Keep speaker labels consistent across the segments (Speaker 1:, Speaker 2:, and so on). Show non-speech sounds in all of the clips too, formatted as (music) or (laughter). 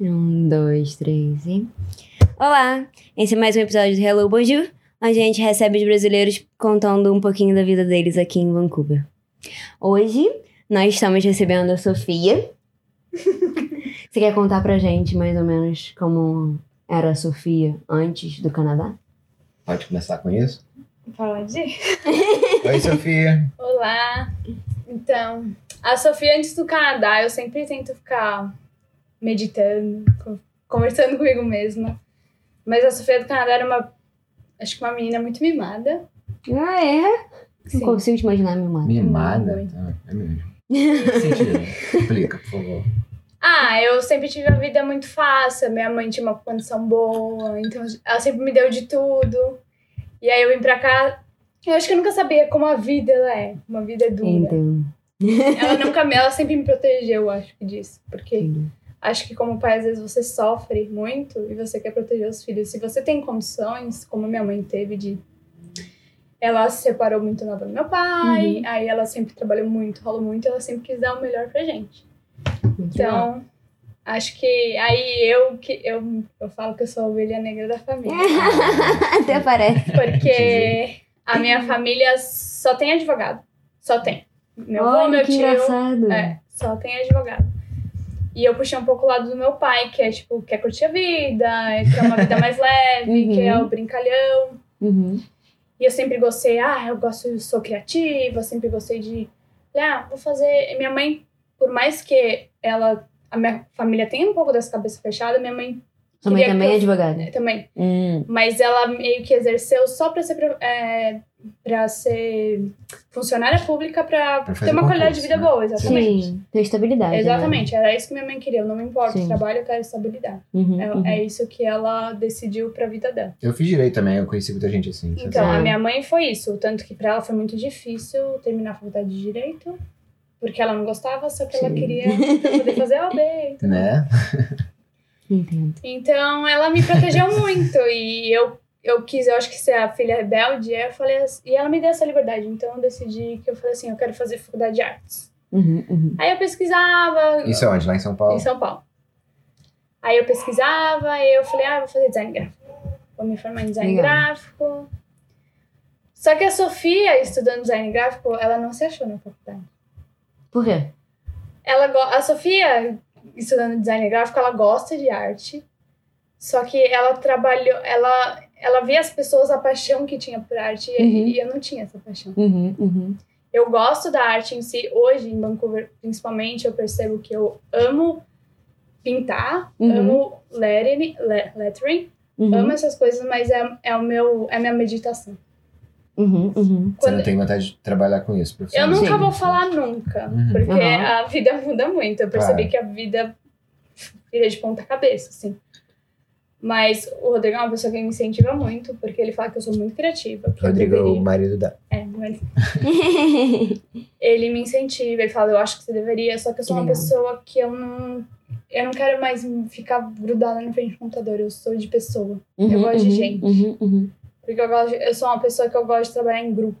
Speaker 1: Um, dois, três e. Olá! Esse é mais um episódio do Hello Bonjour, onde a gente recebe os brasileiros contando um pouquinho da vida deles aqui em Vancouver. Hoje nós estamos recebendo a Sofia.
Speaker 2: (laughs)
Speaker 1: Você quer contar pra gente mais ou menos como era a Sofia antes do Canadá?
Speaker 3: Pode começar com isso?
Speaker 2: Pode?
Speaker 3: Oi,
Speaker 2: (laughs)
Speaker 3: Sofia.
Speaker 2: Olá! Então, a Sofia, antes do Canadá, eu sempre tento ficar meditando, co- conversando comigo mesma. Mas a Sofia do Canadá era uma. Acho que uma menina muito mimada.
Speaker 1: Ah, é?
Speaker 2: Sim.
Speaker 1: Não consigo te imaginar me mano.
Speaker 3: Mimada.
Speaker 2: Oi.
Speaker 3: Ah, é mesmo. Que sentido? né? Explica, por
Speaker 2: (laughs)
Speaker 3: favor.
Speaker 2: Ah, eu sempre tive a vida muito fácil. Minha mãe tinha uma condição boa, então ela sempre me deu de tudo. E aí eu vim pra cá. Eu acho que eu nunca sabia como a vida ela é. Uma vida dura.
Speaker 1: Entendo.
Speaker 2: Ela nunca me, ela sempre me protegeu, eu acho que disso. Porque
Speaker 1: entendo.
Speaker 2: acho que como pai, às vezes você sofre muito e você quer proteger os filhos. Se você tem condições, como minha mãe teve de. Ela se separou muito nova do meu pai,
Speaker 1: Uhum.
Speaker 2: aí ela sempre trabalhou muito, rolou muito, ela sempre quis dar o melhor pra gente.
Speaker 1: Muito bom.
Speaker 2: Então, acho que aí eu que eu, eu falo que eu sou a ovelha negra da família.
Speaker 1: (laughs) Até parece. (laughs)
Speaker 2: Porque a minha família só tem advogado. Só tem. Meu avô,
Speaker 1: Olha,
Speaker 2: meu
Speaker 1: que
Speaker 2: tio,
Speaker 1: engraçado.
Speaker 2: é, só tem advogado. E eu puxei um pouco o lado do meu pai, que é tipo, quer curtir a vida, é, quer uma vida
Speaker 1: (laughs)
Speaker 2: mais leve,
Speaker 1: Uhum.
Speaker 2: que é o brincalhão.
Speaker 1: Uhum.
Speaker 2: E eu sempre gostei, ah, eu gosto, eu sou criativa, eu sempre gostei de, ah, vou fazer. E minha mãe, por mais que ela, a minha família tenha um pouco dessa cabeça fechada, minha mãe
Speaker 1: Sua mãe
Speaker 2: Queria
Speaker 1: também
Speaker 2: que
Speaker 1: é
Speaker 2: eu-
Speaker 1: advogada.
Speaker 2: também.
Speaker 1: Hum.
Speaker 2: Mas ela meio que exerceu só pra ser, pro- é, pra ser funcionária pública, pra,
Speaker 3: Pra fazer
Speaker 2: ter uma qualidade de vida
Speaker 3: concurso, né?
Speaker 2: boa, exatamente.
Speaker 1: Sim, tem estabilidade. né?
Speaker 2: Exatamente, era isso que minha mãe queria. Eu não me importo
Speaker 1: Sim.
Speaker 2: o trabalho, eu quero estabilidade.
Speaker 1: Uhum,
Speaker 2: É,
Speaker 1: uhum.
Speaker 2: é isso que ela decidiu pra vida dela.
Speaker 3: Eu fiz direito também, eu conheci muita gente assim. sabe?
Speaker 2: Então,
Speaker 1: Sim.
Speaker 2: a minha mãe foi isso. Tanto que pra ela foi muito difícil terminar a faculdade de Direito, porque ela não gostava, só que ela
Speaker 1: Sim. (laughs)
Speaker 2: queria poder fazer a OAB. Então.
Speaker 3: Né?
Speaker 1: Entendo.
Speaker 2: então, ela me protegeu muito e eu, eu quis, eu acho que ser a filha rebelde, aí eu falei assim- e ela me deu essa liberdade. Então, eu decidi que eu falei assim, eu quero fazer faculdade de artes.
Speaker 1: Uhum, uhum.
Speaker 2: Aí eu pesquisava,
Speaker 3: Isso é onde? Lá em São Paulo?
Speaker 2: em São Paulo. Aí eu pesquisava e eu falei, ah, vou fazer design gráfico. Vou me formar em design
Speaker 1: Legal.
Speaker 2: gráfico. Só que a Sofia, estudando design gráfico, ela não se achou na faculdade.
Speaker 1: Por quê?
Speaker 2: Ela go- a Sofia, estudando design gráfico, ela gosta de arte. Só que ela trabalhou, ela, ela vê as pessoas a paixão que tinha por arte e-
Speaker 1: Uhum.
Speaker 2: e eu não tinha essa paixão.
Speaker 1: Uhum, uhum.
Speaker 2: Eu gosto da arte em si. Hoje, em Vancouver, principalmente, eu percebo que eu amo pintar,
Speaker 1: Uhum.
Speaker 2: amo lettering, le- lettering,
Speaker 1: Uhum,
Speaker 2: amo essas coisas, mas é, é, o meu, é a minha meditação.
Speaker 1: uhum, uhum.
Speaker 3: Você
Speaker 2: Quando-
Speaker 3: não tem vontade de trabalhar com isso,
Speaker 2: eu
Speaker 3: profissionalmente?
Speaker 2: nunca vou falar nunca,
Speaker 3: Uhum.
Speaker 2: porque
Speaker 1: Uhum.
Speaker 2: a vida (laughs) muda muito. Eu percebi
Speaker 3: Claro.
Speaker 2: que a vida vira de ponta cabeça, assim. Mas o Rodrigo é uma pessoa que me incentiva muito, porque ele fala que eu sou muito criativa. Que
Speaker 3: Rodrigo,
Speaker 2: eu
Speaker 3: o
Speaker 2: deveria...
Speaker 3: marido da.
Speaker 2: É, não é ele me incentiva, ele fala, eu acho que você deveria, só que eu sou
Speaker 1: Que
Speaker 2: uma
Speaker 1: legal.
Speaker 2: pessoa que eu não. Eu não quero mais ficar grudada na frente do computador, eu sou de pessoa.
Speaker 1: Uhum,
Speaker 2: gosto de
Speaker 1: uhum,
Speaker 2: gente.
Speaker 1: Uhum, uhum,
Speaker 2: Porque eu, gosto, eu sou uma pessoa que eu gosto de trabalhar em grupo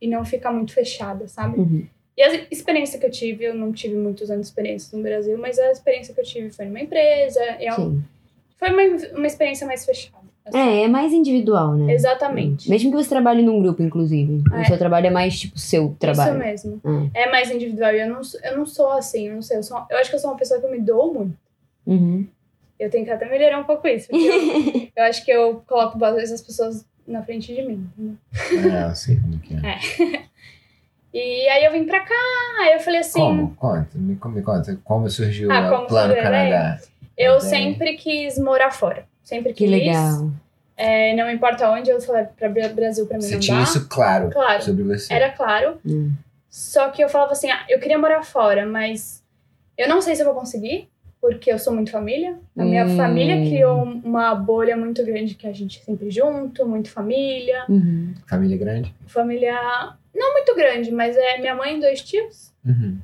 Speaker 2: e não ficar muito fechada, sabe?
Speaker 1: uhum.
Speaker 2: E a experiência que eu tive, eu não tive muitos anos de experiência no Brasil, mas a experiência que eu tive foi numa empresa, eu-
Speaker 1: Sim.
Speaker 2: foi uma, uma experiência mais fechada. assim.
Speaker 1: É, é mais individual, né?
Speaker 2: Exatamente.
Speaker 1: Mesmo que você trabalhe num grupo, inclusive.
Speaker 2: É.
Speaker 1: O seu trabalho é mais, tipo, seu trabalho.
Speaker 2: Isso mesmo.
Speaker 1: Hum.
Speaker 2: É mais individual. E eu não, sou- eu não sou assim, eu não sei. Eu, sou, eu acho que eu sou uma pessoa que eu me dou muito.
Speaker 1: Uhum.
Speaker 2: Eu tenho que até melhorar um pouco isso. Porque
Speaker 1: (laughs)
Speaker 2: eu, eu acho que eu coloco às vezes as pessoas na frente de mim. entendeu?
Speaker 3: Ah, eu sei como que é.
Speaker 2: E aí eu vim pra cá, aí eu falei assim.
Speaker 3: Como? Conta, me, me conta. Como surgiu
Speaker 2: Ah,
Speaker 3: o
Speaker 2: como
Speaker 3: plano
Speaker 2: surgiu,
Speaker 3: Canadá?
Speaker 2: Eu
Speaker 3: Entendi.
Speaker 2: sempre quis morar fora. Sempre
Speaker 1: Que
Speaker 2: quis.
Speaker 1: legal.
Speaker 2: É, não importa onde, eu falei pra Bra- Brasil pra mim
Speaker 3: Você
Speaker 2: não
Speaker 3: tinha
Speaker 2: dá.
Speaker 3: isso claro,
Speaker 2: Claro.
Speaker 3: sobre você.
Speaker 2: Era claro.
Speaker 1: Hum.
Speaker 2: Só que eu falava assim, ah, eu queria morar fora, mas eu não sei se eu vou conseguir, porque eu sou muito família. A minha
Speaker 1: Hum.
Speaker 2: família criou um uma bolha muito grande que a gente é sempre junto, muito família.
Speaker 1: Uhum.
Speaker 3: Família grande?
Speaker 2: família não muito grande, mas é minha mãe e dois tios.
Speaker 3: Uhum.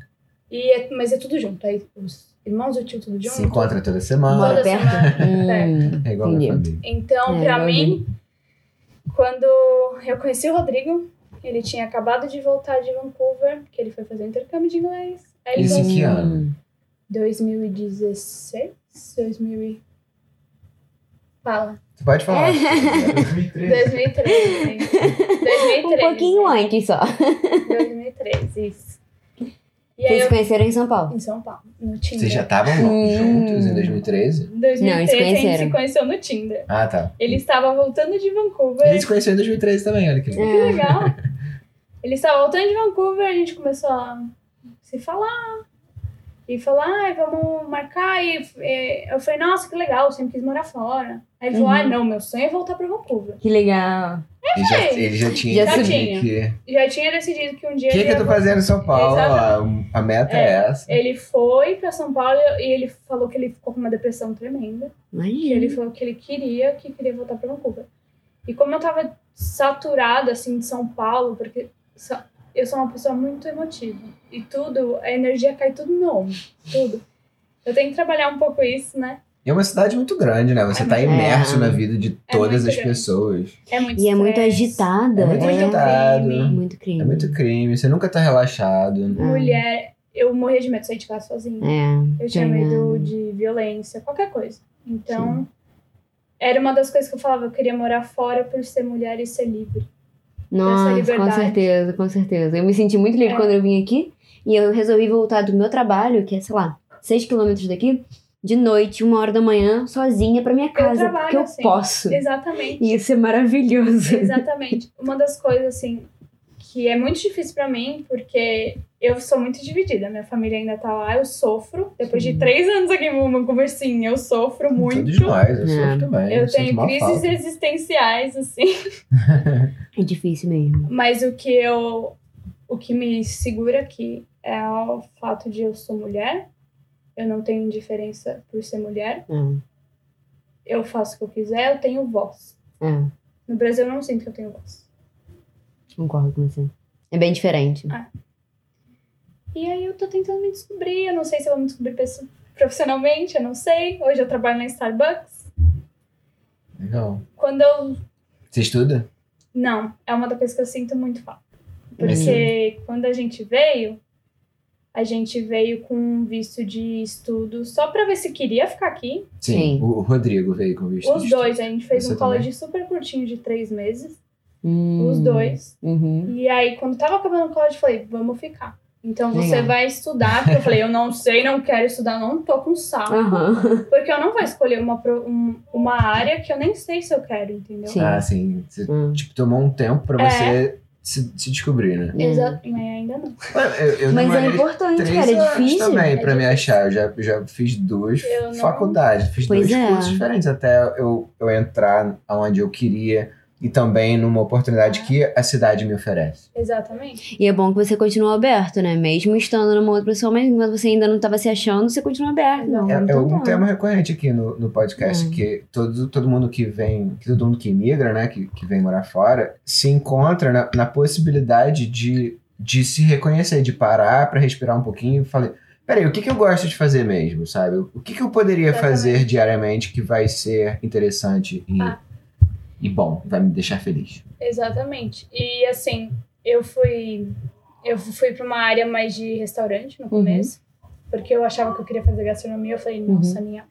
Speaker 2: E é- mas é tudo junto. Aí os irmãos do tio tudo junto.
Speaker 3: Se encontra toda semana.
Speaker 1: Mora
Speaker 2: toda
Speaker 1: perto?
Speaker 2: semana.
Speaker 1: Hum.
Speaker 3: É igual a minha
Speaker 1: Entendi.
Speaker 3: família.
Speaker 2: Então,
Speaker 1: É,
Speaker 2: pra
Speaker 1: eu
Speaker 2: mim, quando eu conheci o Rodrigo, ele tinha acabado de voltar de Vancouver, que ele foi fazer um intercâmbio de inglês. Aí ele
Speaker 3: Isso
Speaker 2: voltou
Speaker 3: em que ano?
Speaker 1: Hum.
Speaker 2: em 2016, 2000 e-
Speaker 3: (laughs)
Speaker 2: Fala.
Speaker 3: Tu pode falar. É (laughs) 2013.
Speaker 2: 2013. 2013.
Speaker 1: Um pouquinho antes só.
Speaker 2: né? 2013, isso. E aí
Speaker 1: Vocês se
Speaker 2: eu
Speaker 1: conheceram em São Paulo.
Speaker 2: em São Paulo, no Tinder.
Speaker 3: Vocês já estavam
Speaker 1: Hum.
Speaker 3: juntos em 2013?
Speaker 2: Em 2013
Speaker 1: Não, eles se
Speaker 2: a gente
Speaker 1: conheceram.
Speaker 2: se conheceu no Tinder.
Speaker 3: Ah, tá.
Speaker 2: Ele estava voltando de Vancouver.
Speaker 3: Eles se conheceram em 2013 também, olha que legal.
Speaker 2: Que
Speaker 3: (laughs)
Speaker 2: legal. Ele estava voltando de Vancouver, a gente começou a se falar. E falar, ai, vamos marcar. E eh, eu falei, nossa, que legal, eu sempre quis morar fora. Aí ele falou,
Speaker 1: Uhum.
Speaker 2: ai, não, meu sonho é voltar pra Vancouver.
Speaker 1: Que legal.
Speaker 2: É,
Speaker 3: Ele já, ele já tinha
Speaker 1: Já
Speaker 3: decidido
Speaker 2: tinha.
Speaker 3: que.
Speaker 2: Já tinha decidido que um dia
Speaker 3: O que,
Speaker 2: ele
Speaker 3: que
Speaker 2: ia
Speaker 3: eu tô fazendo em São Paulo? A, a meta é, essa.
Speaker 2: Ele foi pra São Paulo e ele falou que ele ficou com uma depressão tremenda. E
Speaker 1: Imagina.
Speaker 2: ele falou que ele queria, que queria voltar pra Vancouver. E como eu tava saturada, assim, de São Paulo, porque so- eu sou uma pessoa muito emotiva. E tudo, a energia cai tudo no meu ombro. Tudo. Eu tenho que trabalhar um pouco isso, né?
Speaker 3: E é uma cidade muito grande, né? Você
Speaker 2: É
Speaker 3: tá
Speaker 2: muito-
Speaker 3: imerso
Speaker 1: É.
Speaker 3: na vida de todas
Speaker 2: muito
Speaker 3: as
Speaker 2: grande.
Speaker 3: pessoas.
Speaker 2: É muito
Speaker 1: E é muito
Speaker 2: estresse,
Speaker 1: agitada.
Speaker 3: É muito
Speaker 1: é.
Speaker 3: agitado.
Speaker 2: crime.
Speaker 1: Muito crime.
Speaker 3: É muito crime, você nunca tá relaxado.
Speaker 2: Mulher, eu morria de medo de sair de casa sozinha.
Speaker 1: né? É.
Speaker 2: Eu tinha
Speaker 1: Verdade.
Speaker 2: medo de violência, qualquer coisa. Então, era uma das coisas que eu falava, eu queria morar fora por ser mulher e ser livre.
Speaker 1: Nossa, com
Speaker 2: liberdade.
Speaker 1: certeza, com certeza. Eu me senti muito livre
Speaker 2: É.
Speaker 1: quando eu vim aqui. E eu resolvi voltar do meu trabalho, que é, sei lá, 6 quilômetros daqui, de noite, uma hora da manhã, sozinha pra minha casa.
Speaker 2: trabalho
Speaker 1: porque eu
Speaker 2: assim.
Speaker 1: posso.
Speaker 2: Exatamente.
Speaker 1: E isso é
Speaker 2: (laughs)
Speaker 1: maravilhoso.
Speaker 2: Exatamente. Uma das coisas, assim, que é muito difícil pra mim, porque eu sou muito dividida. Minha família ainda tá lá, eu sofro. Depois de três anos aqui em uma conversinha, eu sofro
Speaker 3: Então,
Speaker 2: muito.
Speaker 3: Todos nós, eu
Speaker 1: É.
Speaker 3: sofro também.
Speaker 2: Eu
Speaker 3: sinto
Speaker 2: tenho
Speaker 3: maior
Speaker 2: crises
Speaker 3: falta.
Speaker 2: existenciais, assim.
Speaker 1: É difícil mesmo.
Speaker 2: Mas o que eu. O que me segura aqui é o fato de eu sou mulher. Eu não tenho indiferença por ser mulher.
Speaker 1: É.
Speaker 2: Eu faço o que eu quiser, eu tenho voz.
Speaker 1: É,
Speaker 2: No Brasil eu não sinto que eu tenho voz.
Speaker 1: concordo com você. É bem diferente.
Speaker 2: E aí eu tô tentando me descobrir. Eu não sei se eu vou me descobrir perso- (laughs) profissionalmente, eu não sei. Hoje eu trabalho na Starbucks.
Speaker 3: Legal.
Speaker 2: Quando eu.
Speaker 3: Você estuda?
Speaker 2: Não, é uma das coisas que eu sinto muito falta. Porque
Speaker 3: Uhum.
Speaker 2: quando a gente veio, a gente veio com um visto de estudo só pra ver se queria ficar aqui.
Speaker 1: Sim.
Speaker 3: O o Rodrigo veio com o visto. de
Speaker 2: Os
Speaker 3: estudo.
Speaker 2: dois, a gente fez
Speaker 3: Você
Speaker 2: um college super curtinho de três meses.
Speaker 1: Hum.
Speaker 2: Os dois.
Speaker 1: Uhum.
Speaker 2: E aí, quando tava acabando o college, eu falei, vamos ficar. Então você
Speaker 1: Legal.
Speaker 2: vai estudar, porque eu falei, eu não sei, não quero estudar, não tô com saco.
Speaker 1: Aham. (laughs)
Speaker 2: Porque eu não vou escolher uma, pro- um- uma área que eu nem sei se eu quero, entendeu?
Speaker 1: Sim.
Speaker 3: Ah, sim. Você,
Speaker 1: Hum.
Speaker 3: tipo, tomou um tempo pra
Speaker 2: É.
Speaker 3: você se, se descobrir, né?
Speaker 2: Exa- Mas ainda não.
Speaker 3: Ué, Eu, eu
Speaker 1: Mas é
Speaker 3: demorei
Speaker 1: importante,
Speaker 3: três
Speaker 1: cara. É
Speaker 3: anos
Speaker 1: difícil.
Speaker 3: também pra me
Speaker 2: difícil.
Speaker 3: achar. Eu já, já fiz duas
Speaker 2: Eu não-
Speaker 3: faculdades, fiz
Speaker 1: Pois
Speaker 3: dois
Speaker 1: é.
Speaker 3: cursos diferentes até eu, eu entrar onde eu queria e também numa oportunidade
Speaker 2: Ah.
Speaker 3: que a cidade me oferece.
Speaker 2: Exatamente.
Speaker 1: E é bom que você continua aberto, né? Mesmo estando numa outra pessoa, mas enquanto você ainda não estava se achando, você continua aberto. Não,
Speaker 3: É, é
Speaker 1: então
Speaker 3: um
Speaker 1: tá.
Speaker 3: tema recorrente aqui no, no podcast,
Speaker 1: Hum.
Speaker 3: que todo, todo mundo que vem, que todo mundo que migra, né, que, que vem morar fora, se encontra na, na possibilidade de, de se reconhecer, de parar pra respirar um pouquinho e falar, peraí, o que, que eu gosto de fazer mesmo, sabe? O que, que eu poderia
Speaker 2: Exatamente.
Speaker 3: fazer diariamente que vai ser interessante e,
Speaker 2: Ah.
Speaker 3: e bom, vai me deixar feliz?
Speaker 2: Exatamente. E assim, eu fui. Eu fui pra uma área mais de restaurante no começo. Porque eu achava que eu queria fazer gastronomia. Eu falei, nossa, nem a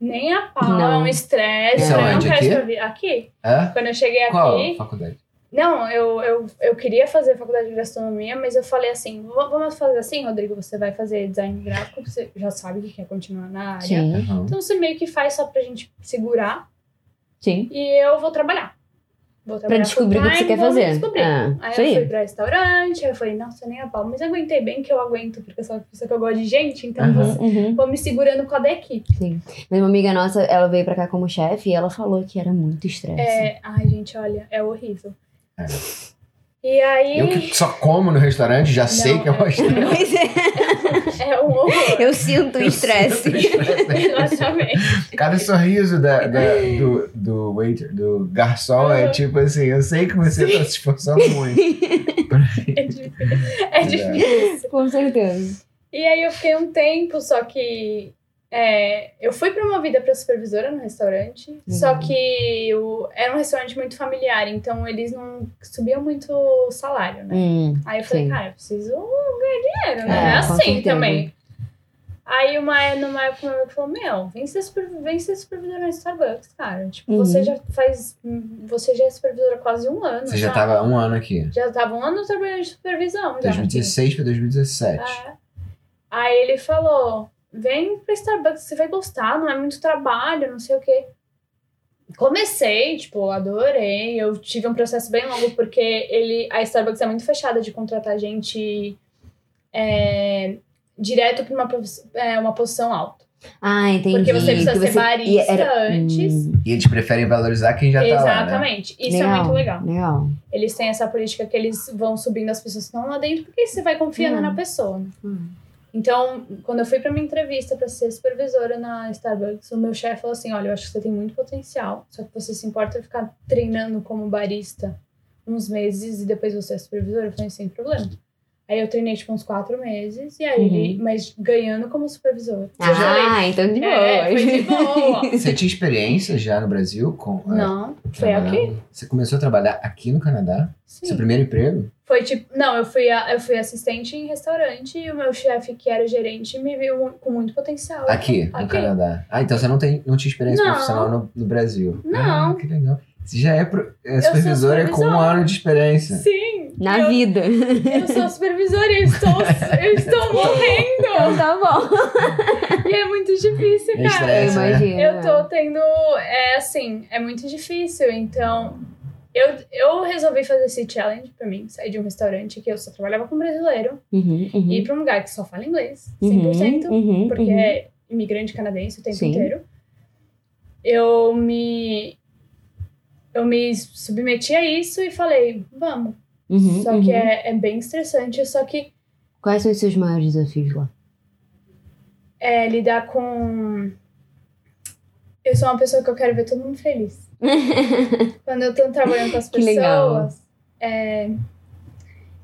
Speaker 2: nem a pau,
Speaker 1: Não.
Speaker 2: é um estresse.
Speaker 1: Isso
Speaker 2: eu não
Speaker 3: aonde?
Speaker 2: quero
Speaker 3: Aqui?
Speaker 2: escrever. Aqui.
Speaker 3: Hã?
Speaker 2: Quando eu cheguei
Speaker 3: Qual
Speaker 2: aqui.
Speaker 3: faculdade?
Speaker 2: Não, eu, eu, eu queria fazer faculdade de gastronomia, mas eu falei assim: "V- vamos fazer assim, Rodrigo, você vai fazer design gráfico, você já sabe que quer continuar na área.
Speaker 1: Sim,
Speaker 3: Aham.
Speaker 2: Então você meio que faz só pra gente segurar
Speaker 1: sim.
Speaker 2: e eu vou trabalhar. Vou
Speaker 1: Pra
Speaker 2: trabalhar
Speaker 1: descobrir o que você
Speaker 2: full-time,
Speaker 1: quer
Speaker 2: vou me
Speaker 1: fazer.
Speaker 2: descobrir.
Speaker 1: Ah,
Speaker 2: Aí
Speaker 1: isso
Speaker 2: eu fui
Speaker 1: aí.
Speaker 2: pra restaurante, aí eu falei, nossa, nem a pau, mas aguentei bem que eu aguento, porque eu sou uma pessoa que eu gosto de gente, então
Speaker 3: Aham.
Speaker 2: vou,
Speaker 1: Uhum.
Speaker 2: vou me segurando com a da equipe.
Speaker 1: Mas uma amiga nossa, ela veio pra cá como chefe e ela falou que era muito estresse.
Speaker 2: É, ai, gente, olha, é horrível.
Speaker 3: É.
Speaker 2: E aí.
Speaker 3: Eu que só como no restaurante, já sei que é uma (laughs)
Speaker 2: é-
Speaker 3: estrela.
Speaker 1: Pois é,
Speaker 2: (laughs) É um horror.
Speaker 1: eu sinto o estresse.
Speaker 2: (laughs) Exatamente.
Speaker 3: (laughs) Cada sorriso da, da- do, do waiter, do garçom é
Speaker 2: Aham.
Speaker 3: tipo assim, eu sei que você tá se esforçando muito.
Speaker 2: É difícil.
Speaker 3: É.
Speaker 2: É difícil.
Speaker 1: Com certeza.
Speaker 2: E aí eu fiquei um tempo, só que é, eu fui promovida para supervisora no restaurante, só
Speaker 1: Uhum.
Speaker 2: que o- era um restaurante muito familiar, então eles não subiam muito o salário, né?
Speaker 1: Hum,
Speaker 2: Aí eu falei,
Speaker 1: sim.
Speaker 2: cara, eu preciso ganhar dinheiro, né?
Speaker 1: É,
Speaker 2: É,
Speaker 1: com
Speaker 2: assim
Speaker 1: certeza.
Speaker 2: também. Aí uma, numa época meu amigo falou, meu, vem ser, super, vem ser supervisora no Starbucks, cara. Tipo,
Speaker 1: Uhum.
Speaker 2: você já faz. Você já é supervisora há quase um ano.
Speaker 3: Você já
Speaker 2: sabe?
Speaker 3: tava há um ano aqui.
Speaker 2: Já tava um ano trabalhando de supervisão. já.
Speaker 3: 2016 pra 2017.
Speaker 2: É. Aí ele falou: vem pra Starbucks, você vai gostar, não é muito trabalho, não sei o quê. Comecei, tipo, adorei. Eu tive um processo bem longo, porque ele, a Starbucks é muito fechada de contratar gente é, direto pra uma, profi- é, uma posição alta.
Speaker 1: Ah, entendi.
Speaker 2: Porque você precisa
Speaker 1: Que
Speaker 2: ser barista
Speaker 1: e era-
Speaker 2: antes.
Speaker 1: Hum,
Speaker 3: E eles preferem valorizar quem já tá lá. Né?
Speaker 2: Exatamente. Isso é muito legal.
Speaker 1: Legal.
Speaker 2: Eles têm essa política que eles vão subindo as pessoas que estão lá dentro, porque você vai confiando
Speaker 1: Hum.
Speaker 2: na pessoa. né?
Speaker 1: Hum.
Speaker 2: Então, quando eu fui pra minha entrevista pra ser supervisora na Starbucks, o meu chefe falou assim: Olha, eu acho que você tem muito potencial, só que você se importa em ficar treinando como barista uns meses e depois você é supervisora? Eu falei: Sem problema. Aí eu treinei tipo uns quatro meses, e aí,
Speaker 1: Uhum.
Speaker 2: ele- mas ganhando como supervisora. Eu falei,
Speaker 1: Ah, então de boa.
Speaker 2: É, foi
Speaker 1: (laughs)
Speaker 2: de boa.
Speaker 3: Você tinha experiência já no Brasil? Com, é,
Speaker 2: Não, foi
Speaker 3: trabalhando?
Speaker 2: aqui?
Speaker 3: Você começou a trabalhar aqui no Canadá? Seu
Speaker 2: Sim.
Speaker 3: primeiro emprego?
Speaker 2: Foi tipo, não, eu fui, a- eu fui assistente em restaurante e o meu chefe, que era gerente, me viu mu- com muito potencial.
Speaker 3: Aqui, no Canadá. Ah, então você não, tem, não tinha experiência
Speaker 2: Não.
Speaker 3: profissional no, no Brasil.
Speaker 2: Não.
Speaker 3: Ah, que legal. Você já é, pro, é
Speaker 2: sou
Speaker 3: supervisora com um
Speaker 2: supervisora.
Speaker 3: ano de experiência.
Speaker 2: Sim!
Speaker 1: Na
Speaker 2: eu,
Speaker 1: vida.
Speaker 2: Eu sou supervisora, eu estou,
Speaker 3: (laughs)
Speaker 2: eu estou
Speaker 1: Então
Speaker 2: morrendo!
Speaker 1: tá bom.
Speaker 2: E é muito difícil,
Speaker 3: É
Speaker 2: cara.
Speaker 3: estresse.
Speaker 1: Eu
Speaker 3: Essa, né?
Speaker 1: imagino.
Speaker 2: Eu tô tendo. É assim, é muito difícil. Então, eu, eu resolvi fazer esse challenge pra mim. Sair de um restaurante que eu só trabalhava com brasileiro
Speaker 1: Uhum, uhum.
Speaker 2: e ir pra um lugar que só fala inglês,
Speaker 1: Uhum,
Speaker 2: 100%.
Speaker 1: uhum,
Speaker 2: porque
Speaker 1: uhum.
Speaker 2: é imigrante canadense o tempo
Speaker 1: Sim.
Speaker 2: inteiro. Eu me eu me submeti a isso e falei, vamos.
Speaker 1: Uhum,
Speaker 2: só que
Speaker 1: uhum.
Speaker 2: é, é bem estressante, só que
Speaker 1: Quais são os seus maiores desafios lá?
Speaker 2: é lidar com eu sou uma pessoa que eu quero ver todo mundo feliz. Quando eu tô trabalhando com as
Speaker 1: Que legal.
Speaker 2: pessoas, é,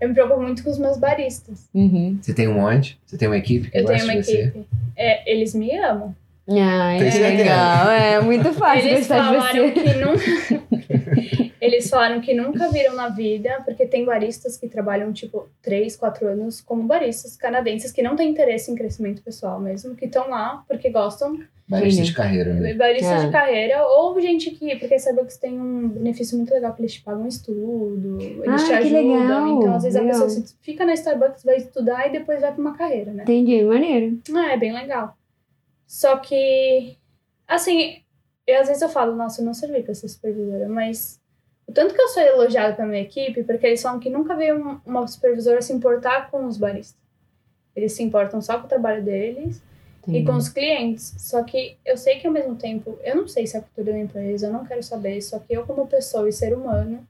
Speaker 2: eu me preocupo muito com os meus baristas.
Speaker 1: (laughs) Uhum.
Speaker 3: Você tem um monte? Você tem uma equipe que
Speaker 2: Eu
Speaker 3: gosta
Speaker 2: tenho uma
Speaker 3: de você?
Speaker 2: equipe. É, eles me amam.
Speaker 1: Ai,
Speaker 3: Tem
Speaker 1: que
Speaker 3: certeza?
Speaker 1: legal. É
Speaker 2: (laughs)
Speaker 1: muito fácil
Speaker 2: Eles
Speaker 1: gostar de
Speaker 2: falaram
Speaker 1: você.
Speaker 2: que nunca. Eles falaram que nunca viram na vida, porque tem baristas que trabalham, tipo, 3, 4 anos como baristas canadenses que não têm interesse em crescimento pessoal mesmo, que estão lá porque gostam.
Speaker 3: Barista
Speaker 1: Entendi.
Speaker 3: de carreira, né?
Speaker 2: Baristas
Speaker 1: É.
Speaker 2: de carreira, ou gente que. Porque sabe que tem um benefício muito legal, que eles te pagam estudo, eles
Speaker 1: Ah,
Speaker 2: te
Speaker 1: que
Speaker 2: ajudam.
Speaker 1: legal,
Speaker 2: Então, às vezes
Speaker 1: legal.
Speaker 2: a pessoa se- fica na Starbucks, vai estudar e depois vai pra uma carreira, né?
Speaker 1: Entendi, maneiro.
Speaker 2: Ah, é bem legal. Só que, assim, eu, às vezes eu falo, nossa, eu não servi pra ser supervisora, mas o tanto que eu sou elogiada pela minha equipe, porque eles falam que nunca veio um- uma supervisora se importar com os baristas. Eles se importam só com o trabalho deles e com os clientes. Só que eu sei que ao mesmo tempo, eu não sei se é a cultura da empresa, eu não quero saber, só que eu, como pessoa e ser humano,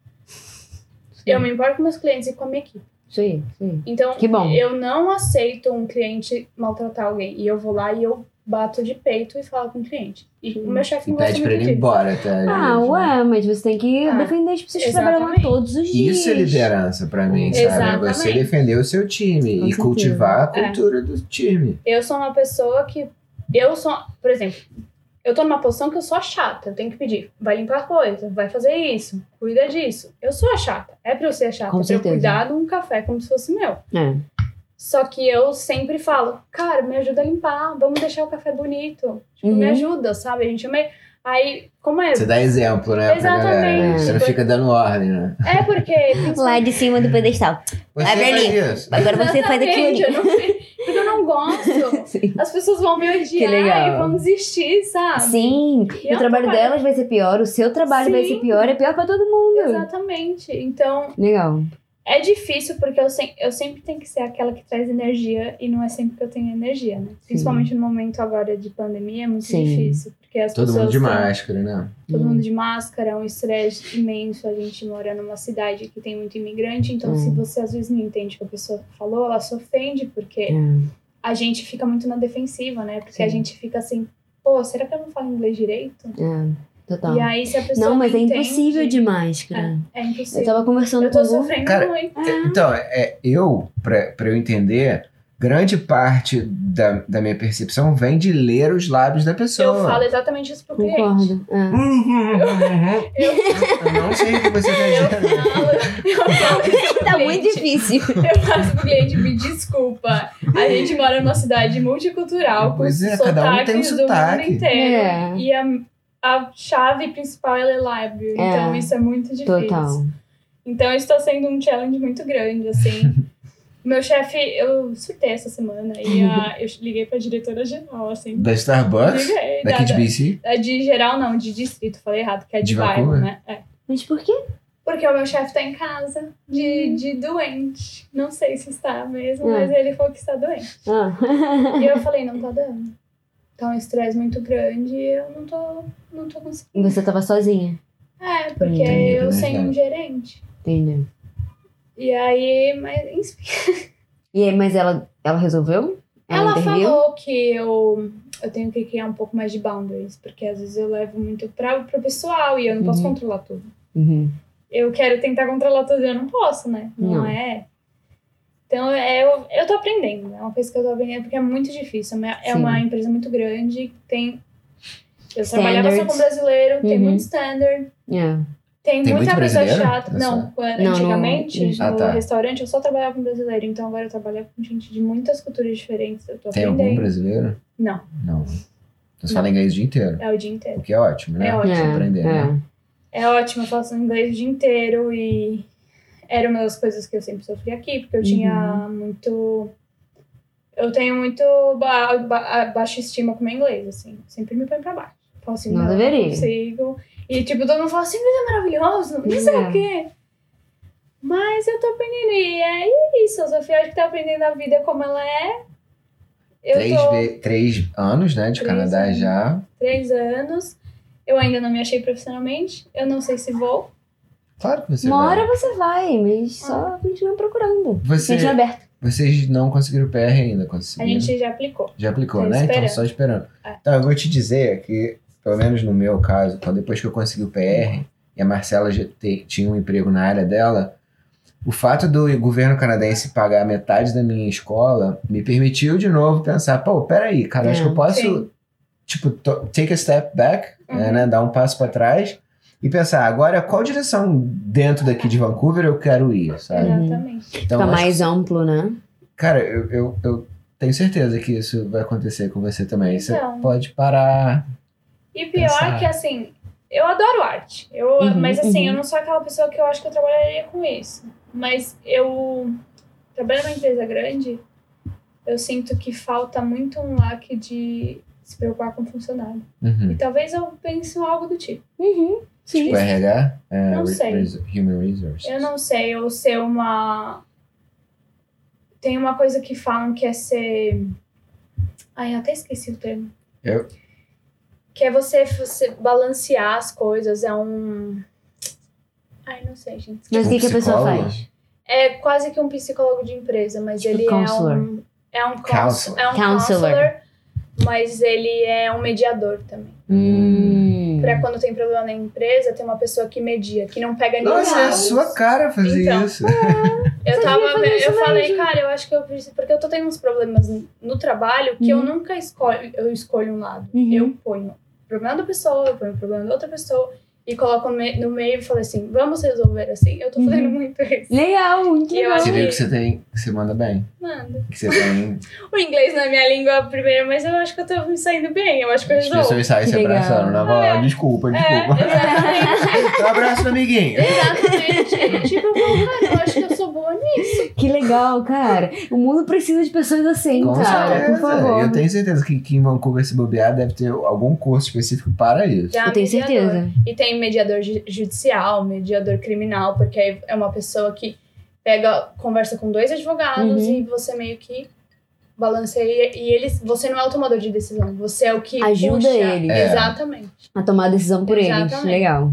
Speaker 2: eu me importo com meus clientes e com a minha equipe.
Speaker 1: Isso aí, isso aí.
Speaker 2: Então,
Speaker 1: Que bom.
Speaker 2: eu não aceito um cliente maltratar alguém. E eu vou lá e eu bato de peito e falo com o cliente. E o meu chefe
Speaker 3: E
Speaker 2: não gosta
Speaker 3: pede
Speaker 2: muito
Speaker 3: pra ele ir
Speaker 2: disso.
Speaker 3: embora até. às
Speaker 1: Ah,
Speaker 3: vezes, né?
Speaker 1: ué, mas você tem que
Speaker 2: Ah,
Speaker 1: defender as pessoas que trabalham lá
Speaker 2: exatamente.
Speaker 1: todos os dias.
Speaker 3: Isso é liderança pra mim, sabe? É
Speaker 2: Exatamente.
Speaker 3: Você defender o seu time
Speaker 1: Com
Speaker 3: e
Speaker 1: certeza.
Speaker 3: cultivar a
Speaker 2: É.
Speaker 3: cultura do time.
Speaker 2: Eu sou uma pessoa que. Eu sou. Por exemplo, eu tô numa posição que eu sou a chata. Eu tenho que pedir. Vai limpar coisa, vai fazer isso, cuida disso. Eu sou a chata. É pra eu ser a chata.
Speaker 1: Com
Speaker 2: pra
Speaker 1: certeza.
Speaker 2: eu cuidar de um café como se fosse meu.
Speaker 1: É.
Speaker 2: Só que eu sempre falo, cara, me ajuda a limpar, vamos deixar o café bonito. Tipo, me
Speaker 1: Uhum.
Speaker 2: ajuda, sabe? A gente é meio. Aí, como é?
Speaker 3: Você dá exemplo, né? pra
Speaker 2: Exatamente.
Speaker 3: galera. Você não fica dando ordem, né?
Speaker 2: É
Speaker 3: (laughs)
Speaker 2: porque.
Speaker 1: Lá de cima
Speaker 3: Uhum.
Speaker 1: do pedestal.
Speaker 3: Você
Speaker 1: Vai, Berlim.
Speaker 3: faz isso.
Speaker 1: Agora você faz aquilo
Speaker 2: Exatamente,
Speaker 1: ali.
Speaker 2: eu não sei, porque eu não gosto.
Speaker 1: Sim.
Speaker 2: As pessoas vão me
Speaker 1: Que
Speaker 2: odiar
Speaker 1: legal.
Speaker 2: e vão desistir, sabe?
Speaker 1: Ah, Sim,
Speaker 2: E é
Speaker 1: o
Speaker 2: um
Speaker 1: trabalho delas vai ser pior, o seu trabalho vai ser
Speaker 2: Sim.
Speaker 1: pior, é pior pra todo mundo.
Speaker 2: Exatamente. Então,
Speaker 1: Legal.
Speaker 2: é difícil porque eu, sem- eu sempre tenho que ser aquela que traz energia e não é sempre que eu tenho energia, né? Principalmente no momento agora de pandemia, é muito
Speaker 1: Sim.
Speaker 2: difícil. Porque as
Speaker 3: Todo
Speaker 2: pessoas
Speaker 3: mundo de
Speaker 2: têm-
Speaker 3: máscara, né?
Speaker 2: Todo mundo de máscara, é um estresse imenso. A gente mora numa cidade que tem muito imigrante, então
Speaker 1: Hum.
Speaker 2: se você às vezes não entende o que a pessoa falou, ela se ofende porque
Speaker 1: É.
Speaker 2: a gente fica muito na defensiva, né? Porque a
Speaker 1: Sim.
Speaker 2: gente fica assim, pô, será que eu não falo inglês direito?
Speaker 1: É, total.
Speaker 2: E aí, se a pessoa.
Speaker 1: Não, mas é
Speaker 2: entende,
Speaker 1: impossível de máscara.
Speaker 2: É
Speaker 1: Eu
Speaker 2: impossível.
Speaker 1: tava conversando
Speaker 2: Eu
Speaker 1: com
Speaker 2: tô
Speaker 1: o Gu.
Speaker 2: sofrendo
Speaker 3: Cara,
Speaker 2: muito.
Speaker 3: Então, é, eu, pra, pra eu entender, grande parte da, da minha percepção vem de ler os lábios da
Speaker 2: Eu
Speaker 3: pessoa.
Speaker 2: falo exatamente isso pro cliente.
Speaker 1: Concordo. É.
Speaker 3: Uhum, uhum, uhum. Eu não sei o que você tá
Speaker 2: Eu
Speaker 3: (laughs) dizendo.
Speaker 2: falo. Eu falo isso pro
Speaker 1: Tá
Speaker 2: cliente.
Speaker 1: muito bem difícil.
Speaker 2: Eu faço pro cliente me desculpa. A gente mora numa cidade multicultural, com
Speaker 3: Pois é,
Speaker 2: sotaques
Speaker 3: cada um tem um
Speaker 2: do
Speaker 3: sotaque.
Speaker 2: mundo inteiro.
Speaker 1: É.
Speaker 2: E a, a chave principal ela é lábio.
Speaker 1: É.
Speaker 2: Então isso é muito difícil.
Speaker 1: Total.
Speaker 2: Então isso tá sendo um challenge muito
Speaker 3: (laughs)
Speaker 2: grande, assim. Meu chefe, eu surtei essa semana e a- eu liguei pra diretora geral, assim.
Speaker 3: Da Starbucks?
Speaker 2: Liguei,
Speaker 3: Daqui de
Speaker 2: da-
Speaker 3: BC?
Speaker 2: da- de geral não, de distrito, falei errado, que é de,
Speaker 3: De
Speaker 2: bairro,
Speaker 3: Vancouver?
Speaker 2: né? É.
Speaker 1: Mas por quê?
Speaker 2: Porque o meu chefe tá em casa, de, de doente. Não sei se está mesmo,
Speaker 1: Hum.
Speaker 2: mas ele falou que está doente.
Speaker 1: Ah. (laughs)
Speaker 2: E eu falei, não tá dando. Tá um estresse muito grande e eu não tô, não tô conseguindo.
Speaker 1: Você tava sozinha.
Speaker 2: É, porque
Speaker 1: Entendi, né,
Speaker 2: eu sem um
Speaker 3: verdade.
Speaker 2: gerente.
Speaker 1: Entendeu?
Speaker 2: E aí, mas enfim.
Speaker 1: E aí, mas ela, ela resolveu? Ela,
Speaker 2: Ela
Speaker 1: interviu?
Speaker 2: falou que eu, eu tenho que criar um pouco mais de boundaries, porque às vezes eu levo muito pra, pro pessoal e eu não posso
Speaker 1: Uhum.
Speaker 2: controlar tudo.
Speaker 1: Uhum.
Speaker 2: Eu quero tentar controlar tudo e eu não posso, né? Não,
Speaker 1: Não.
Speaker 2: é. Então, é, eu, eu tô aprendendo. É uma coisa que eu tô aprendendo porque é muito difícil. É uma- É
Speaker 1: Sim.
Speaker 2: uma empresa muito grande, tem. Eu trabalhava só com
Speaker 1: Standards.
Speaker 2: brasileiro, tem
Speaker 1: Uhum.
Speaker 2: muito standard,
Speaker 1: Yeah.
Speaker 2: tem,
Speaker 3: Tem
Speaker 2: muita
Speaker 3: muito
Speaker 2: pessoa
Speaker 3: brasileiro?
Speaker 2: chata.
Speaker 3: Nessa-
Speaker 2: Não, quando-
Speaker 1: Não, no-
Speaker 2: antigamente, no,
Speaker 3: Ah, tá.
Speaker 2: restaurante, eu só trabalhava com brasileiro. Então agora eu trabalho com gente de muitas culturas diferentes. Eu tô
Speaker 3: Tem
Speaker 2: aprendendo.
Speaker 3: algum brasileiro?
Speaker 2: Não.
Speaker 3: Não. Então você
Speaker 2: Não.
Speaker 3: fala inglês o dia inteiro.
Speaker 2: É o dia inteiro.
Speaker 3: O que é ótimo, né?
Speaker 2: É ótimo.
Speaker 1: É,
Speaker 3: Aprender, né?
Speaker 1: é.
Speaker 2: É ótimo, eu faço inglês o dia inteiro e era uma das coisas que eu sempre sofri aqui, porque eu tinha muito. Eu tenho muito ba ba baixa estima com o meu inglês, assim. Sempre me põe pra baixo. Falo assim,
Speaker 1: Não
Speaker 2: não, não
Speaker 1: deveria."
Speaker 2: consigo. E tipo, todo mundo fala assim, mas é maravilhoso, não sei
Speaker 1: É.
Speaker 2: o quê. Mas eu tô aprendendo. E é isso, a Sofia acho que tá aprendendo a vida como ela é. Eu
Speaker 3: Três,
Speaker 2: tô
Speaker 3: ve- três anos, né? De
Speaker 2: Três
Speaker 3: Canadá
Speaker 2: anos.
Speaker 3: já.
Speaker 2: três anos. Eu ainda não me achei profissionalmente. Eu não sei se vou.
Speaker 3: Claro que você
Speaker 1: Uma
Speaker 3: vai. Ah.
Speaker 1: hora você vai, mas só continua procurando.
Speaker 3: Você, então
Speaker 1: Continua aberto.
Speaker 3: vocês não conseguiram o PR ainda,
Speaker 2: A
Speaker 3: conseguiram?
Speaker 2: gente já aplicou.
Speaker 3: Já aplicou,
Speaker 2: Tô
Speaker 3: né? Então
Speaker 2: esperando.
Speaker 3: só esperando.
Speaker 2: É.
Speaker 3: Então, eu vou te dizer que, pelo menos no meu caso, quando depois que eu consegui o PR e a Marcela já te- tinha um emprego na área dela, o fato do governo canadense pagar metade da minha escola me permitiu de novo pensar, pô, peraí, cara, acho
Speaker 1: É,
Speaker 3: que eu posso,
Speaker 2: sim.
Speaker 3: tipo, to- take a step back,
Speaker 2: Uhum.
Speaker 3: né? Dar um passo para trás e pensar, agora, qual direção dentro daqui de Vancouver eu quero ir, sabe?
Speaker 1: Uhum.
Speaker 2: Exatamente.
Speaker 3: Então,
Speaker 1: Fica
Speaker 3: acho que
Speaker 1: mais amplo, né?
Speaker 3: Cara, eu, eu, eu tenho certeza que isso vai acontecer com você também. é Você
Speaker 2: Então.
Speaker 3: pode parar.
Speaker 2: E pior
Speaker 3: Pensar.
Speaker 2: que assim, eu adoro arte. Eu,
Speaker 1: Uhum,
Speaker 2: mas assim,
Speaker 1: uhum.
Speaker 2: eu não sou aquela pessoa que eu acho que eu trabalharia com isso. Mas eu trabalho numa empresa grande, eu sinto que falta muito um lack de se preocupar com o funcionário.
Speaker 3: Uhum.
Speaker 2: E talvez eu pense em algo do tipo.
Speaker 1: Uhum. Sim.
Speaker 3: Tipo, RH? É,
Speaker 2: Não
Speaker 3: re-
Speaker 2: sei.
Speaker 3: res- Human Resources.
Speaker 2: Eu não sei, ou ser uma. Tem uma coisa que falam que é ser. Ai, eu até esqueci o termo.
Speaker 3: Eu?
Speaker 2: Que é você, você balancear as coisas, é um. Ai, não sei, gente.
Speaker 3: tipo
Speaker 1: Mas o que, que a pessoa
Speaker 3: Psicólogo?
Speaker 1: faz?
Speaker 2: É quase que um psicólogo de empresa, mas
Speaker 1: Tipo
Speaker 2: ele
Speaker 1: counselor.
Speaker 2: é um. É um
Speaker 3: Counselor.
Speaker 2: counselor. É um
Speaker 1: Counselor.
Speaker 2: counselor, mas ele é um mediador também.
Speaker 1: Hum.
Speaker 2: Pra quando tem problema na empresa, tem uma pessoa que media, que não pega ninguém.
Speaker 3: Nossa, é a sua cara fazer
Speaker 2: Então.
Speaker 3: isso.
Speaker 2: Eu
Speaker 1: Você
Speaker 2: tava.
Speaker 1: devia fazer isso
Speaker 2: Eu falei,
Speaker 1: mesmo.
Speaker 2: cara, eu acho que eu preciso. Porque eu tô tendo uns problemas no- no trabalho que
Speaker 1: Uhum.
Speaker 2: eu nunca escolho. Eu escolho um lado.
Speaker 1: Uhum.
Speaker 2: Eu ponho o problema da pessoa, eu ponho o problema da outra pessoa e coloco no, me- no meio e falo assim, vamos resolver assim. Eu tô
Speaker 1: Uhum.
Speaker 2: fazendo muito isso.
Speaker 1: Legal, muito
Speaker 2: E eu
Speaker 1: legal.
Speaker 3: Você
Speaker 2: acho-
Speaker 3: vê que você tem. Que você manda bem.
Speaker 2: Manda.
Speaker 3: Que você
Speaker 2: (laughs)
Speaker 3: tem.
Speaker 2: O inglês não é minha língua primeira, mas eu acho que eu tô me saindo bem. Eu acho que eu
Speaker 3: As
Speaker 2: resolvo.
Speaker 3: pessoas saem
Speaker 1: Que
Speaker 3: se
Speaker 1: legal.
Speaker 3: abraçando. Na
Speaker 2: É.
Speaker 3: bola. Desculpa,
Speaker 2: É,
Speaker 3: desculpa.
Speaker 2: exatamente.
Speaker 1: (laughs)
Speaker 3: Um abraço, amiguinho.
Speaker 2: Exatamente. tipo, eu falo, cara, eu acho que eu sou boa nisso.
Speaker 1: Que legal, cara. O mundo precisa de pessoas assim,
Speaker 3: Com
Speaker 1: cara.
Speaker 3: certeza.
Speaker 1: Por favor.
Speaker 3: Eu tenho certeza que, que em Vancouver, se bobear, deve ter algum curso específico para isso.
Speaker 2: Já
Speaker 1: Eu tenho
Speaker 2: mediador.
Speaker 1: certeza.
Speaker 2: E tem mediador ju- judicial, mediador criminal, porque aí é uma pessoa que pega, conversa com dois advogados
Speaker 1: Uhum.
Speaker 2: e você meio que balanceia e eles, você não é o tomador de decisão, você é o que
Speaker 1: Ajuda
Speaker 2: puxa.
Speaker 1: ele.
Speaker 3: É.
Speaker 2: Exatamente.
Speaker 1: A tomar a decisão por eles.
Speaker 2: Exatamente.
Speaker 1: Legal.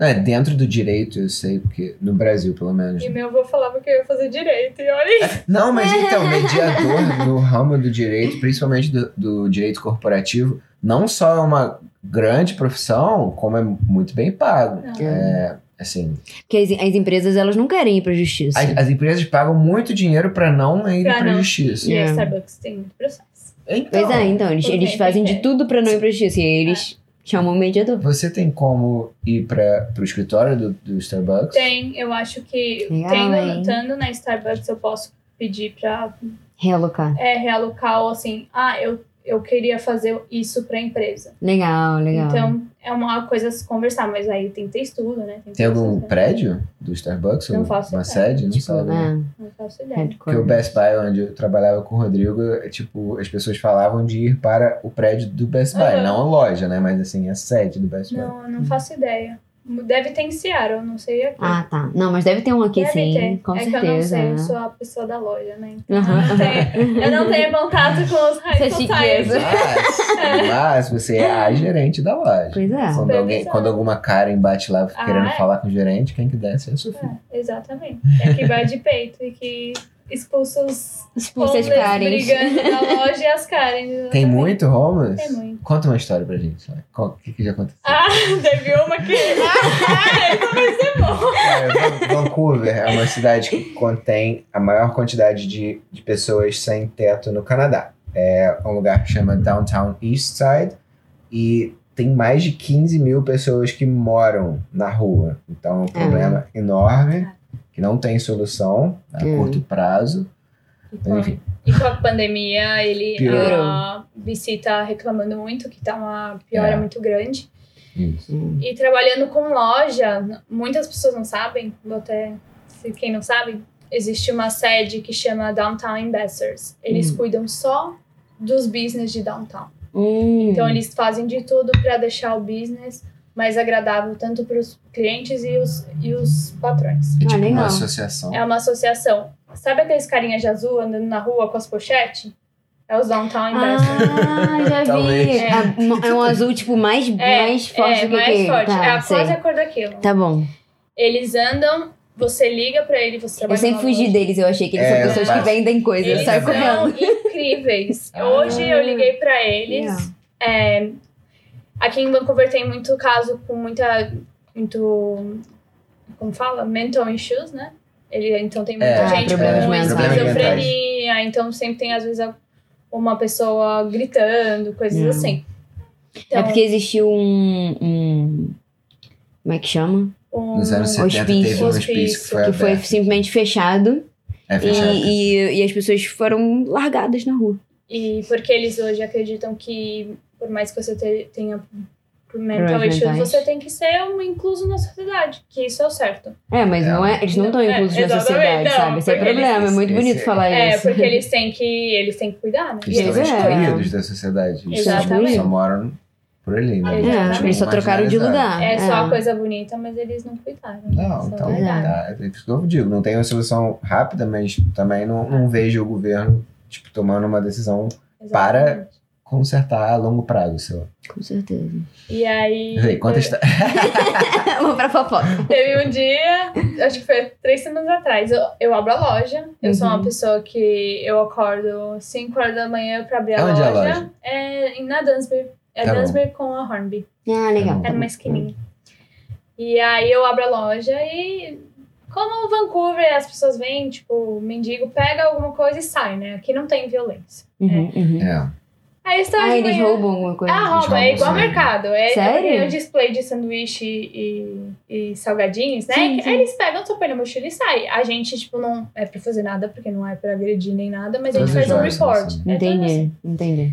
Speaker 3: É, dentro do direito, eu sei, porque no Brasil, pelo menos.
Speaker 2: E meu avô falava que eu ia fazer direito e olha isso.
Speaker 3: Não,
Speaker 2: (laughs)
Speaker 3: mas então, mediador no ramo do direito, principalmente do, do direito corporativo, não só é uma grande profissão, como é muito bem pago. É, assim,
Speaker 1: Porque as, as empresas, elas não querem ir pra justiça.
Speaker 3: as, as empresas pagam muito dinheiro pra não ir
Speaker 2: Pra
Speaker 3: pra
Speaker 2: não.
Speaker 3: justiça.
Speaker 2: E a
Speaker 1: É.
Speaker 2: Starbucks tem muito processo.
Speaker 3: Então,
Speaker 1: Pois é, então, eles,
Speaker 2: Tudo
Speaker 1: eles
Speaker 2: (laughs) bem,
Speaker 1: fazem
Speaker 2: tem
Speaker 1: de
Speaker 2: que- É.
Speaker 1: tudo pra não ir pra justiça. E aí eles Chama o mediador.
Speaker 3: Você tem como ir para o escritório do, do Starbucks?
Speaker 2: Tem, eu acho que
Speaker 1: Legal,
Speaker 2: tendo,
Speaker 1: hein?
Speaker 2: estando na Starbucks, eu posso pedir pra
Speaker 1: Realocar.
Speaker 2: é, realocar ou assim, ah, eu, eu queria fazer isso pra empresa.
Speaker 1: Legal, legal.
Speaker 2: Então, é uma coisa a se conversar, mas aí tem que ter estudo, né? que ter
Speaker 3: Tem algum
Speaker 2: estudo, né?
Speaker 3: prédio do Starbucks?
Speaker 2: Não
Speaker 3: Ou
Speaker 2: faço
Speaker 3: uma
Speaker 2: ideia.
Speaker 3: sede? Não
Speaker 1: tipo,
Speaker 3: sabe. né?
Speaker 1: é,
Speaker 2: Não faço ideia.
Speaker 1: headquarters.
Speaker 3: Porque o Best Buy, onde eu trabalhava com o Rodrigo, é tipo, as pessoas falavam de ir para o prédio do Best Buy.
Speaker 2: Aham.
Speaker 3: Não a loja, né? Mas assim, a sede do Best Buy.
Speaker 2: Não, eu não faço ideia. Deve ter em Seattle, eu não sei aqui.
Speaker 1: Ah, tá. Não, mas deve ter um aqui,
Speaker 2: Deve
Speaker 1: sim.
Speaker 2: ter.
Speaker 1: Com
Speaker 2: é
Speaker 1: certeza. né?
Speaker 2: que eu não sei, eu sou a pessoa da loja, né? Então, eu,
Speaker 1: Aham.
Speaker 2: não tenho, eu não tenho contato com
Speaker 1: (laughs)
Speaker 2: os high
Speaker 1: Essa
Speaker 2: society.
Speaker 1: chiqueza.
Speaker 2: (laughs)
Speaker 3: Mas, mas você é a gerente da loja.
Speaker 1: Pois é.
Speaker 3: Quando, alguém,
Speaker 2: Supervisão.
Speaker 3: quando alguma Karen bate lá
Speaker 2: Ah,
Speaker 3: querendo
Speaker 2: é?
Speaker 3: falar com o gerente, quem que desce é a Sofia.
Speaker 2: É, exatamente. É que vai de peito e que expulsa os
Speaker 1: Expulsas
Speaker 2: homeless
Speaker 1: Karens.
Speaker 2: brigando na loja e as Karens.
Speaker 3: Tem
Speaker 2: É, exatamente.
Speaker 3: muito homeless?
Speaker 2: Tem muito.
Speaker 3: Conta uma história pra gente. né? Qual- O que, que já aconteceu?
Speaker 2: Ah, (laughs) teve uma que.
Speaker 1: (laughs)
Speaker 2: Ah, essa vai ser boa.
Speaker 3: Cara, É, Van- Vancouver é uma cidade que contém a maior quantidade de, de pessoas sem teto no Canadá. É um lugar que chama Downtown East Side e tem mais de 15 mil pessoas que moram na rua. Então é um problema enorme que não tem solução a
Speaker 1: Hum.
Speaker 3: curto prazo. Mas, enfim,
Speaker 2: Então, E com a pandemia, ele
Speaker 3: Piorou.
Speaker 2: a Bici tá reclamando muito, que tá uma piora
Speaker 3: É.
Speaker 2: muito grande.
Speaker 3: isso.
Speaker 1: Hum.
Speaker 2: E trabalhando com loja, n- muitas pessoas não sabem, vou até. Se quem não sabe, existe uma sede que chama Downtown Investors. Eles
Speaker 1: Hum.
Speaker 2: cuidam só dos business de downtown.
Speaker 1: Hum.
Speaker 2: Então eles fazem de tudo para deixar o business mais agradável tanto para os clientes e os, e os patrões.
Speaker 3: É
Speaker 1: Ah,
Speaker 3: tipo
Speaker 1: legal.
Speaker 3: uma associação.
Speaker 2: É uma associação. Sabe aqueles carinhas de azul andando na rua com as pochetes? É os Downtown Investors.
Speaker 1: Ah, já vi.
Speaker 3: Talvez.
Speaker 1: É. mo- é um azul, tipo, mais, mais forte
Speaker 2: é,
Speaker 1: do que
Speaker 2: mais
Speaker 1: aquele.
Speaker 2: forte.
Speaker 1: Tá,
Speaker 2: é a
Speaker 1: sei.
Speaker 2: quase a cor daquilo.
Speaker 1: Tá bom.
Speaker 2: Eles andam, você liga para ele, você trabalha
Speaker 1: Eu sempre
Speaker 2: numa
Speaker 1: fugi
Speaker 2: loja.
Speaker 1: deles, eu achei que eles
Speaker 3: É,
Speaker 1: são pessoas que
Speaker 3: mas-
Speaker 1: vendem coisas. Eu
Speaker 2: Eles
Speaker 1: saio
Speaker 2: são
Speaker 1: correndo.
Speaker 2: incríveis.
Speaker 3: Ah.
Speaker 2: Hoje eu liguei para eles.
Speaker 1: Yeah.
Speaker 2: É, aqui em Vancouver tem muito caso com muita. Muito. Como fala? Mental issues, né? Ele, então tem muita
Speaker 3: É,
Speaker 2: gente
Speaker 1: problemas
Speaker 2: com
Speaker 1: mentais.
Speaker 2: esquizofrenia, então sempre tem, às vezes, a- uma pessoa gritando, coisas
Speaker 1: Não.
Speaker 2: assim. Então,
Speaker 1: É porque existiu um, um- Como é que chama?
Speaker 2: um,
Speaker 3: Nos anos 70 teve um
Speaker 2: hospício.
Speaker 3: hospício que foi
Speaker 1: que foi
Speaker 3: aberto.
Speaker 1: simplesmente fechado.
Speaker 3: É
Speaker 1: E,
Speaker 3: fechado.
Speaker 1: e, e as pessoas foram largadas na rua.
Speaker 2: E porque eles hoje acreditam que, por mais que você te- tenha mental
Speaker 1: Problemas
Speaker 2: issues,
Speaker 1: mentais.
Speaker 2: você tem que ser um incluso na sociedade, que isso é o certo.
Speaker 1: É, mas
Speaker 3: É.
Speaker 1: não é, eles não estão
Speaker 2: É,
Speaker 1: inclusos na
Speaker 2: exatamente,
Speaker 1: sociedade,
Speaker 2: não,
Speaker 1: sabe? Esse é o
Speaker 2: porque eles-
Speaker 1: problema. É muito
Speaker 3: esse-
Speaker 1: bonito falar
Speaker 2: É,
Speaker 1: isso.
Speaker 2: porque eles têm que eles têm que cuidar, né?
Speaker 3: Que estão
Speaker 1: Eles é. eram.
Speaker 3: excluídos da sociedade. Eles só-
Speaker 2: Exatamente.
Speaker 3: só moram por ali, né?
Speaker 1: É, acho que eles só trocaram de lugar.
Speaker 2: É só
Speaker 1: É.
Speaker 2: uma coisa bonita, mas eles não cuidaram. né?
Speaker 3: Não,
Speaker 2: Isso é
Speaker 3: então
Speaker 2: verdade.
Speaker 3: tá. É isso que eu digo, não tem uma solução rápida, mas também não, não vejo o governo tipo, tomando uma decisão para-
Speaker 2: é, Exatamente.
Speaker 3: consertar a longo prazo, sei lá.
Speaker 1: Com certeza. (laughs)
Speaker 2: E aí.
Speaker 3: Vê, conta a
Speaker 2: teve-
Speaker 3: histó-
Speaker 1: Vamos pra fofoca.
Speaker 2: (laughs) Teve um dia, acho que foi três semanas atrás. Eu, eu abro a loja. Eu sou uma
Speaker 1: Uhum.
Speaker 2: pessoa que eu acordo 5 horas da manhã pra abrir a
Speaker 3: Aonde é a
Speaker 2: loja.
Speaker 3: loja?
Speaker 2: É em- na Dunsby. É
Speaker 3: Tá bom.
Speaker 2: Dunsby com a Hornby.
Speaker 1: Ah, legal.
Speaker 2: Era uma esquininha. E aí eu abro a loja e. Como Vancouver, as pessoas vêm, tipo, mendigo pega alguma coisa e sai, né? Aqui não tem violência.
Speaker 1: Uhum, uhum.
Speaker 3: É.
Speaker 2: Aí estava
Speaker 1: Ah,
Speaker 2: de
Speaker 1: eles
Speaker 2: manhã-
Speaker 1: roubam alguma coisa.
Speaker 2: Ah, rouba, é
Speaker 3: Eles
Speaker 2: igual
Speaker 3: roubam, sim.
Speaker 2: mercado. É,
Speaker 1: Sério?
Speaker 2: É um display de sanduíche e, e salgadinhos, né?
Speaker 1: Sim,
Speaker 2: Que-
Speaker 1: sim.
Speaker 2: Aí eles pegam, só põe na mochila e sai. A gente, tipo, não é pra fazer nada, porque não é pra agredir nem nada, mas a gente
Speaker 3: Todas
Speaker 2: faz um
Speaker 3: as horas,
Speaker 2: report.
Speaker 3: assim.
Speaker 2: É tudo assim.
Speaker 1: Entendi, entendi.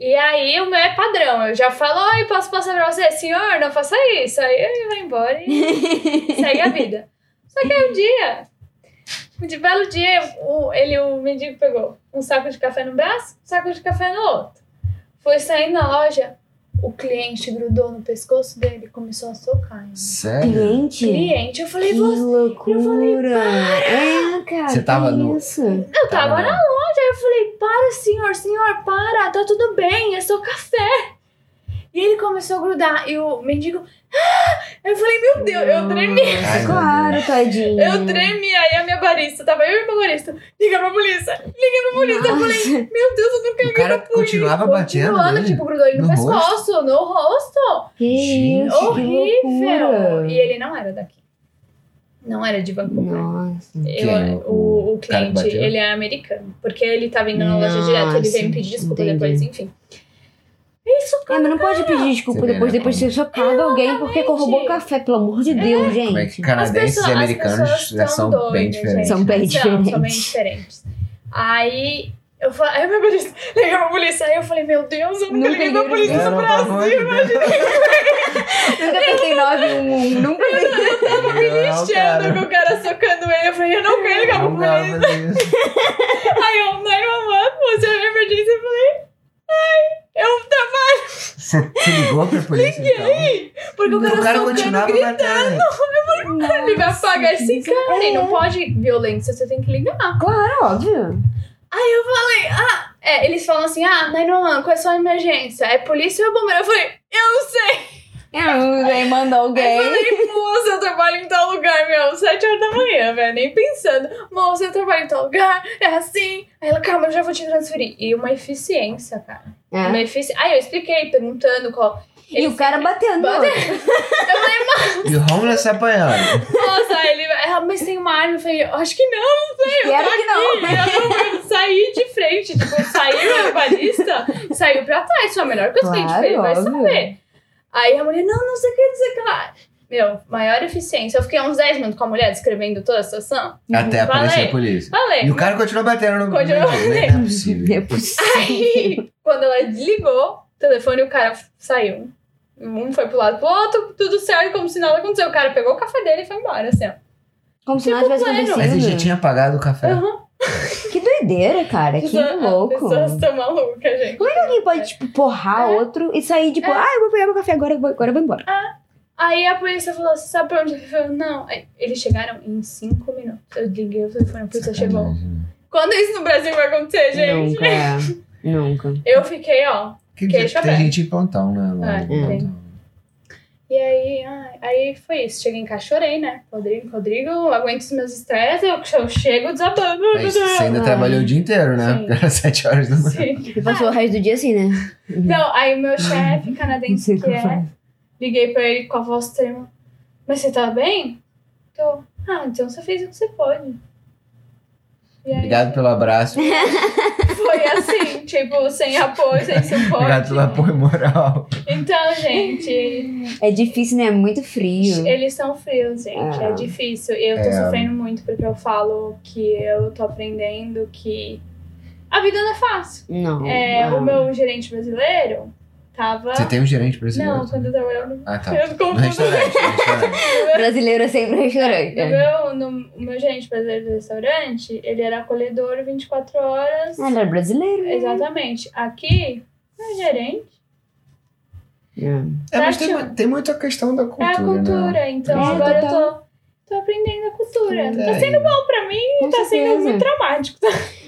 Speaker 2: E aí o meu é padrão. Eu já falo, oi, posso passar pra você? Senhor, não faça isso. Aí ele vai embora e segue a vida. Só que aí um dia, de belo dia, o, ele, o mendigo pegou um saco de café no braço, um saco de café no outro. Foi sair na loja, o cliente grudou no pescoço dele e começou a socar. ele.
Speaker 1: (laughs)
Speaker 3: Sério?
Speaker 1: Cliente?
Speaker 2: Cliente, eu
Speaker 1: Que
Speaker 2: falei, você
Speaker 1: loucura! É, cara.
Speaker 3: Você tava
Speaker 1: que
Speaker 3: no-
Speaker 1: Isso.
Speaker 2: eu tava na loja. Eu falei, para, senhor, senhor, para, tá tudo bem, é só café. E ele começou a grudar e o mendigo. "Ah!" Eu falei, meu Deus, eu tremi.
Speaker 1: Nossa,
Speaker 3: Ai, meu
Speaker 1: claro, tadinho.
Speaker 2: Eu tremi, aí a minha barista, tava eu e meu barista, liga pra polícia, liga pra polícia, eu falei,
Speaker 1: Nossa.
Speaker 2: meu Deus, eu não quero
Speaker 3: O cara continuava batendo.
Speaker 2: Continuando,
Speaker 3: né?
Speaker 2: tipo, grudou ele no,
Speaker 3: No
Speaker 2: pescoço, no rosto,
Speaker 1: Que isso, que
Speaker 2: horrível,
Speaker 1: loucura.
Speaker 2: e ele não era daqui, não era de Vancouver,
Speaker 1: Nossa.
Speaker 2: Eu-
Speaker 3: Quem?
Speaker 2: o, o
Speaker 3: O cara que
Speaker 2: cliente,
Speaker 3: bateu?
Speaker 2: ele é americano. Porque ele tava indo na loja
Speaker 1: Nossa,
Speaker 2: direto, ele veio me pedir desculpa
Speaker 1: entendi.
Speaker 2: depois, enfim. E
Speaker 1: Isso, cara. É, mas não pode pedir desculpa
Speaker 3: Você vê,
Speaker 1: depois,
Speaker 3: né,
Speaker 1: depois
Speaker 3: como-
Speaker 1: você só caga alguém porque roubou café, pelo amor de Deus, gente.
Speaker 3: Como é que canadenses
Speaker 2: pessoas-
Speaker 3: e
Speaker 2: as
Speaker 3: americanos
Speaker 2: pessoas
Speaker 3: já
Speaker 2: são
Speaker 3: são bem
Speaker 2: doidas,
Speaker 3: diferentes.
Speaker 1: gente. São bem-
Speaker 2: São, são bem
Speaker 1: diferentes.
Speaker 2: diferentes. Aí eu falei, meu Deus, liguei pra polícia. Aí eu falei, meu Deus, eu nunca
Speaker 1: Nunca
Speaker 2: liguei
Speaker 1: liguei
Speaker 2: pra
Speaker 1: pra
Speaker 2: polícia
Speaker 3: É,
Speaker 2: no
Speaker 3: não,
Speaker 2: Brasil.
Speaker 3: pelo amor de Deus.
Speaker 1: Nunca pensei 911, nunca pensei.
Speaker 3: Não,
Speaker 2: Cristiano,
Speaker 3: cara.
Speaker 2: com o cara socando ele. Eu falei, eu não quero ligar pra
Speaker 3: Não
Speaker 2: polícia.
Speaker 3: dá pra fazer isso.
Speaker 2: Aí eu, 911, você é uma emergência. Eu falei, ai, eu tava
Speaker 3: Você te ligou pra polícia?
Speaker 2: aí. Porque
Speaker 3: Então?
Speaker 2: o cara,
Speaker 3: o cara
Speaker 2: socando,
Speaker 3: continuava
Speaker 2: gritando.
Speaker 3: batendo.
Speaker 2: Ele vai apagar esse assim, cara. E
Speaker 1: É.
Speaker 2: não pode violência, você tem que ligar.
Speaker 1: Claro, É óbvio.
Speaker 2: Aí eu falei, ah, é, eles falam assim, ah, 911, qual é a sua emergência? É polícia ou é bombeiro? Eu falei, eu não sei.
Speaker 1: É, Aí mandou
Speaker 2: Aí eu
Speaker 1: alguém.
Speaker 2: falei, moça, eu trabalho em tal lugar, meu, 7 horas da manhã, velho, nem pensando. Moça, eu trabalho em tal lugar, é assim. Aí ela, calma, eu já vou te transferir. E uma eficiência, cara.
Speaker 1: É.
Speaker 2: Uma eficiência. Aí eu expliquei, perguntando qual.
Speaker 1: E o cara batendo.
Speaker 2: Bate-
Speaker 1: no outro.
Speaker 3: E o Homeless apanhando.
Speaker 2: Nossa, aí ele, ela, mas tem uma arma? Eu falei, acho que não, não sei. eu
Speaker 1: Espero
Speaker 2: tô
Speaker 1: que não.
Speaker 2: aqui. Eu, não- eu saí de frente, tipo, saiu a balista, saiu pra trás. Foi a melhor coisa que a gente
Speaker 1: Claro,
Speaker 2: fez, vai
Speaker 1: óbvio.
Speaker 2: saber. Aí a mulher, não, não sei o que dizer, cara. Meu, maior eficiência. Eu fiquei uns 10 minutos com a mulher descrevendo toda a situação.
Speaker 3: Até aparecer
Speaker 2: Falei.
Speaker 3: a polícia.
Speaker 2: Falei.
Speaker 3: E
Speaker 2: (laughs)
Speaker 3: o cara continuou batendo no
Speaker 2: Continuou
Speaker 3: no- Não é
Speaker 2: É. batendo.
Speaker 1: É
Speaker 3: possível.
Speaker 1: possível.
Speaker 2: Quando ela desligou o telefone, o cara saiu. Um foi pro lado pro outro, tudo certo, como se nada aconteceu. O cara pegou o café dele e foi embora, assim, ó.
Speaker 1: Como se nada tivesse
Speaker 2: pleno.
Speaker 1: acontecendo.
Speaker 3: Mas ele já tinha apagado o café.
Speaker 2: Aham.
Speaker 1: Que doideira, cara. Que
Speaker 2: Pessoa-
Speaker 1: louco.
Speaker 2: Pessoas tão malucas, gente.
Speaker 1: Como é que alguém pode, tipo, porrar
Speaker 2: É.
Speaker 1: outro e sair, tipo, ah, eu vou pegar meu café agora, eu vou- agora eu vou embora.
Speaker 2: Aí a polícia falou, você sabe pra onde? Ele falou, não. Aí eles chegaram em cinco minutos. Eu liguei o telefone, a polícia chegou.
Speaker 3: Sacanagem.
Speaker 2: Quando isso no Brasil vai acontecer, gente?
Speaker 1: Nunca. é. Nunca.
Speaker 2: Eu fiquei, ó.
Speaker 3: Que
Speaker 2: Queijo
Speaker 3: tem
Speaker 2: aberto.
Speaker 3: gente em plantão, né? lá
Speaker 2: É,
Speaker 3: no
Speaker 1: tem.
Speaker 3: plantão.
Speaker 2: E aí, ai, aí foi isso. Cheguei em casa, chorei, né? Rodrigo, Rodrigo, aguento os meus estresses, eu, eu chego desabando. (laughs) meu
Speaker 3: Mas
Speaker 2: Deus.
Speaker 3: você ainda
Speaker 1: Ah.
Speaker 3: trabalhou o dia inteiro, né?
Speaker 2: Sim.
Speaker 3: Porque era sete horas da manhã.
Speaker 2: Sim.
Speaker 1: E passou o resto do dia assim, né?
Speaker 2: Não, aí o meu chefe canadense que
Speaker 1: como
Speaker 2: é,
Speaker 1: faz.
Speaker 2: liguei pra ele com a voz trema. Mas você tá bem? Tô. Ah, então você fez o que você pôde. E aí-
Speaker 3: Obrigado pelo abraço.
Speaker 2: Foi assim, tipo, sem apoio, sem
Speaker 3: Obrigado pelo
Speaker 2: suporte.
Speaker 3: apoio moral.
Speaker 2: Então, gente,
Speaker 1: É difícil, né? É muito frio.
Speaker 2: eles são frios, gente. É,
Speaker 1: É.
Speaker 2: difícil. Eu tô
Speaker 3: É.
Speaker 2: sofrendo muito porque eu falo que eu tô aprendendo que a vida não é fácil.
Speaker 1: Não.
Speaker 2: É,
Speaker 1: não.
Speaker 2: o meu gerente brasileiro tava.
Speaker 3: Uhum. Você tem um gerente brasileiro?
Speaker 2: Não, quando eu trabalhava no.
Speaker 3: Ah, tá.
Speaker 2: Eu não
Speaker 3: No
Speaker 2: confundo.
Speaker 3: restaurante, no
Speaker 2: (laughs)
Speaker 3: restaurante.
Speaker 1: Brasileiro é sempre restaurante. né?
Speaker 2: No meu, no- o meu gerente brasileiro do restaurante, ele era acolhedor 24 horas.
Speaker 1: Ah, Ele era brasileiro. né?
Speaker 2: Exatamente. Aqui, é gerente.
Speaker 1: É.
Speaker 3: É, mas tem, mu- tem muito a questão da cultura.
Speaker 2: Tá É a cultura,
Speaker 3: Né?
Speaker 2: então
Speaker 3: É,
Speaker 2: agora eu
Speaker 1: total.
Speaker 2: tô, tô aprendendo a cultura. Tá
Speaker 3: É,
Speaker 2: sendo bom pra mim e
Speaker 1: Com
Speaker 2: tá sendo
Speaker 1: certeza.
Speaker 2: muito É. traumático.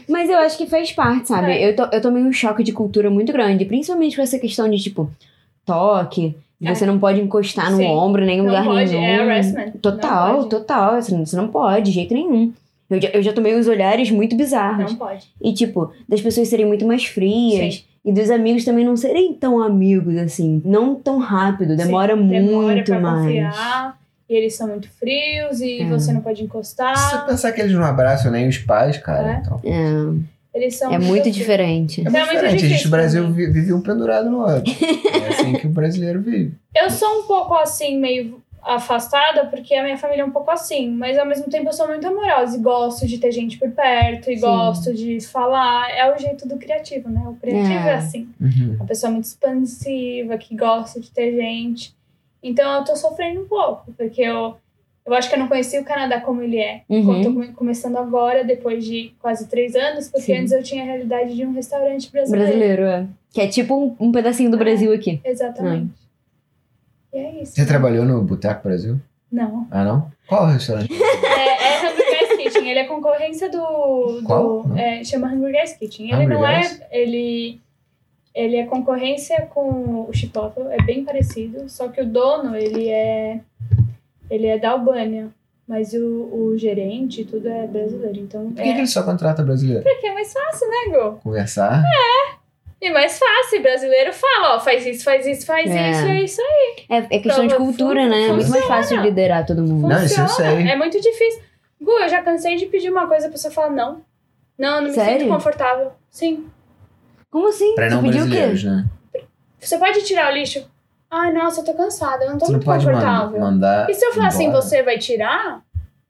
Speaker 1: Mas eu acho que faz parte, sabe? Eu, to, eu tomei um choque de cultura muito grande, principalmente com essa questão de, tipo, toque, de
Speaker 2: É.
Speaker 1: você não pode encostar no
Speaker 2: Sim.
Speaker 1: ombro em nenhum
Speaker 2: Não
Speaker 1: um lugar
Speaker 2: pode, é
Speaker 1: nenhum.
Speaker 2: harassment.
Speaker 1: total,
Speaker 2: não pode.
Speaker 1: total. Você não, você não pode, de jeito nenhum. Eu já, eu já tomei uns olhares muito bizarros.
Speaker 2: Não pode.
Speaker 1: E, tipo, das pessoas serem muito mais frias.
Speaker 2: Então. Sim.
Speaker 1: E dos amigos também não serem tão amigos, assim. Não tão rápido. Demora
Speaker 2: Demora
Speaker 1: muito
Speaker 2: pra
Speaker 1: mais.
Speaker 2: confiar. E eles são muito frios e
Speaker 1: É.
Speaker 2: você não pode
Speaker 3: Se você
Speaker 2: encostar.
Speaker 3: pensar que eles não abraçam nem os pais, cara,
Speaker 2: É.
Speaker 3: então.
Speaker 1: É,
Speaker 2: Eles são
Speaker 1: é muito
Speaker 2: frios.
Speaker 1: diferente.
Speaker 3: É
Speaker 2: muito
Speaker 3: muito diferente. A gente,
Speaker 2: difícil
Speaker 3: o Brasil
Speaker 2: pra
Speaker 3: vi- vive um pendurado no outro. É assim que o brasileiro vive.
Speaker 2: Eu sou um pouco assim, meio afastada, porque a minha família é um pouco assim, mas ao mesmo tempo eu sou muito amorosa e gosto de ter gente por perto e
Speaker 1: Sim.
Speaker 2: gosto de falar. É o jeito do criativo, né? O criativo
Speaker 1: É.
Speaker 2: é assim.
Speaker 3: Uhum.
Speaker 2: uma pessoa muito expansiva, que gosta de ter gente. Então eu tô sofrendo um pouco, porque eu, eu acho que eu não conhecia o Canadá como ele é.
Speaker 1: Uhum.
Speaker 2: Eu tô come- começando agora, depois de quase três anos, porque
Speaker 1: Sim.
Speaker 2: antes eu tinha a realidade de um restaurante brasileiro.
Speaker 1: Brasileiro, é. Que é tipo um, um pedacinho do Brasil aqui.
Speaker 2: Exatamente.
Speaker 1: Ah.
Speaker 2: E é isso.
Speaker 3: Você trabalhou no Boteco Brasil?
Speaker 2: Não.
Speaker 3: Ah, não? Qual restaurante?
Speaker 2: É, é Hungry Guys Kitchen. Ele é concorrência do. do-
Speaker 3: Qual?
Speaker 2: é, chama Hungry Guys Kitchen. Ele
Speaker 3: Hungry
Speaker 2: não
Speaker 3: Guys?
Speaker 2: é. Ele. Ele é concorrência com o Chipotle, é bem parecido, só que o dono, ele é ele é da Albânia, mas o, o gerente e tudo é brasileiro, então
Speaker 3: Por que, que
Speaker 2: é,
Speaker 3: ele só contrata brasileiro?
Speaker 2: porque é mais fácil, né, Gô?
Speaker 3: Conversar?
Speaker 2: E mais fácil, brasileiro fala, ó, faz isso, faz isso, faz
Speaker 1: É.
Speaker 2: isso, é isso aí.
Speaker 1: É, é questão de
Speaker 2: Então,
Speaker 1: cultura,
Speaker 2: fun-
Speaker 1: né? É muito mais fácil
Speaker 2: funciona.
Speaker 1: liderar todo mundo.
Speaker 3: Não, isso eu
Speaker 2: Funciona,
Speaker 3: sei.
Speaker 2: É muito difícil. Gu, eu já cansei de pedir uma coisa e a pessoa fala não. Não, eu não me
Speaker 1: Sério?
Speaker 2: sinto confortável. Sim.
Speaker 1: Como assim?
Speaker 3: Pra
Speaker 1: Você
Speaker 3: não
Speaker 1: pediu o quê?
Speaker 3: brasileiros, né?
Speaker 2: Você pode tirar o lixo? Ai, nossa, eu tô cansada, eu não tô
Speaker 3: Você não
Speaker 2: muito
Speaker 3: pode man-
Speaker 2: confortável.
Speaker 3: mandar.
Speaker 2: E se eu falar assim,
Speaker 3: embora?
Speaker 2: você vai tirar?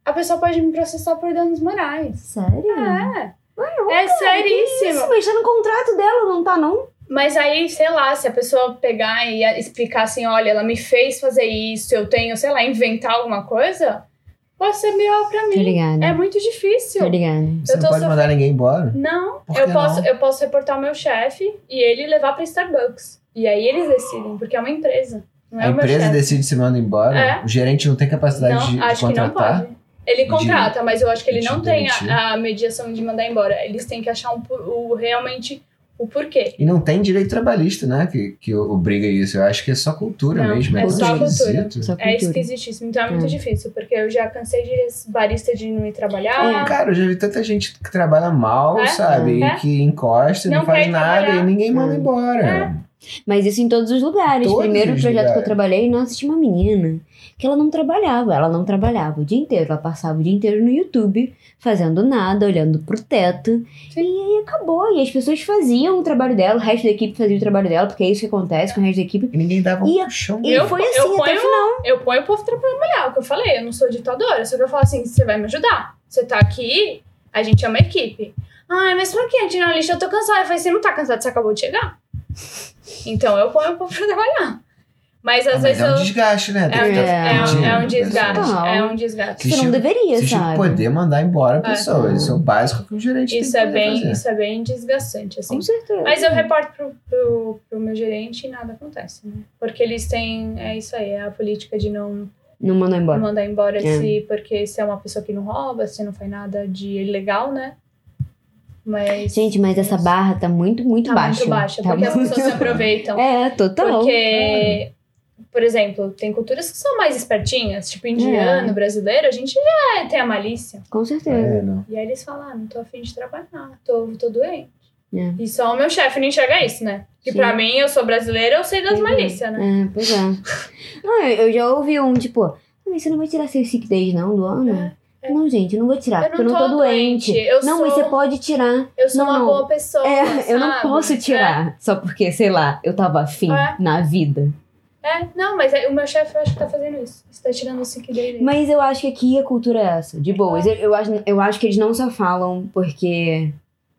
Speaker 2: A pessoa pode me processar por danos morais.
Speaker 1: Sério?
Speaker 2: É.
Speaker 1: Mano,
Speaker 2: É
Speaker 1: que isso,
Speaker 2: seríssimo.
Speaker 1: mas tá no contrato dela, não tá não?
Speaker 2: Mas aí, sei lá, se a pessoa pegar e explicar assim, olha, ela me fez fazer isso, eu tenho, sei lá, inventar alguma coisa, pode ser melhor pra
Speaker 1: Tô
Speaker 2: mim.
Speaker 1: ligada.
Speaker 2: É muito difícil.
Speaker 1: Tô ligada.
Speaker 3: Você
Speaker 2: eu
Speaker 3: não
Speaker 2: tô
Speaker 3: pode
Speaker 2: sofrendo.
Speaker 3: mandar ninguém embora?
Speaker 2: Não,
Speaker 3: Por
Speaker 2: eu
Speaker 3: que
Speaker 2: posso,
Speaker 3: não?
Speaker 2: eu posso reportar o meu chefe e ele levar pra Starbucks. E aí eles decidem, porque é uma empresa. Não é
Speaker 3: a
Speaker 2: o meu
Speaker 3: empresa
Speaker 2: chefe.
Speaker 3: decide se manda embora?
Speaker 2: É.
Speaker 3: O gerente não tem capacidade de, de
Speaker 2: Não, acho que não
Speaker 3: contratar?
Speaker 2: pode. Ele
Speaker 3: de-
Speaker 2: contrata, mas eu acho que ele
Speaker 3: de
Speaker 2: não tem
Speaker 3: demitir.
Speaker 2: a, a mediação de mandar embora. Eles têm que achar um, por- o, realmente o porquê.
Speaker 3: E não tem direito trabalhista, né? Que, que obriga isso. Eu acho que é só cultura
Speaker 2: Não,
Speaker 3: mesmo. É,
Speaker 2: é
Speaker 3: tão
Speaker 2: só cultura.
Speaker 3: esquisito.
Speaker 1: Só cultura.
Speaker 2: É esquisitíssimo, então é muito
Speaker 1: É.
Speaker 2: difícil, porque eu já cansei de res- barista de não ir
Speaker 1: É.
Speaker 2: trabalhar.
Speaker 3: Cara, eu já vi tanta gente que trabalha mal,
Speaker 2: Ah. É?
Speaker 3: sabe?
Speaker 2: É.
Speaker 3: E que encosta, não,
Speaker 2: Não
Speaker 3: faz
Speaker 2: quer
Speaker 3: nada
Speaker 2: trabalhar.
Speaker 3: e ninguém manda
Speaker 1: É.
Speaker 3: embora.
Speaker 2: É.
Speaker 1: Mas isso em todos os lugares.
Speaker 3: Todos
Speaker 1: Primeiro
Speaker 3: os
Speaker 1: projeto que eu
Speaker 3: lugares.
Speaker 1: trabalhei, nossa, tinha uma menina que ela não trabalhava. Ela não trabalhava o dia inteiro. Ela passava o dia inteiro no YouTube, fazendo nada, olhando pro teto.
Speaker 2: Sim.
Speaker 1: E aí acabou. E as pessoas faziam o trabalho dela, o resto da equipe fazia o trabalho dela, porque é isso que acontece com o resto da equipe.
Speaker 3: E ninguém dava
Speaker 1: E-
Speaker 3: um puxão.
Speaker 1: E
Speaker 2: Eu-
Speaker 1: foi assim
Speaker 2: eu
Speaker 1: até o
Speaker 2: ponho-
Speaker 1: final.
Speaker 2: Eu ponho o povo pra trabalhar, é o que eu falei, eu não sou ditadora, só que eu falo assim, você vai me ajudar. Você tá aqui, a gente é uma equipe. Ai, mas pra que tirar o lixo? Eu tô cansada. Eu falei, você não tá cansada, você acabou de chegar? Então eu ponho o povo pra trabalhar. Mas às
Speaker 3: Ah, mas
Speaker 2: vezes
Speaker 3: é um
Speaker 2: eu...
Speaker 3: desgaste, né?
Speaker 2: É um, des- é um-
Speaker 1: Entendi.
Speaker 2: é um desgaste.
Speaker 1: Total.
Speaker 2: É um desgaste.
Speaker 1: Você não
Speaker 3: Existe-
Speaker 1: deveria,
Speaker 3: Vocês tinham que
Speaker 1: sabe?
Speaker 3: poder mandar embora a pessoa.
Speaker 1: É.
Speaker 3: Isso é o básico que o gerente
Speaker 2: Isso
Speaker 3: tem que
Speaker 2: é
Speaker 3: poder
Speaker 2: bem,
Speaker 3: fazer.
Speaker 2: isso é bem desgastante, assim.
Speaker 1: Com certeza.
Speaker 2: Mas eu reporto pro, pro, pro meu gerente e nada acontece, né? Porque eles têm. É isso aí, é a política de não
Speaker 1: Não mandou embora.
Speaker 2: mandar embora
Speaker 1: É.
Speaker 2: se. Porque se é uma pessoa que não rouba, se não faz nada de ilegal, né? Mas.
Speaker 1: Gente, mas essa barra tá muito, muito
Speaker 2: tá
Speaker 1: baixa.
Speaker 2: muito baixa,
Speaker 1: Tá
Speaker 2: porque as
Speaker 1: muito-
Speaker 2: pessoas se
Speaker 1: (laughs)
Speaker 2: aproveitam.
Speaker 1: É, total.
Speaker 2: Porque, por exemplo, tem culturas que são mais espertinhas, tipo indiano,
Speaker 1: É.
Speaker 2: brasileiro, a gente já é- tem a malícia.
Speaker 1: Com certeza.
Speaker 3: É, não.
Speaker 2: E aí eles falam, ah, não tô afim de trabalhar, tô, tô doente.
Speaker 1: É.
Speaker 2: E só o meu chefe não enxerga isso, né? Que
Speaker 1: Sim.
Speaker 2: pra mim, eu sou brasileira, eu sei das
Speaker 1: Sim.
Speaker 2: malícias, né?
Speaker 1: É, pois é. não, eu, eu já ouvi um, tipo, "Ah, mas você não vai tirar seu sick days não do ano?
Speaker 2: É, é.
Speaker 1: Não, gente, eu não vou tirar,
Speaker 2: Eu
Speaker 1: Tá, porque
Speaker 2: não
Speaker 1: eu
Speaker 2: tô
Speaker 1: não tô doente.
Speaker 2: doente, eu
Speaker 1: não,
Speaker 2: sou-
Speaker 1: mas você pode tirar.
Speaker 2: Eu sou
Speaker 1: Não,
Speaker 2: uma
Speaker 1: não.
Speaker 2: boa pessoa,
Speaker 1: é, eu não
Speaker 2: sabe?
Speaker 1: posso tirar. Só porque, sei lá, eu tava afim
Speaker 2: É.
Speaker 1: na vida.
Speaker 2: É, é. não, mas é- o meu chefe, eu acho que tá fazendo isso. Você tá tirando o sick day dele.
Speaker 1: Mas eu acho que aqui a cultura é essa, de boas. Eu, eu acho, eu acho que eles não só falam porque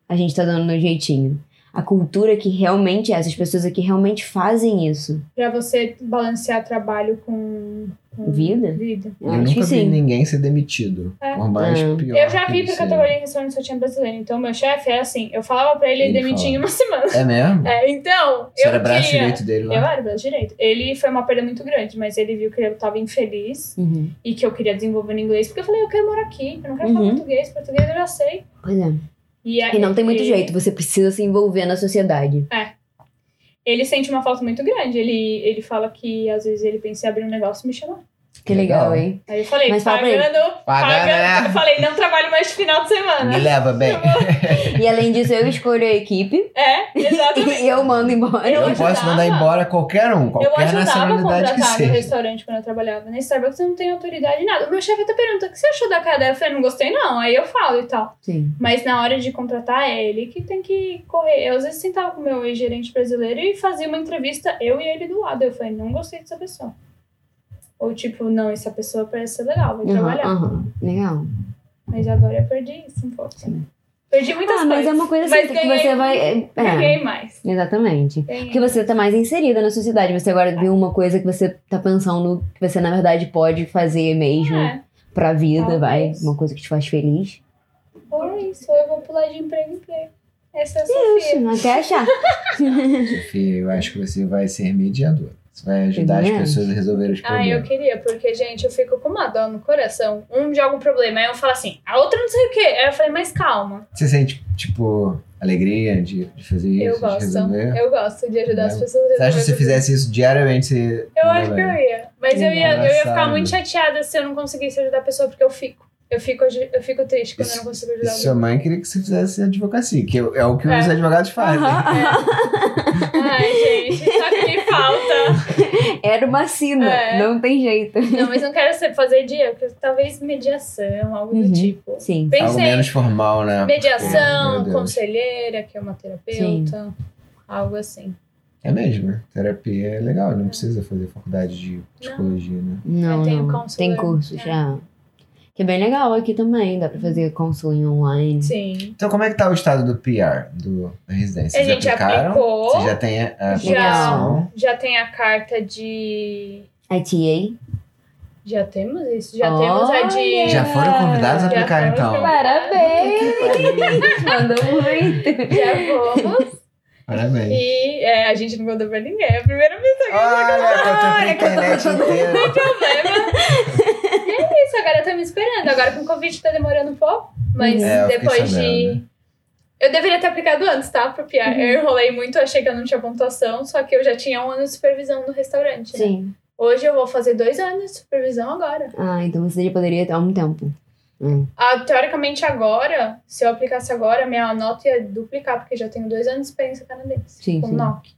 Speaker 1: a gente tá dando no jeitinho. A cultura que realmente é essa, as pessoas aqui realmente fazem isso.
Speaker 2: Pra você balancear trabalho com... com
Speaker 1: Vida?
Speaker 2: Vida.
Speaker 1: Eu
Speaker 3: Eu
Speaker 1: acho
Speaker 3: nunca
Speaker 1: que
Speaker 3: vi
Speaker 1: sim.
Speaker 3: ninguém ser demitido.
Speaker 2: É.
Speaker 3: Por mais
Speaker 1: É.
Speaker 3: pior.
Speaker 2: Eu já
Speaker 3: que
Speaker 2: vi pra
Speaker 3: seja.
Speaker 2: categoria em restaurante só tinha brasileiro. Então, meu chefe era assim, eu falava pra ele, ele
Speaker 3: Ele
Speaker 2: demitia em
Speaker 3: fala.
Speaker 2: uma (laughs) semana.
Speaker 3: É mesmo?
Speaker 2: É, então,
Speaker 3: Você
Speaker 2: eu
Speaker 3: era braço
Speaker 2: tinha...
Speaker 3: direito dele
Speaker 1: Né?
Speaker 2: Eu
Speaker 3: lá?
Speaker 2: era braço direito. Ele foi uma perda muito grande, mas ele viu que eu tava infeliz.
Speaker 1: Uhum.
Speaker 2: e que eu queria desenvolver no inglês, porque eu falei, eu quero morar aqui, eu não quero falar
Speaker 1: Uhum.
Speaker 2: português, português eu já sei.
Speaker 1: Pois é.
Speaker 2: E, aí-
Speaker 1: E não tem muito
Speaker 2: e-
Speaker 1: jeito, você precisa se envolver na sociedade.
Speaker 2: Ele sente uma falta muito grande, ele, ele fala que às vezes ele pensa em abrir um negócio e me chamar.
Speaker 1: Que legal,
Speaker 3: Legal.
Speaker 1: hein?
Speaker 2: Aí eu falei,
Speaker 1: Mas fala pra ele.
Speaker 2: pagando, pagando,
Speaker 3: Pagando, né?
Speaker 2: eu falei, não trabalho mais de final de semana.
Speaker 3: Me leva bem.
Speaker 1: E além disso, eu escolho a equipe (laughs)
Speaker 2: É, exatamente.
Speaker 1: e eu mando embora.
Speaker 2: Eu
Speaker 3: Eu,
Speaker 2: ajudava.
Speaker 3: posso mandar embora qualquer um,
Speaker 2: Eu
Speaker 3: (laughs) qualquer
Speaker 2: ajudava a
Speaker 3: nacionalidade que
Speaker 2: contratar no
Speaker 3: seja.
Speaker 2: restaurante quando eu trabalhava. Na Starbucks eu não tenho autoridade em nada. O meu chefe até pergunta, o que você achou da cadeia? Eu falei, não gostei não. Aí eu falo e tal.
Speaker 1: Sim.
Speaker 2: Mas na hora de contratar, é ele que tem que correr. Eu às vezes sentava com o meu ex-gerente brasileiro e fazia uma entrevista, eu e ele do lado. Eu falei, não gostei dessa pessoa. Ou tipo, não, essa pessoa parece ser legal, vai
Speaker 1: Aham,
Speaker 2: trabalhar.
Speaker 1: aham. Legal.
Speaker 2: Mas agora eu perdi isso um pouco. Perdi muitas
Speaker 1: Ah, mas
Speaker 2: coisas.
Speaker 1: é uma coisa assim
Speaker 2: Mas
Speaker 1: que
Speaker 2: ganhei-
Speaker 1: você vai. é, É,
Speaker 2: Ganhei mais.
Speaker 1: exatamente.
Speaker 2: Ganhei.
Speaker 1: Porque você tá mais inserida na sociedade. Você agora viu uma coisa que você tá pensando que você, na verdade, pode fazer mesmo
Speaker 2: É,
Speaker 1: pra vida, vai.
Speaker 2: Talvez.
Speaker 1: Uma coisa que te faz feliz.
Speaker 2: ou isso, ou eu vou pular de emprego em emprego. Essa é a Sofia.
Speaker 1: Isso, até achar.
Speaker 3: Fê, eu acho que você vai ser mediador. Você vai ajudar as
Speaker 1: Verdade.
Speaker 3: pessoas a resolver os
Speaker 2: Ah, eu
Speaker 3: problemas.
Speaker 2: queria, porque, gente, eu fico com uma dó no coração. Um de algum problema, aí eu falo assim, a outra não sei o quê. Aí eu falei, mas calma.
Speaker 3: Você sente, tipo, alegria de, de fazer isso,
Speaker 2: Eu
Speaker 3: de
Speaker 2: gosto.
Speaker 3: resolver?
Speaker 2: Eu gosto de ajudar as
Speaker 3: Não.
Speaker 2: pessoas a
Speaker 3: Você acha que se né? você
Speaker 2: resolver
Speaker 3: fizesse isso diariamente, você...
Speaker 2: Eu
Speaker 3: não
Speaker 2: acho que eu
Speaker 3: levaria?
Speaker 2: ia. Mas eu ia, eu ia ficar
Speaker 3: Engraçado.
Speaker 2: muito chateada se eu não conseguisse ajudar a pessoa, porque eu fico. Eu fico, eu fico triste quando eu não consigo
Speaker 3: E
Speaker 2: ajudar
Speaker 3: sua
Speaker 2: alguém.
Speaker 3: mãe queria que você fizesse advocacia, que é o que
Speaker 2: É.
Speaker 3: os advogados fazem.
Speaker 2: Ai, gente, só que me
Speaker 3: (laughs)
Speaker 2: falta.
Speaker 1: (laughs) Era uma sina,
Speaker 2: É.
Speaker 1: não tem jeito.
Speaker 2: Não, mas não quero ser- fazer dia, porque talvez mediação, algo do
Speaker 1: Uhum.
Speaker 2: tipo.
Speaker 1: Sim.
Speaker 3: Algo
Speaker 2: Pensei
Speaker 3: menos formal, né?
Speaker 2: mediação,
Speaker 3: É, meu Deus.
Speaker 2: conselheira, que é uma terapeuta, algo assim.
Speaker 3: É mesmo, né? terapia é legal, não precisa fazer faculdade de psicologia, né?
Speaker 1: Não,
Speaker 2: Aí tem o
Speaker 1: não.
Speaker 2: counselor,
Speaker 1: Tem curso
Speaker 2: né?
Speaker 1: já. Que é bem legal aqui também. Dá pra fazer counseling online.
Speaker 2: Sim.
Speaker 3: Então, como é que tá o estado do PR, do, da residência?
Speaker 2: A
Speaker 3: Vocês
Speaker 2: gente
Speaker 3: aplicaram?
Speaker 2: aplicou.
Speaker 3: Você já tem a a
Speaker 2: Já.
Speaker 3: aplicação?
Speaker 2: Já tem a carta de.
Speaker 1: ITA.
Speaker 2: Já temos isso? Já temos a de.
Speaker 3: Já foram convidados a
Speaker 2: Já
Speaker 3: aplicar,
Speaker 2: foram
Speaker 3: então?
Speaker 1: Parabéns! (laughs) Mandou muito.
Speaker 3: (laughs)
Speaker 2: Já vamos.
Speaker 3: Parabéns.
Speaker 2: E é, a gente não mandou pra ninguém. É a primeira vez que
Speaker 3: Olha, contou pra
Speaker 1: Olha,
Speaker 3: internet
Speaker 1: contou pra
Speaker 3: inteira.
Speaker 2: é isso. Agora tá me esperando. Agora com o Covid tá demorando um pouco. Mas
Speaker 3: É, eu fiquei
Speaker 2: depois
Speaker 3: sabendo, né?
Speaker 2: de. Eu deveria ter aplicado antes, tá? Pro PR. Eu enrolei muito, achei que eu não tinha pontuação, só que eu já tinha um ano de supervisão no restaurante. né?
Speaker 1: Sim.
Speaker 2: Hoje eu vou fazer dois anos de supervisão agora.
Speaker 1: Ah, então você já poderia ter há um tempo.
Speaker 2: Ah, teoricamente, agora, se eu aplicasse agora, minha nota ia duplicar, porque já tenho dois anos de experiência canadense.
Speaker 1: Sim,
Speaker 2: com
Speaker 1: sim.
Speaker 2: NOC.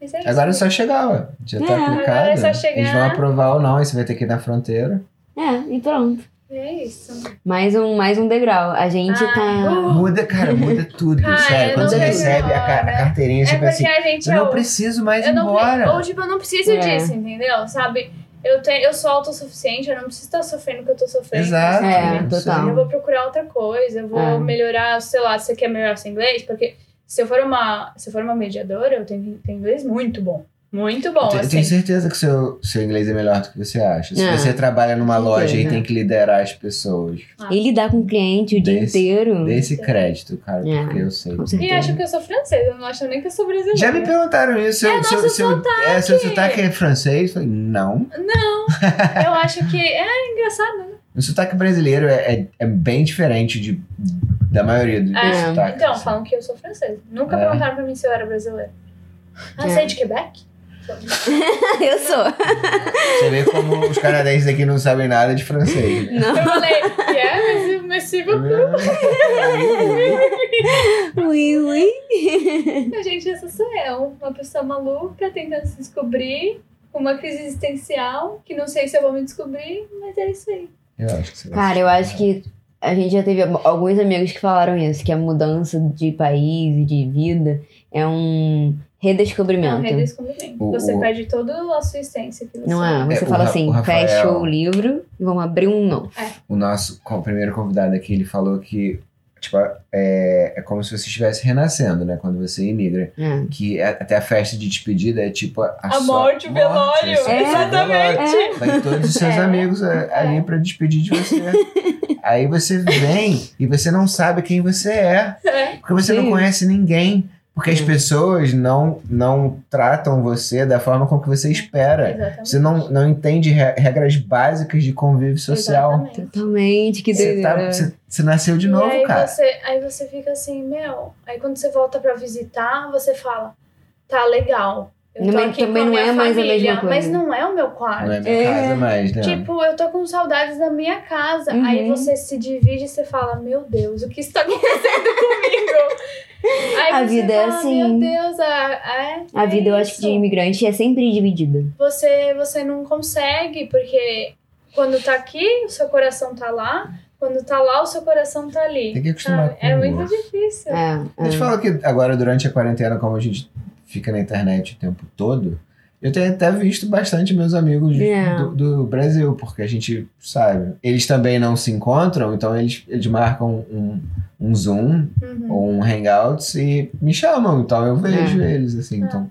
Speaker 2: Mas é isso.
Speaker 3: Agora é só chegar, ué. Já
Speaker 1: É,
Speaker 3: tá aplicado.
Speaker 2: agora é só chegar.
Speaker 3: Eles vão aprovar ou não, aí você vai ter que ir na fronteira.
Speaker 1: É, e pronto.
Speaker 2: É isso.
Speaker 1: Mais um, mais um degrau. A gente
Speaker 2: Ah,
Speaker 1: tá.
Speaker 3: Muda, cara, muda tudo,
Speaker 2: Cara,
Speaker 3: sério.
Speaker 2: eu
Speaker 3: Quando
Speaker 2: não
Speaker 3: você
Speaker 1: vejo
Speaker 3: recebe a, ca- a
Speaker 2: hora.
Speaker 3: carteirinha, você
Speaker 2: É
Speaker 3: pensa
Speaker 2: porque
Speaker 3: assim,
Speaker 2: a gente
Speaker 3: eu
Speaker 2: é
Speaker 3: não
Speaker 2: o-
Speaker 3: preciso mais ir
Speaker 2: eu não pre-
Speaker 3: embora.
Speaker 2: Ou, tipo, eu não preciso
Speaker 1: É.
Speaker 2: disso, entendeu? Sabe? Eu, tenho, eu sou autossuficiente, eu não preciso estar sofrendo o que eu tô sofrendo. Então,
Speaker 3: Exato.
Speaker 1: É,
Speaker 3: não sei.
Speaker 1: total.
Speaker 2: Eu vou procurar outra coisa, eu vou
Speaker 1: É.
Speaker 2: melhorar, sei lá, se você quer melhorar seu inglês, porque se eu for uma, se eu for uma mediadora, eu tenho, tenho inglês muito bom. Muito bom,
Speaker 3: Eu te- eu
Speaker 2: assim.
Speaker 3: tenho certeza que seu, seu inglês é melhor do que você acha. Se
Speaker 1: Ah,
Speaker 3: você trabalha numa
Speaker 1: certeza.
Speaker 3: loja e tem que liderar as pessoas,
Speaker 1: E lidar com o cliente o dia
Speaker 3: Desse-
Speaker 1: inteiro.
Speaker 3: dê esse crédito, cara,
Speaker 1: É.
Speaker 3: porque eu sei.
Speaker 1: Com
Speaker 2: E
Speaker 1: certeza.
Speaker 2: acham que eu sou francesa, não acham nem que eu sou brasileira.
Speaker 3: Já me perguntaram isso. Seu,
Speaker 2: É
Speaker 3: seu,
Speaker 2: nosso
Speaker 3: seu- é, seu sotaque é francês? Eu falei, não.
Speaker 2: Eu acho que é engraçado. né?
Speaker 3: O sotaque brasileiro é, é, é bem diferente de, da maioria dos
Speaker 2: É,
Speaker 3: sotaques.
Speaker 2: Então,
Speaker 3: assim.
Speaker 2: falam que eu sou francesa. Nunca
Speaker 3: É.
Speaker 2: perguntaram pra mim se eu era brasileira. Ah,
Speaker 1: É.
Speaker 2: você é de Quebec?
Speaker 1: (laughs) eu sou.
Speaker 3: Você vê como os canadenses aqui não sabem nada de francês. né?
Speaker 2: Eu falei, yeah, mas sigo.
Speaker 3: É.
Speaker 1: Ui, ui.
Speaker 2: Gente, essa sou eu. Uma pessoa maluca tentando se descobrir. Uma crise existencial, que não sei se eu vou me descobrir, mas é isso aí.
Speaker 3: Eu acho que você vai
Speaker 1: Cara, eu
Speaker 3: assistir.
Speaker 1: acho que a gente já teve alguns amigos que falaram isso, que a mudança de país e de vida é um
Speaker 2: É um
Speaker 1: redescobrimento.
Speaker 2: redescobrimento.
Speaker 3: O-
Speaker 2: Você
Speaker 3: o-
Speaker 2: perde toda a sua essência. Que você
Speaker 1: Não é? Você
Speaker 3: É, o
Speaker 1: fala
Speaker 3: Ra-
Speaker 1: assim,
Speaker 3: o Rafael-
Speaker 1: fecha o livro e vamos abrir um novo.
Speaker 3: O nosso co- primeiro convidado aqui, ele falou que tipo, é, é como se você estivesse renascendo, né? Quando você imigra.
Speaker 1: É.
Speaker 3: Que a- até a festa de despedida é tipo a,
Speaker 2: A morte, o
Speaker 3: assim,
Speaker 2: velório.
Speaker 1: É.
Speaker 3: o velório.
Speaker 2: Exatamente.
Speaker 1: É.
Speaker 3: Vai todos os seus
Speaker 2: É.
Speaker 3: amigos a- ali pra despedir de
Speaker 2: (laughs)
Speaker 3: você. Aí você vem e você não sabe quem você é.
Speaker 2: É.
Speaker 3: Porque você
Speaker 1: Sim.
Speaker 3: não conhece ninguém. Porque as
Speaker 1: Hum.
Speaker 3: pessoas não, não tratam você da forma como que você espera.
Speaker 2: Exatamente.
Speaker 3: Você não, não entende re- regras básicas de convívio social.
Speaker 2: Exatamente.
Speaker 1: Totalmente, que
Speaker 3: Você, tá-
Speaker 1: doideira.
Speaker 3: você- você nasceu de
Speaker 2: E
Speaker 3: novo,
Speaker 2: aí
Speaker 3: cara.
Speaker 2: Você, aí você fica assim, meu. Aí quando você volta pra visitar, você fala, tá legal. Eu
Speaker 1: Não,
Speaker 2: tô
Speaker 1: mas
Speaker 2: aqui
Speaker 1: também
Speaker 2: com a
Speaker 1: não
Speaker 2: minha
Speaker 1: é mais a
Speaker 2: família,
Speaker 1: mesma coisa.
Speaker 2: Mas não é o meu quarto.
Speaker 3: Não é minha
Speaker 1: É.
Speaker 3: casa mais, né?
Speaker 2: Tipo, eu tô com saudades da minha casa.
Speaker 1: Uhum.
Speaker 2: Aí você se divide e você fala, meu Deus, o que está (laughs) acontecendo comigo? Aí
Speaker 1: A
Speaker 2: você
Speaker 1: vida é
Speaker 2: fala,
Speaker 1: assim.
Speaker 2: Meu Deus, é, é,
Speaker 1: A vida, eu acho que de
Speaker 2: isso.
Speaker 1: imigrante é sempre dividida.
Speaker 2: Você, você não consegue, porque quando tá aqui, o seu coração tá lá. Quando tá lá, o seu coração tá ali.
Speaker 3: Tem que acostumar
Speaker 2: sabe?
Speaker 3: com
Speaker 2: É
Speaker 3: o
Speaker 2: muito
Speaker 3: outro.
Speaker 2: difícil.
Speaker 1: É,
Speaker 3: A gente
Speaker 1: é.
Speaker 3: falou que agora, durante a quarentena, como a gente fica na internet o tempo todo, eu tenho até visto bastante meus amigos de-
Speaker 1: É.
Speaker 3: do, do Brasil, porque a gente sabe. Eles também não se encontram, então eles, eles marcam um, um Zoom
Speaker 2: Uhum.
Speaker 3: ou um Hangouts e me chamam, então eu vejo
Speaker 1: É.
Speaker 3: eles, assim. Então,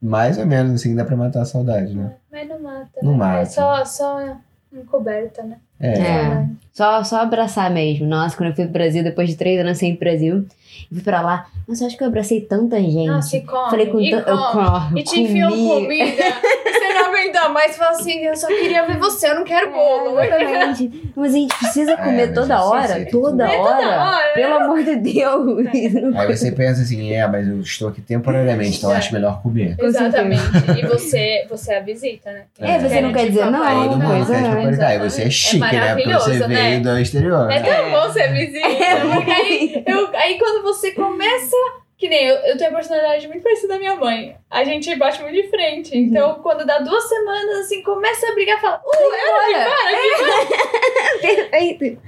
Speaker 3: mais ou menos, assim, dá pra matar a saudade, né?
Speaker 2: Mas não mata.
Speaker 3: Não
Speaker 2: né?
Speaker 3: mata.
Speaker 2: É só, só encoberta, né?
Speaker 3: É.
Speaker 1: É. Só, só abraçar mesmo. Nossa, quando eu fui pro Brasil, depois de três anos sem ir pro Brasil, eu fui pra lá. Nossa, eu acho que eu abracei tanta gente.
Speaker 2: Nossa, e come.
Speaker 1: Falei com
Speaker 2: e
Speaker 1: tan- eu
Speaker 2: come.
Speaker 1: corro.
Speaker 2: E te enfiam
Speaker 1: comi.
Speaker 2: comida. você não aguentar mais. Fala assim, eu só queria ver você, eu não quero bolo.
Speaker 1: É, exatamente. Mas a gente precisa
Speaker 3: (laughs) É,
Speaker 1: comer
Speaker 3: mas
Speaker 1: toda
Speaker 3: isso
Speaker 1: hora,
Speaker 3: sim,
Speaker 1: toda
Speaker 3: sim.
Speaker 1: hora.
Speaker 2: hora. né?
Speaker 1: Pelo amor de Deus.
Speaker 3: Aí você pensa assim, é, mas eu estou aqui temporariamente, então eu acho melhor comer.
Speaker 1: Com
Speaker 2: Exatamente. E você, você é a visita, né?
Speaker 1: É, você não
Speaker 2: Diferente
Speaker 1: quer dizer
Speaker 2: de
Speaker 1: não,
Speaker 2: papai.
Speaker 3: Todo mundo
Speaker 1: pois
Speaker 3: quer te
Speaker 1: é.
Speaker 3: aparelhar. E você é chique, né? Porque você
Speaker 2: maravilhoso,
Speaker 3: veio do exterior.
Speaker 2: É tão bom ser visita.
Speaker 1: É (laughs)
Speaker 2: porque aí, eu- aí quando você começa. Que nem eu, eu tenho a personalidade muito parecida da minha mãe. A gente bate muito de frente.
Speaker 1: Uhum.
Speaker 2: Então, quando dá duas semanas, assim, começa a brigar, fala,
Speaker 1: Bora! Perfeito.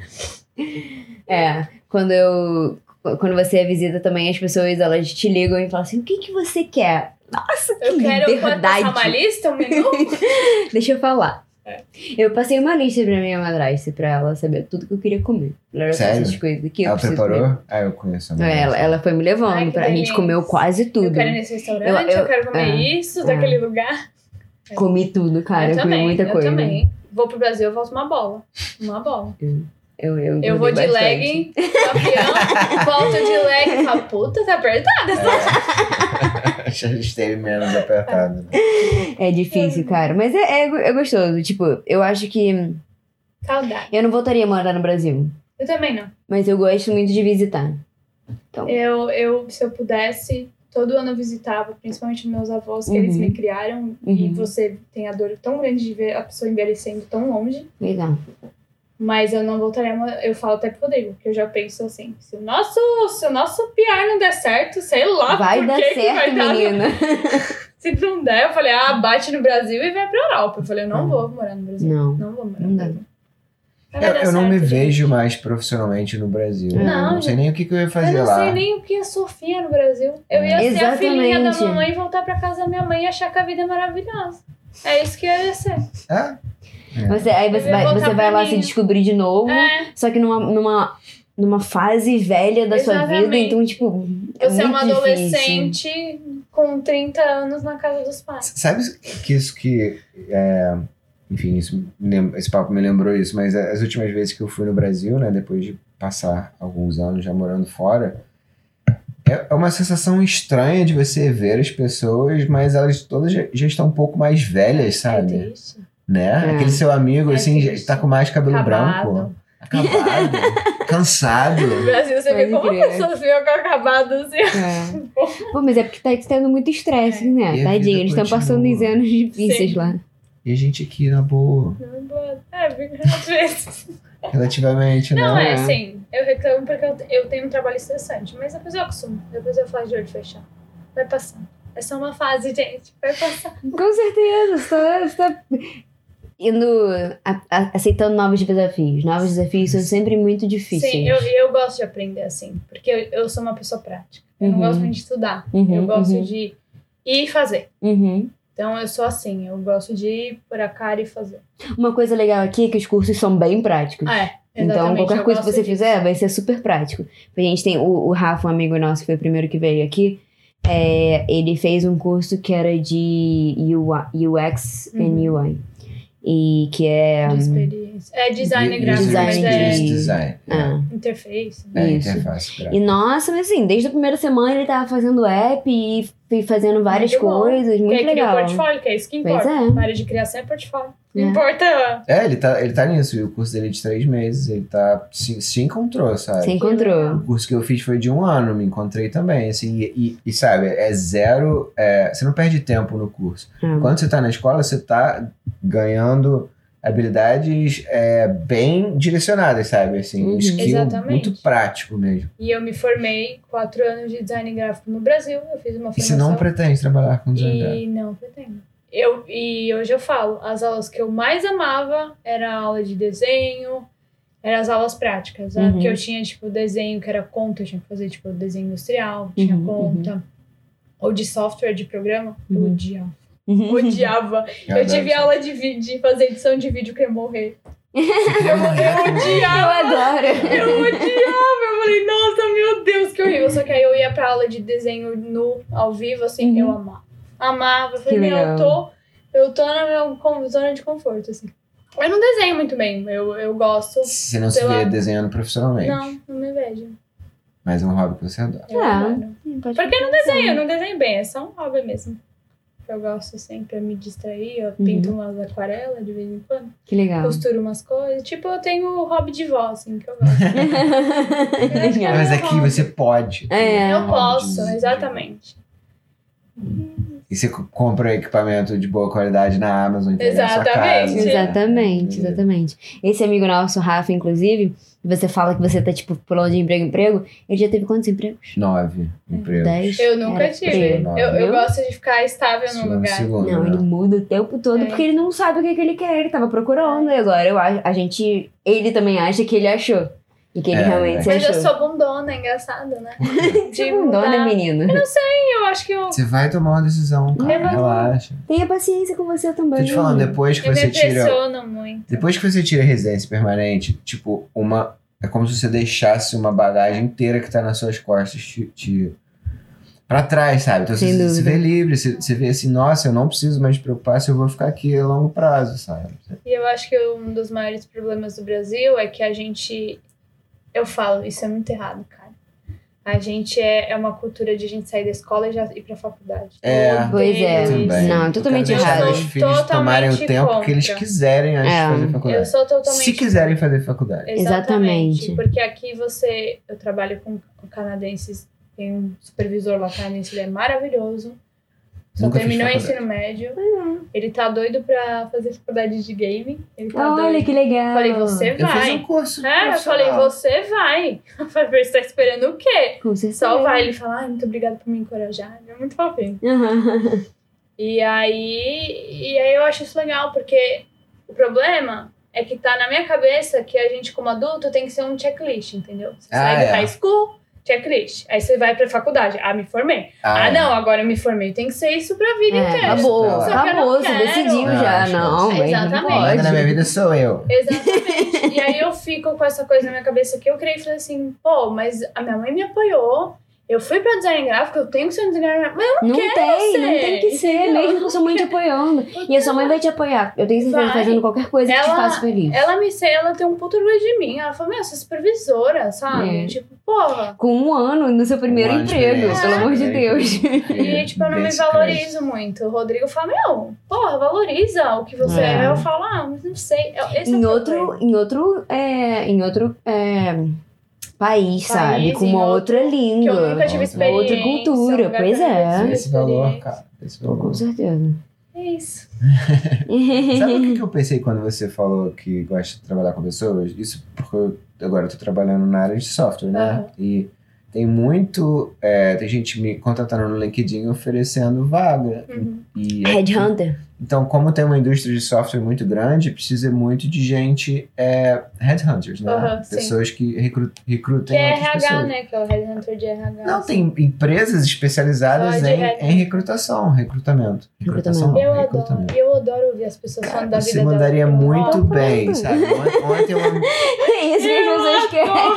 Speaker 1: É, quando eu. quando você visita também as pessoas, elas te ligam e falam assim: o que, que você quer? Nossa, que
Speaker 2: Eu quero eu posso
Speaker 1: liberdade!
Speaker 2: passar uma lista,
Speaker 1: (laughs)
Speaker 2: um menu?
Speaker 1: Deixa eu falar.
Speaker 2: É.
Speaker 1: Eu passei uma lista pra minha madrasta, pra ela saber tudo que eu queria comer. Ela era
Speaker 3: Sério?
Speaker 1: essas coisas que eu
Speaker 3: Ela
Speaker 1: preciso
Speaker 3: preparou?
Speaker 1: comer.
Speaker 3: Ah, eu conheço a
Speaker 1: Não, é
Speaker 3: mulher.
Speaker 1: Ela, ela foi me levando,
Speaker 2: Ai, que
Speaker 1: pra, a gente
Speaker 2: delícia.
Speaker 1: comeu quase
Speaker 2: Eu
Speaker 1: tudo.
Speaker 2: quero ir nesse restaurante,
Speaker 1: Eu-
Speaker 2: eu,
Speaker 1: eu-
Speaker 2: quero comer
Speaker 1: é.
Speaker 2: isso, daquele lugar.
Speaker 1: Comi tudo, cara.
Speaker 2: eu
Speaker 1: Eu, comi
Speaker 2: também,
Speaker 1: muita
Speaker 2: eu
Speaker 1: coisa.
Speaker 2: também. Vou pro Brasil, eu volto uma bola. Uma bola.
Speaker 1: Eu, eu, engordei
Speaker 2: Eu vou de
Speaker 1: bastante.
Speaker 2: legging, campeão, volto de legging. Falo, puta, tá apertada essa
Speaker 3: (laughs) Já esteve menos apertada. né?
Speaker 1: É difícil, cara. Mas é, é, é gostoso. Tipo, eu acho que.
Speaker 2: saudade.
Speaker 1: Eu não voltaria a morar no Brasil.
Speaker 2: Eu também não.
Speaker 1: Mas eu gosto muito de visitar.
Speaker 2: Eu, eu, se eu pudesse, todo ano eu visitava, principalmente meus avós, que
Speaker 1: Uhum.
Speaker 2: eles me criaram. E
Speaker 1: Uhum.
Speaker 2: você tem a dor tão grande de ver a pessoa envelhecendo tão longe.
Speaker 1: Legal.
Speaker 2: Mas eu não voltaria, a mo- eu falo até pro Rodrigo, que eu já penso assim, se o nosso, se o nosso PR não der certo, sei lá
Speaker 1: Vai
Speaker 2: Ah, por
Speaker 1: dar
Speaker 2: que que
Speaker 1: certo,
Speaker 2: vai dar.
Speaker 3: (laughs)
Speaker 1: menina.
Speaker 2: (laughs) Se não der, eu falei, ah, bate no Brasil e vai pra Europa. Eu falei, eu não
Speaker 1: Ah.
Speaker 2: vou morar no Brasil.
Speaker 1: Não.
Speaker 2: Não vou morar
Speaker 1: Não
Speaker 2: no
Speaker 1: dá.
Speaker 2: Brasil. Mas É, vai
Speaker 3: É, Eu,
Speaker 2: dar
Speaker 3: eu não me
Speaker 2: certo, gente.
Speaker 3: vejo mais profissionalmente no Brasil.
Speaker 1: Não,
Speaker 3: Eu não sei nem o que, que eu ia fazer
Speaker 2: eu não
Speaker 3: lá.
Speaker 2: sei nem o que é Sofia no Brasil. Eu ia ser a
Speaker 1: Exatamente.
Speaker 2: filhinha da mamãe, voltar pra casa da minha mãe e achar que a vida é maravilhosa. É isso que eu ia ser.
Speaker 3: Ah,
Speaker 1: Você, aí
Speaker 2: Eu
Speaker 1: você
Speaker 2: ia
Speaker 1: vai,
Speaker 2: voltar
Speaker 1: você vai
Speaker 2: pra
Speaker 1: lá
Speaker 2: mim.
Speaker 1: se descobrir de novo.
Speaker 2: É,
Speaker 1: Só que numa, numa, numa fase velha da sua vida.
Speaker 2: Exatamente.
Speaker 1: Então, tipo. é
Speaker 2: eu ser
Speaker 1: muito
Speaker 2: uma
Speaker 1: difícil.
Speaker 2: adolescente com 30 anos na casa dos pais.
Speaker 3: Sabe que isso que. é, enfim, isso me lem- esse papo me lembrou isso, mas as últimas vezes que eu fui no Brasil, né, depois de passar alguns anos já morando fora, é é uma sensação estranha de você ver as pessoas, mas elas todas já, já estão um pouco mais velhas,
Speaker 2: É
Speaker 3: sabe?
Speaker 2: triste.
Speaker 3: Né? Aquele seu amigo,
Speaker 2: É
Speaker 3: assim, já
Speaker 2: triste.
Speaker 3: tá com mais cabelo
Speaker 2: Acabado.
Speaker 3: branco, acabado,
Speaker 2: No
Speaker 3: cansado.
Speaker 2: Brasil, você vê
Speaker 1: Pode
Speaker 2: como
Speaker 1: crer.
Speaker 2: as pessoas ficam acabadas assim.
Speaker 1: É. Pô, mas é porque tá tendo muito estresse,
Speaker 3: E a
Speaker 1: né?
Speaker 3: vida
Speaker 1: Tadinho, eles estão
Speaker 3: continua.
Speaker 1: passando uns anos difíceis
Speaker 2: É. Sim.
Speaker 1: lá.
Speaker 3: E a gente aqui, na boa,
Speaker 2: É, fica às vezes.
Speaker 3: relativamente, né?
Speaker 2: Não, é
Speaker 1: é.
Speaker 2: assim. Eu reclamo porque eu, eu tenho um trabalho estressante. Mas depois eu acostumo. Depois eu faço de olho fechado. Vai passando. É só uma fase, gente. Vai passar.
Speaker 1: Com certeza, você tá, você tá indo a- a- aceitando novos desafios. Novos desafios são sempre muito difíceis.
Speaker 2: Sim, eu, eu gosto de aprender assim, porque eu, eu sou uma pessoa prática. Eu
Speaker 1: Uhum.
Speaker 2: não gosto muito de estudar.
Speaker 1: Uhum,
Speaker 2: eu gosto
Speaker 1: uhum,
Speaker 2: de ir e fazer.
Speaker 1: uhum.
Speaker 2: Então eu sou assim, eu gosto de ir por a cara e fazer.
Speaker 1: Uma coisa legal aqui é que os cursos são bem práticos.
Speaker 2: Ah, é.
Speaker 1: então,
Speaker 2: exatamente,
Speaker 1: qualquer
Speaker 2: eu
Speaker 1: coisa que
Speaker 2: gosto
Speaker 1: você
Speaker 2: de-
Speaker 1: fizer vai ser super prático. A gente tem o, o Rafa, um amigo nosso, que foi o primeiro que veio aqui. é, ele fez um curso que era de UI UX
Speaker 2: Uhum.
Speaker 1: and UI. E que é.
Speaker 2: de experiência. É design gráfico,
Speaker 1: Design
Speaker 2: mas
Speaker 3: de...
Speaker 1: de-
Speaker 3: design.
Speaker 1: ah,
Speaker 2: é interface. Né?
Speaker 3: É,
Speaker 1: Isso.
Speaker 3: interface gráfica.
Speaker 1: E nossa, mas assim, desde a primeira semana ele tava fazendo app e e fazendo várias
Speaker 2: Muito bom.
Speaker 1: coisas,
Speaker 2: Que
Speaker 1: muito
Speaker 2: aí cria o
Speaker 1: legal.
Speaker 2: portfólio, que é isso que
Speaker 1: Pois
Speaker 2: importa.
Speaker 1: é.
Speaker 2: A área de criação é portfólio. Não
Speaker 1: É.
Speaker 2: importa.
Speaker 3: É, ele tá, ele tá nisso. E o curso dele é de três meses. Ele tá. Se, se encontrou, sabe?
Speaker 1: Você é, encontrou.
Speaker 3: O curso que eu fiz foi de um ano, me encontrei também. Assim, e, e- e, sabe, é zero. é, você não perde tempo no curso.
Speaker 1: Ah,
Speaker 3: Quando você tá na escola, você tá ganhando habilidades é, bem direcionadas, sabe? Assim, um
Speaker 1: Uhum.
Speaker 3: skill
Speaker 2: Exatamente.
Speaker 3: muito prático mesmo.
Speaker 2: E eu me formei quatro anos de design gráfico no Brasil. Eu fiz uma
Speaker 3: E
Speaker 2: formação.
Speaker 3: você não pretende trabalhar com
Speaker 1: é,
Speaker 3: design gráfico.
Speaker 2: E não pretendo. Eu, e hoje eu falo, as aulas que eu mais amava era a aula de desenho, eram as aulas práticas. né?
Speaker 1: Uhum.
Speaker 2: Que eu tinha, tipo, desenho que era conta, eu tinha que fazer, tipo, desenho industrial, tinha
Speaker 1: Uhum,
Speaker 2: conta. Ou de software, de programa, eu
Speaker 1: Uhum.
Speaker 2: odiava. (laughs) Odiava. eu tive
Speaker 3: adoro
Speaker 2: aula de, vi- de fazer edição de vídeo que eu ia morrer. (laughs) Eu, eu
Speaker 1: (laughs) Eu
Speaker 2: odiava.
Speaker 1: adoro.
Speaker 2: Eu odiava, eu falei, nossa, meu Deus, que horrível. Só que aí eu ia pra aula de desenho nu, ao vivo, assim,
Speaker 1: Uhum.
Speaker 2: eu amava. Amava, eu falei,
Speaker 1: Que
Speaker 2: meu, eu
Speaker 1: legal.
Speaker 2: tô, eu tô na minha con- zona de conforto, assim. Eu não desenho muito bem, eu, eu gosto.
Speaker 3: isso. Você não se
Speaker 2: Sei lá.
Speaker 3: vê desenhando profissionalmente.
Speaker 2: Não, não me vejo.
Speaker 3: Mas é um hobby que você adora.
Speaker 2: Eu
Speaker 1: Ah.
Speaker 2: adoro. Por que não desenho? Eu não desenho bem, é só um hobby mesmo. Eu gosto sempre pra me distrair,
Speaker 1: Uhum.
Speaker 2: eu pinto umas aquarelas de vez em quando,
Speaker 1: (laughs) Que legal. (laughs)
Speaker 2: costuro umas coisas. Tipo, eu tenho o hobby de vó, assim, que eu gosto.
Speaker 1: legal.
Speaker 3: Mas aqui
Speaker 2: hobby.
Speaker 3: você pode.
Speaker 1: (laughs) É.
Speaker 2: eu posso,
Speaker 3: Hobbies.
Speaker 2: exatamente.
Speaker 3: E você co- compra equipamento de boa qualidade na Amazon. entrega na sua
Speaker 2: Exatamente.
Speaker 3: casa.
Speaker 2: Uhum.
Speaker 1: Exatamente, exatamente. Esse amigo nosso, Rafa, inclusive, você fala que você tá, tipo, pulando de emprego em emprego, ele já teve quantos empregos?
Speaker 3: Nove empregos.
Speaker 1: Dez?
Speaker 2: Eu nunca
Speaker 1: Era
Speaker 2: tive.
Speaker 1: três.
Speaker 3: Não.
Speaker 2: Eu, eu
Speaker 1: Viu?
Speaker 2: gosto de ficar estável
Speaker 3: Isso
Speaker 2: num
Speaker 3: é um
Speaker 2: lugar.
Speaker 3: segundo,
Speaker 1: Não,
Speaker 3: né?
Speaker 1: ele muda o tempo todo
Speaker 2: É.
Speaker 1: porque ele não sabe o que, que ele quer. Ele tava procurando e agora eu, a, a gente. Ele também acha que ele achou. E que ele
Speaker 3: É,
Speaker 1: realmente
Speaker 3: é.
Speaker 1: se
Speaker 2: né? Mas eu
Speaker 1: achou.
Speaker 2: sou bundona, é
Speaker 1: (laughs)
Speaker 2: engraçado, né?
Speaker 1: Você é bundona,
Speaker 2: mudar.
Speaker 1: menino.
Speaker 2: E eu acho que eu.
Speaker 3: Você vai tomar uma decisão, cara.
Speaker 2: Leva-
Speaker 3: Relaxa.
Speaker 1: Tenha paciência com você também.
Speaker 3: Tô te
Speaker 2: é
Speaker 3: falando, depois que
Speaker 2: Eu me
Speaker 3: você tira.
Speaker 2: impressiono muito.
Speaker 3: Depois que você tira a residência permanente, tipo, uma. É como se você deixasse uma bagagem inteira que tá nas suas costas te. te pra trás, sabe? Então
Speaker 1: Sem
Speaker 3: você se- se
Speaker 1: dúvida.
Speaker 3: vê livre, você, você vê assim, nossa, eu não preciso mais me preocupar se eu vou ficar aqui a longo prazo, sabe?
Speaker 2: E eu acho que um dos maiores problemas do Brasil é que a gente. Eu falo, isso é muito errado, cara. A gente é, é uma cultura de a gente sair da escola e já ir pra faculdade.
Speaker 3: É.
Speaker 2: Eu odeio
Speaker 1: Pois é.
Speaker 2: isso.
Speaker 3: Também.
Speaker 1: Não,
Speaker 3: Eu
Speaker 1: totalmente
Speaker 3: quero deixar
Speaker 2: errado.
Speaker 3: meus
Speaker 2: Eu sou
Speaker 3: filhos tomarem o
Speaker 2: totalmente
Speaker 3: tempo que
Speaker 2: contra.
Speaker 3: eles quiserem antes
Speaker 1: É.
Speaker 3: de fazer
Speaker 2: Eu
Speaker 3: faculdade.
Speaker 2: sou totalmente.
Speaker 3: Se quiserem fazer faculdade.
Speaker 1: Exatamente.
Speaker 2: Porque aqui você. Eu trabalho com com canadenses, tem um supervisor lá canadense, ele é maravilhoso. Só
Speaker 3: Nunca fiz
Speaker 2: terminou o
Speaker 3: faculdade.
Speaker 2: ensino médio.
Speaker 1: Uhum.
Speaker 2: Ele tá doido pra fazer faculdade de game. Ele tá
Speaker 1: Olha
Speaker 2: doido.
Speaker 1: que legal.
Speaker 2: Eu falei, você
Speaker 3: Eu fiz
Speaker 2: vai.
Speaker 3: um curso.
Speaker 2: É, eu
Speaker 3: profissional.
Speaker 2: falei, você vai. (laughs) Eu falei, você tá esperando o quê?
Speaker 1: Com certeza. (laughs)
Speaker 2: Só vai. Ele fala, ai, muito obrigado por me encorajar. Ele É muito fofinho.
Speaker 1: Aham.
Speaker 2: E aí, e aí eu acho isso legal, porque o problema é que tá na minha cabeça que a gente, como adulto, tem que ser um checklist, entendeu? Você
Speaker 3: Ah,
Speaker 2: sai
Speaker 3: é.
Speaker 2: do high school, checklist. Aí você vai pra faculdade. Ah, me formei. Ah,
Speaker 3: é.
Speaker 2: não, agora eu me formei. Tem que ser isso pra vida
Speaker 1: É,
Speaker 2: inteira.
Speaker 1: acabou,
Speaker 3: Só que eu
Speaker 2: não
Speaker 1: acabou, você
Speaker 2: quero.
Speaker 1: decidiu
Speaker 3: Não,
Speaker 1: já.
Speaker 3: acho
Speaker 1: Não, mas
Speaker 2: que-
Speaker 1: não
Speaker 2: Exatamente.
Speaker 3: Quem manda na minha
Speaker 1: pode.
Speaker 3: vida sou eu.
Speaker 2: Exatamente. e aí eu fico com essa coisa na minha cabeça que eu criei e falei assim, pô, mas a minha mãe me apoiou. Eu fui pra design gráfico, eu tenho que ser um designer gráfico. Mas
Speaker 1: Não
Speaker 2: quero
Speaker 1: tem, não
Speaker 2: ser.
Speaker 1: tem que ser,
Speaker 2: Eu
Speaker 1: mesmo com sua mãe te
Speaker 2: (laughs)
Speaker 1: apoiando. E a sua mãe vai te apoiar. Eu tenho certeza, tá
Speaker 2: Vai.
Speaker 1: fazendo qualquer coisa que te
Speaker 2: Ela-
Speaker 1: faça feliz.
Speaker 2: ela me ela tem um puto orgulho de mim. Ela falou, meu, você é supervisora, sabe?
Speaker 1: É.
Speaker 2: Tipo, porra.
Speaker 1: Com um ano no seu primeiro
Speaker 3: ano de
Speaker 1: emprego,
Speaker 3: experiência,
Speaker 1: pelo amor de
Speaker 3: né?
Speaker 1: Deus.
Speaker 2: E, tipo, eu não me
Speaker 3: Desse
Speaker 2: valorizo muito. O Rodrigo fala, meu, porra, valoriza o que você é.
Speaker 1: É.
Speaker 2: Eu falo, ah, mas não sei. Eu- Esse é
Speaker 1: em
Speaker 2: o
Speaker 1: outro,
Speaker 2: problema.
Speaker 1: em outro, é, em outro é, país, sabe? Com
Speaker 2: em
Speaker 1: uma
Speaker 2: outro-
Speaker 1: outra
Speaker 2: Que eu
Speaker 1: língua.
Speaker 2: nunca tive
Speaker 3: Uma
Speaker 2: experiência.
Speaker 1: outra cultura,
Speaker 2: um lugar
Speaker 1: pois
Speaker 2: que eu
Speaker 1: é.
Speaker 2: não
Speaker 3: crente.
Speaker 2: tive
Speaker 3: Esse valor,
Speaker 2: experiência.
Speaker 3: cara. Esse
Speaker 1: Com
Speaker 3: valor.
Speaker 2: (laughs)
Speaker 1: certeza.
Speaker 2: É isso.
Speaker 3: Sabe o que que eu pensei quando você falou que gosta de trabalhar com pessoas? Isso porque eu, agora eu tô trabalhando na área de software, né?
Speaker 2: Aham.
Speaker 3: E tem muito. é, tem gente me contratando no LinkedIn oferecendo vaga.
Speaker 2: Uhum.
Speaker 3: E
Speaker 1: Headhunter.
Speaker 3: Então, como tem uma indústria de software muito grande, precisa muito de gente é, headhunters, né?
Speaker 2: Aham, sim.
Speaker 3: pessoas que recru-
Speaker 2: Que
Speaker 3: recrutam
Speaker 2: é
Speaker 3: outras
Speaker 2: RH,
Speaker 3: pessoas.
Speaker 2: né? Que é o headhunter de RH.
Speaker 3: Não, tem empresas especializadas
Speaker 2: Só de
Speaker 3: em,
Speaker 2: head-
Speaker 3: em recrutação, recrutamento. Recrutação não,
Speaker 2: Eu adoro,
Speaker 3: recrutamento.
Speaker 2: eu adoro ouvir as pessoas falando da
Speaker 3: Cara,
Speaker 2: vida
Speaker 3: você
Speaker 2: delas.
Speaker 3: mandaria
Speaker 2: Eu
Speaker 3: muito
Speaker 2: amo.
Speaker 3: bem, sabe? Ont- Ontem uma,
Speaker 1: É isso que as pessoas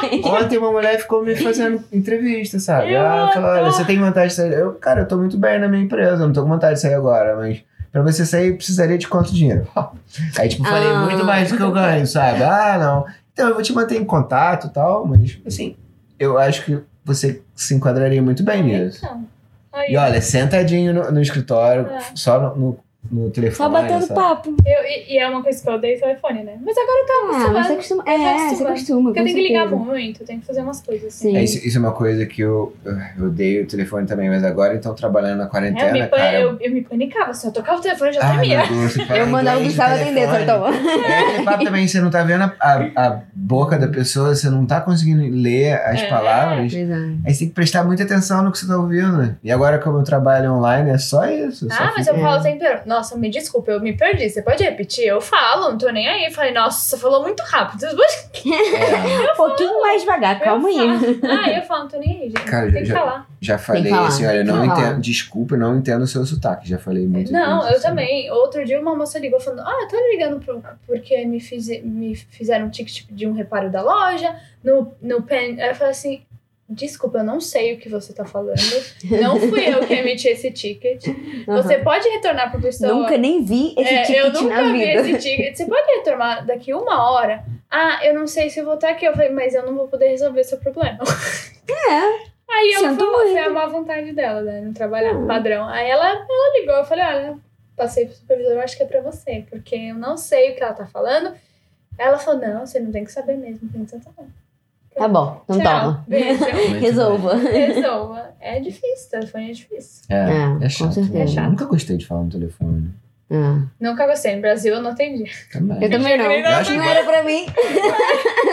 Speaker 1: querem.
Speaker 3: ontem uma mulher ficou me fazendo entrevista, sabe?
Speaker 2: Eu
Speaker 3: Ela falou, olha,
Speaker 2: adoro.
Speaker 3: você tem vontade de sair? Eu, cara, eu tô muito bem na minha empresa, eu não tô com vontade de sair agora, mas pra você sair, precisaria de quanto dinheiro? (laughs) Aí, tipo, falei
Speaker 1: Ah.
Speaker 3: muito mais do que eu ganho, sabe? Ah, não. Então, eu vou te manter em contato e tal, mas, assim, eu acho que você se enquadraria muito bem nisso.
Speaker 2: Então, aí,
Speaker 3: Tá E olha, sentadinho no, no escritório,
Speaker 2: É.
Speaker 3: só no, no, no telefone.
Speaker 1: Só batendo
Speaker 3: sabe?
Speaker 1: papo.
Speaker 2: eu- e, e é uma coisa que eu odeio seu iPhone, né? Mas agora eu tô
Speaker 1: Ah,
Speaker 2: acostumada.
Speaker 1: mas você acostuma. É, você acostuma.
Speaker 2: porque eu
Speaker 1: com
Speaker 2: tenho que ligar
Speaker 1: certeza.
Speaker 2: muito, eu tenho que fazer umas coisas. assim.
Speaker 1: Sim.
Speaker 3: É, isso, isso é uma coisa que eu, eu odeio o telefone também, mas agora então trabalhando na
Speaker 2: É, eu,
Speaker 3: quarentena,
Speaker 2: me, pan-
Speaker 3: cara. Ah,
Speaker 2: eu, eu me panicava, se eu tocava o telefone eu já
Speaker 3: Ai, meu
Speaker 2: tremia.
Speaker 3: Deus,
Speaker 2: (laughs)
Speaker 3: você fala
Speaker 1: Eu mandava o
Speaker 3: inglês no
Speaker 1: Gustavo atender,
Speaker 3: telefone.
Speaker 1: então.
Speaker 3: É aquele papo também, você não tá vendo a, a, a boca da pessoa, você não tá conseguindo ler as
Speaker 2: É.
Speaker 3: palavras. Aí você tem que prestar muita atenção no que você tá ouvindo. E agora, como eu trabalho online, é só isso. só
Speaker 2: Ah, mas eu falo o tempo inteiro. Nossa, me desculpa, eu me perdi. Você pode repetir? Eu falo, não tô nem aí. Eu Falei, nossa, você falou muito rápido. Eu
Speaker 3: É,
Speaker 1: Um pouquinho mais devagar, calma aí.
Speaker 2: falo. Ah, eu falo, não tô nem aí, gente.
Speaker 3: Cara,
Speaker 2: Tem que
Speaker 3: já-
Speaker 2: falar.
Speaker 3: já falei
Speaker 1: falar,
Speaker 3: assim, olha, eu
Speaker 1: tem
Speaker 3: não
Speaker 1: que falar.
Speaker 3: entendo. Desculpa, eu não entendo o seu sotaque. Já falei muito.
Speaker 2: Não,
Speaker 3: vezes,
Speaker 2: eu
Speaker 3: assim.
Speaker 2: também. Outro dia uma moça ligou falando: Ah, eu tô ligando pro, porque me, fiz, me fizeram um ticket de um reparo da loja. No, no pen. Eu falei assim: Desculpa, eu não sei o que você tá falando. Não fui eu que emiti
Speaker 1: (laughs)
Speaker 2: esse ticket. Você pode retornar pra pessoa.
Speaker 1: Nunca nem vi esse
Speaker 2: É, eu
Speaker 1: ticket
Speaker 2: nunca
Speaker 1: na
Speaker 2: vi
Speaker 1: vida.
Speaker 2: esse ticket. Você pode retornar daqui uma hora? Ah, eu não sei se eu vou estar aqui. Eu falei, mas eu não vou poder resolver seu problema.
Speaker 1: É.
Speaker 2: (laughs) Aí ela
Speaker 1: Sinto
Speaker 2: falou,
Speaker 1: muito. Hum.
Speaker 2: foi a má vontade dela, né? Não trabalhar padrão. Aí ela, ela ligou, eu falei, olha, passei pro supervisor, eu acho que é pra você, porque eu não sei o que ela tá falando. Ela falou, não, você não tem que saber mesmo, tem que tentar.
Speaker 1: (laughs) Tá bom, então toma.
Speaker 2: Tchau,
Speaker 3: (laughs)
Speaker 2: beijo,
Speaker 3: Muito
Speaker 1: Resolva.
Speaker 3: né?
Speaker 2: resolva. É difícil, telefone é difícil.
Speaker 3: bem. É.
Speaker 1: É,
Speaker 3: É
Speaker 1: com
Speaker 3: chato. né?
Speaker 1: certeza.
Speaker 2: É chato.
Speaker 3: Eu nunca gostei de falar no telefone. né?
Speaker 1: É.
Speaker 2: Nunca gostei, no Brasil eu não atendi.
Speaker 3: Também.
Speaker 1: Eu também não.
Speaker 2: Eu
Speaker 3: acho que
Speaker 1: não era pra mim. (laughs) Eu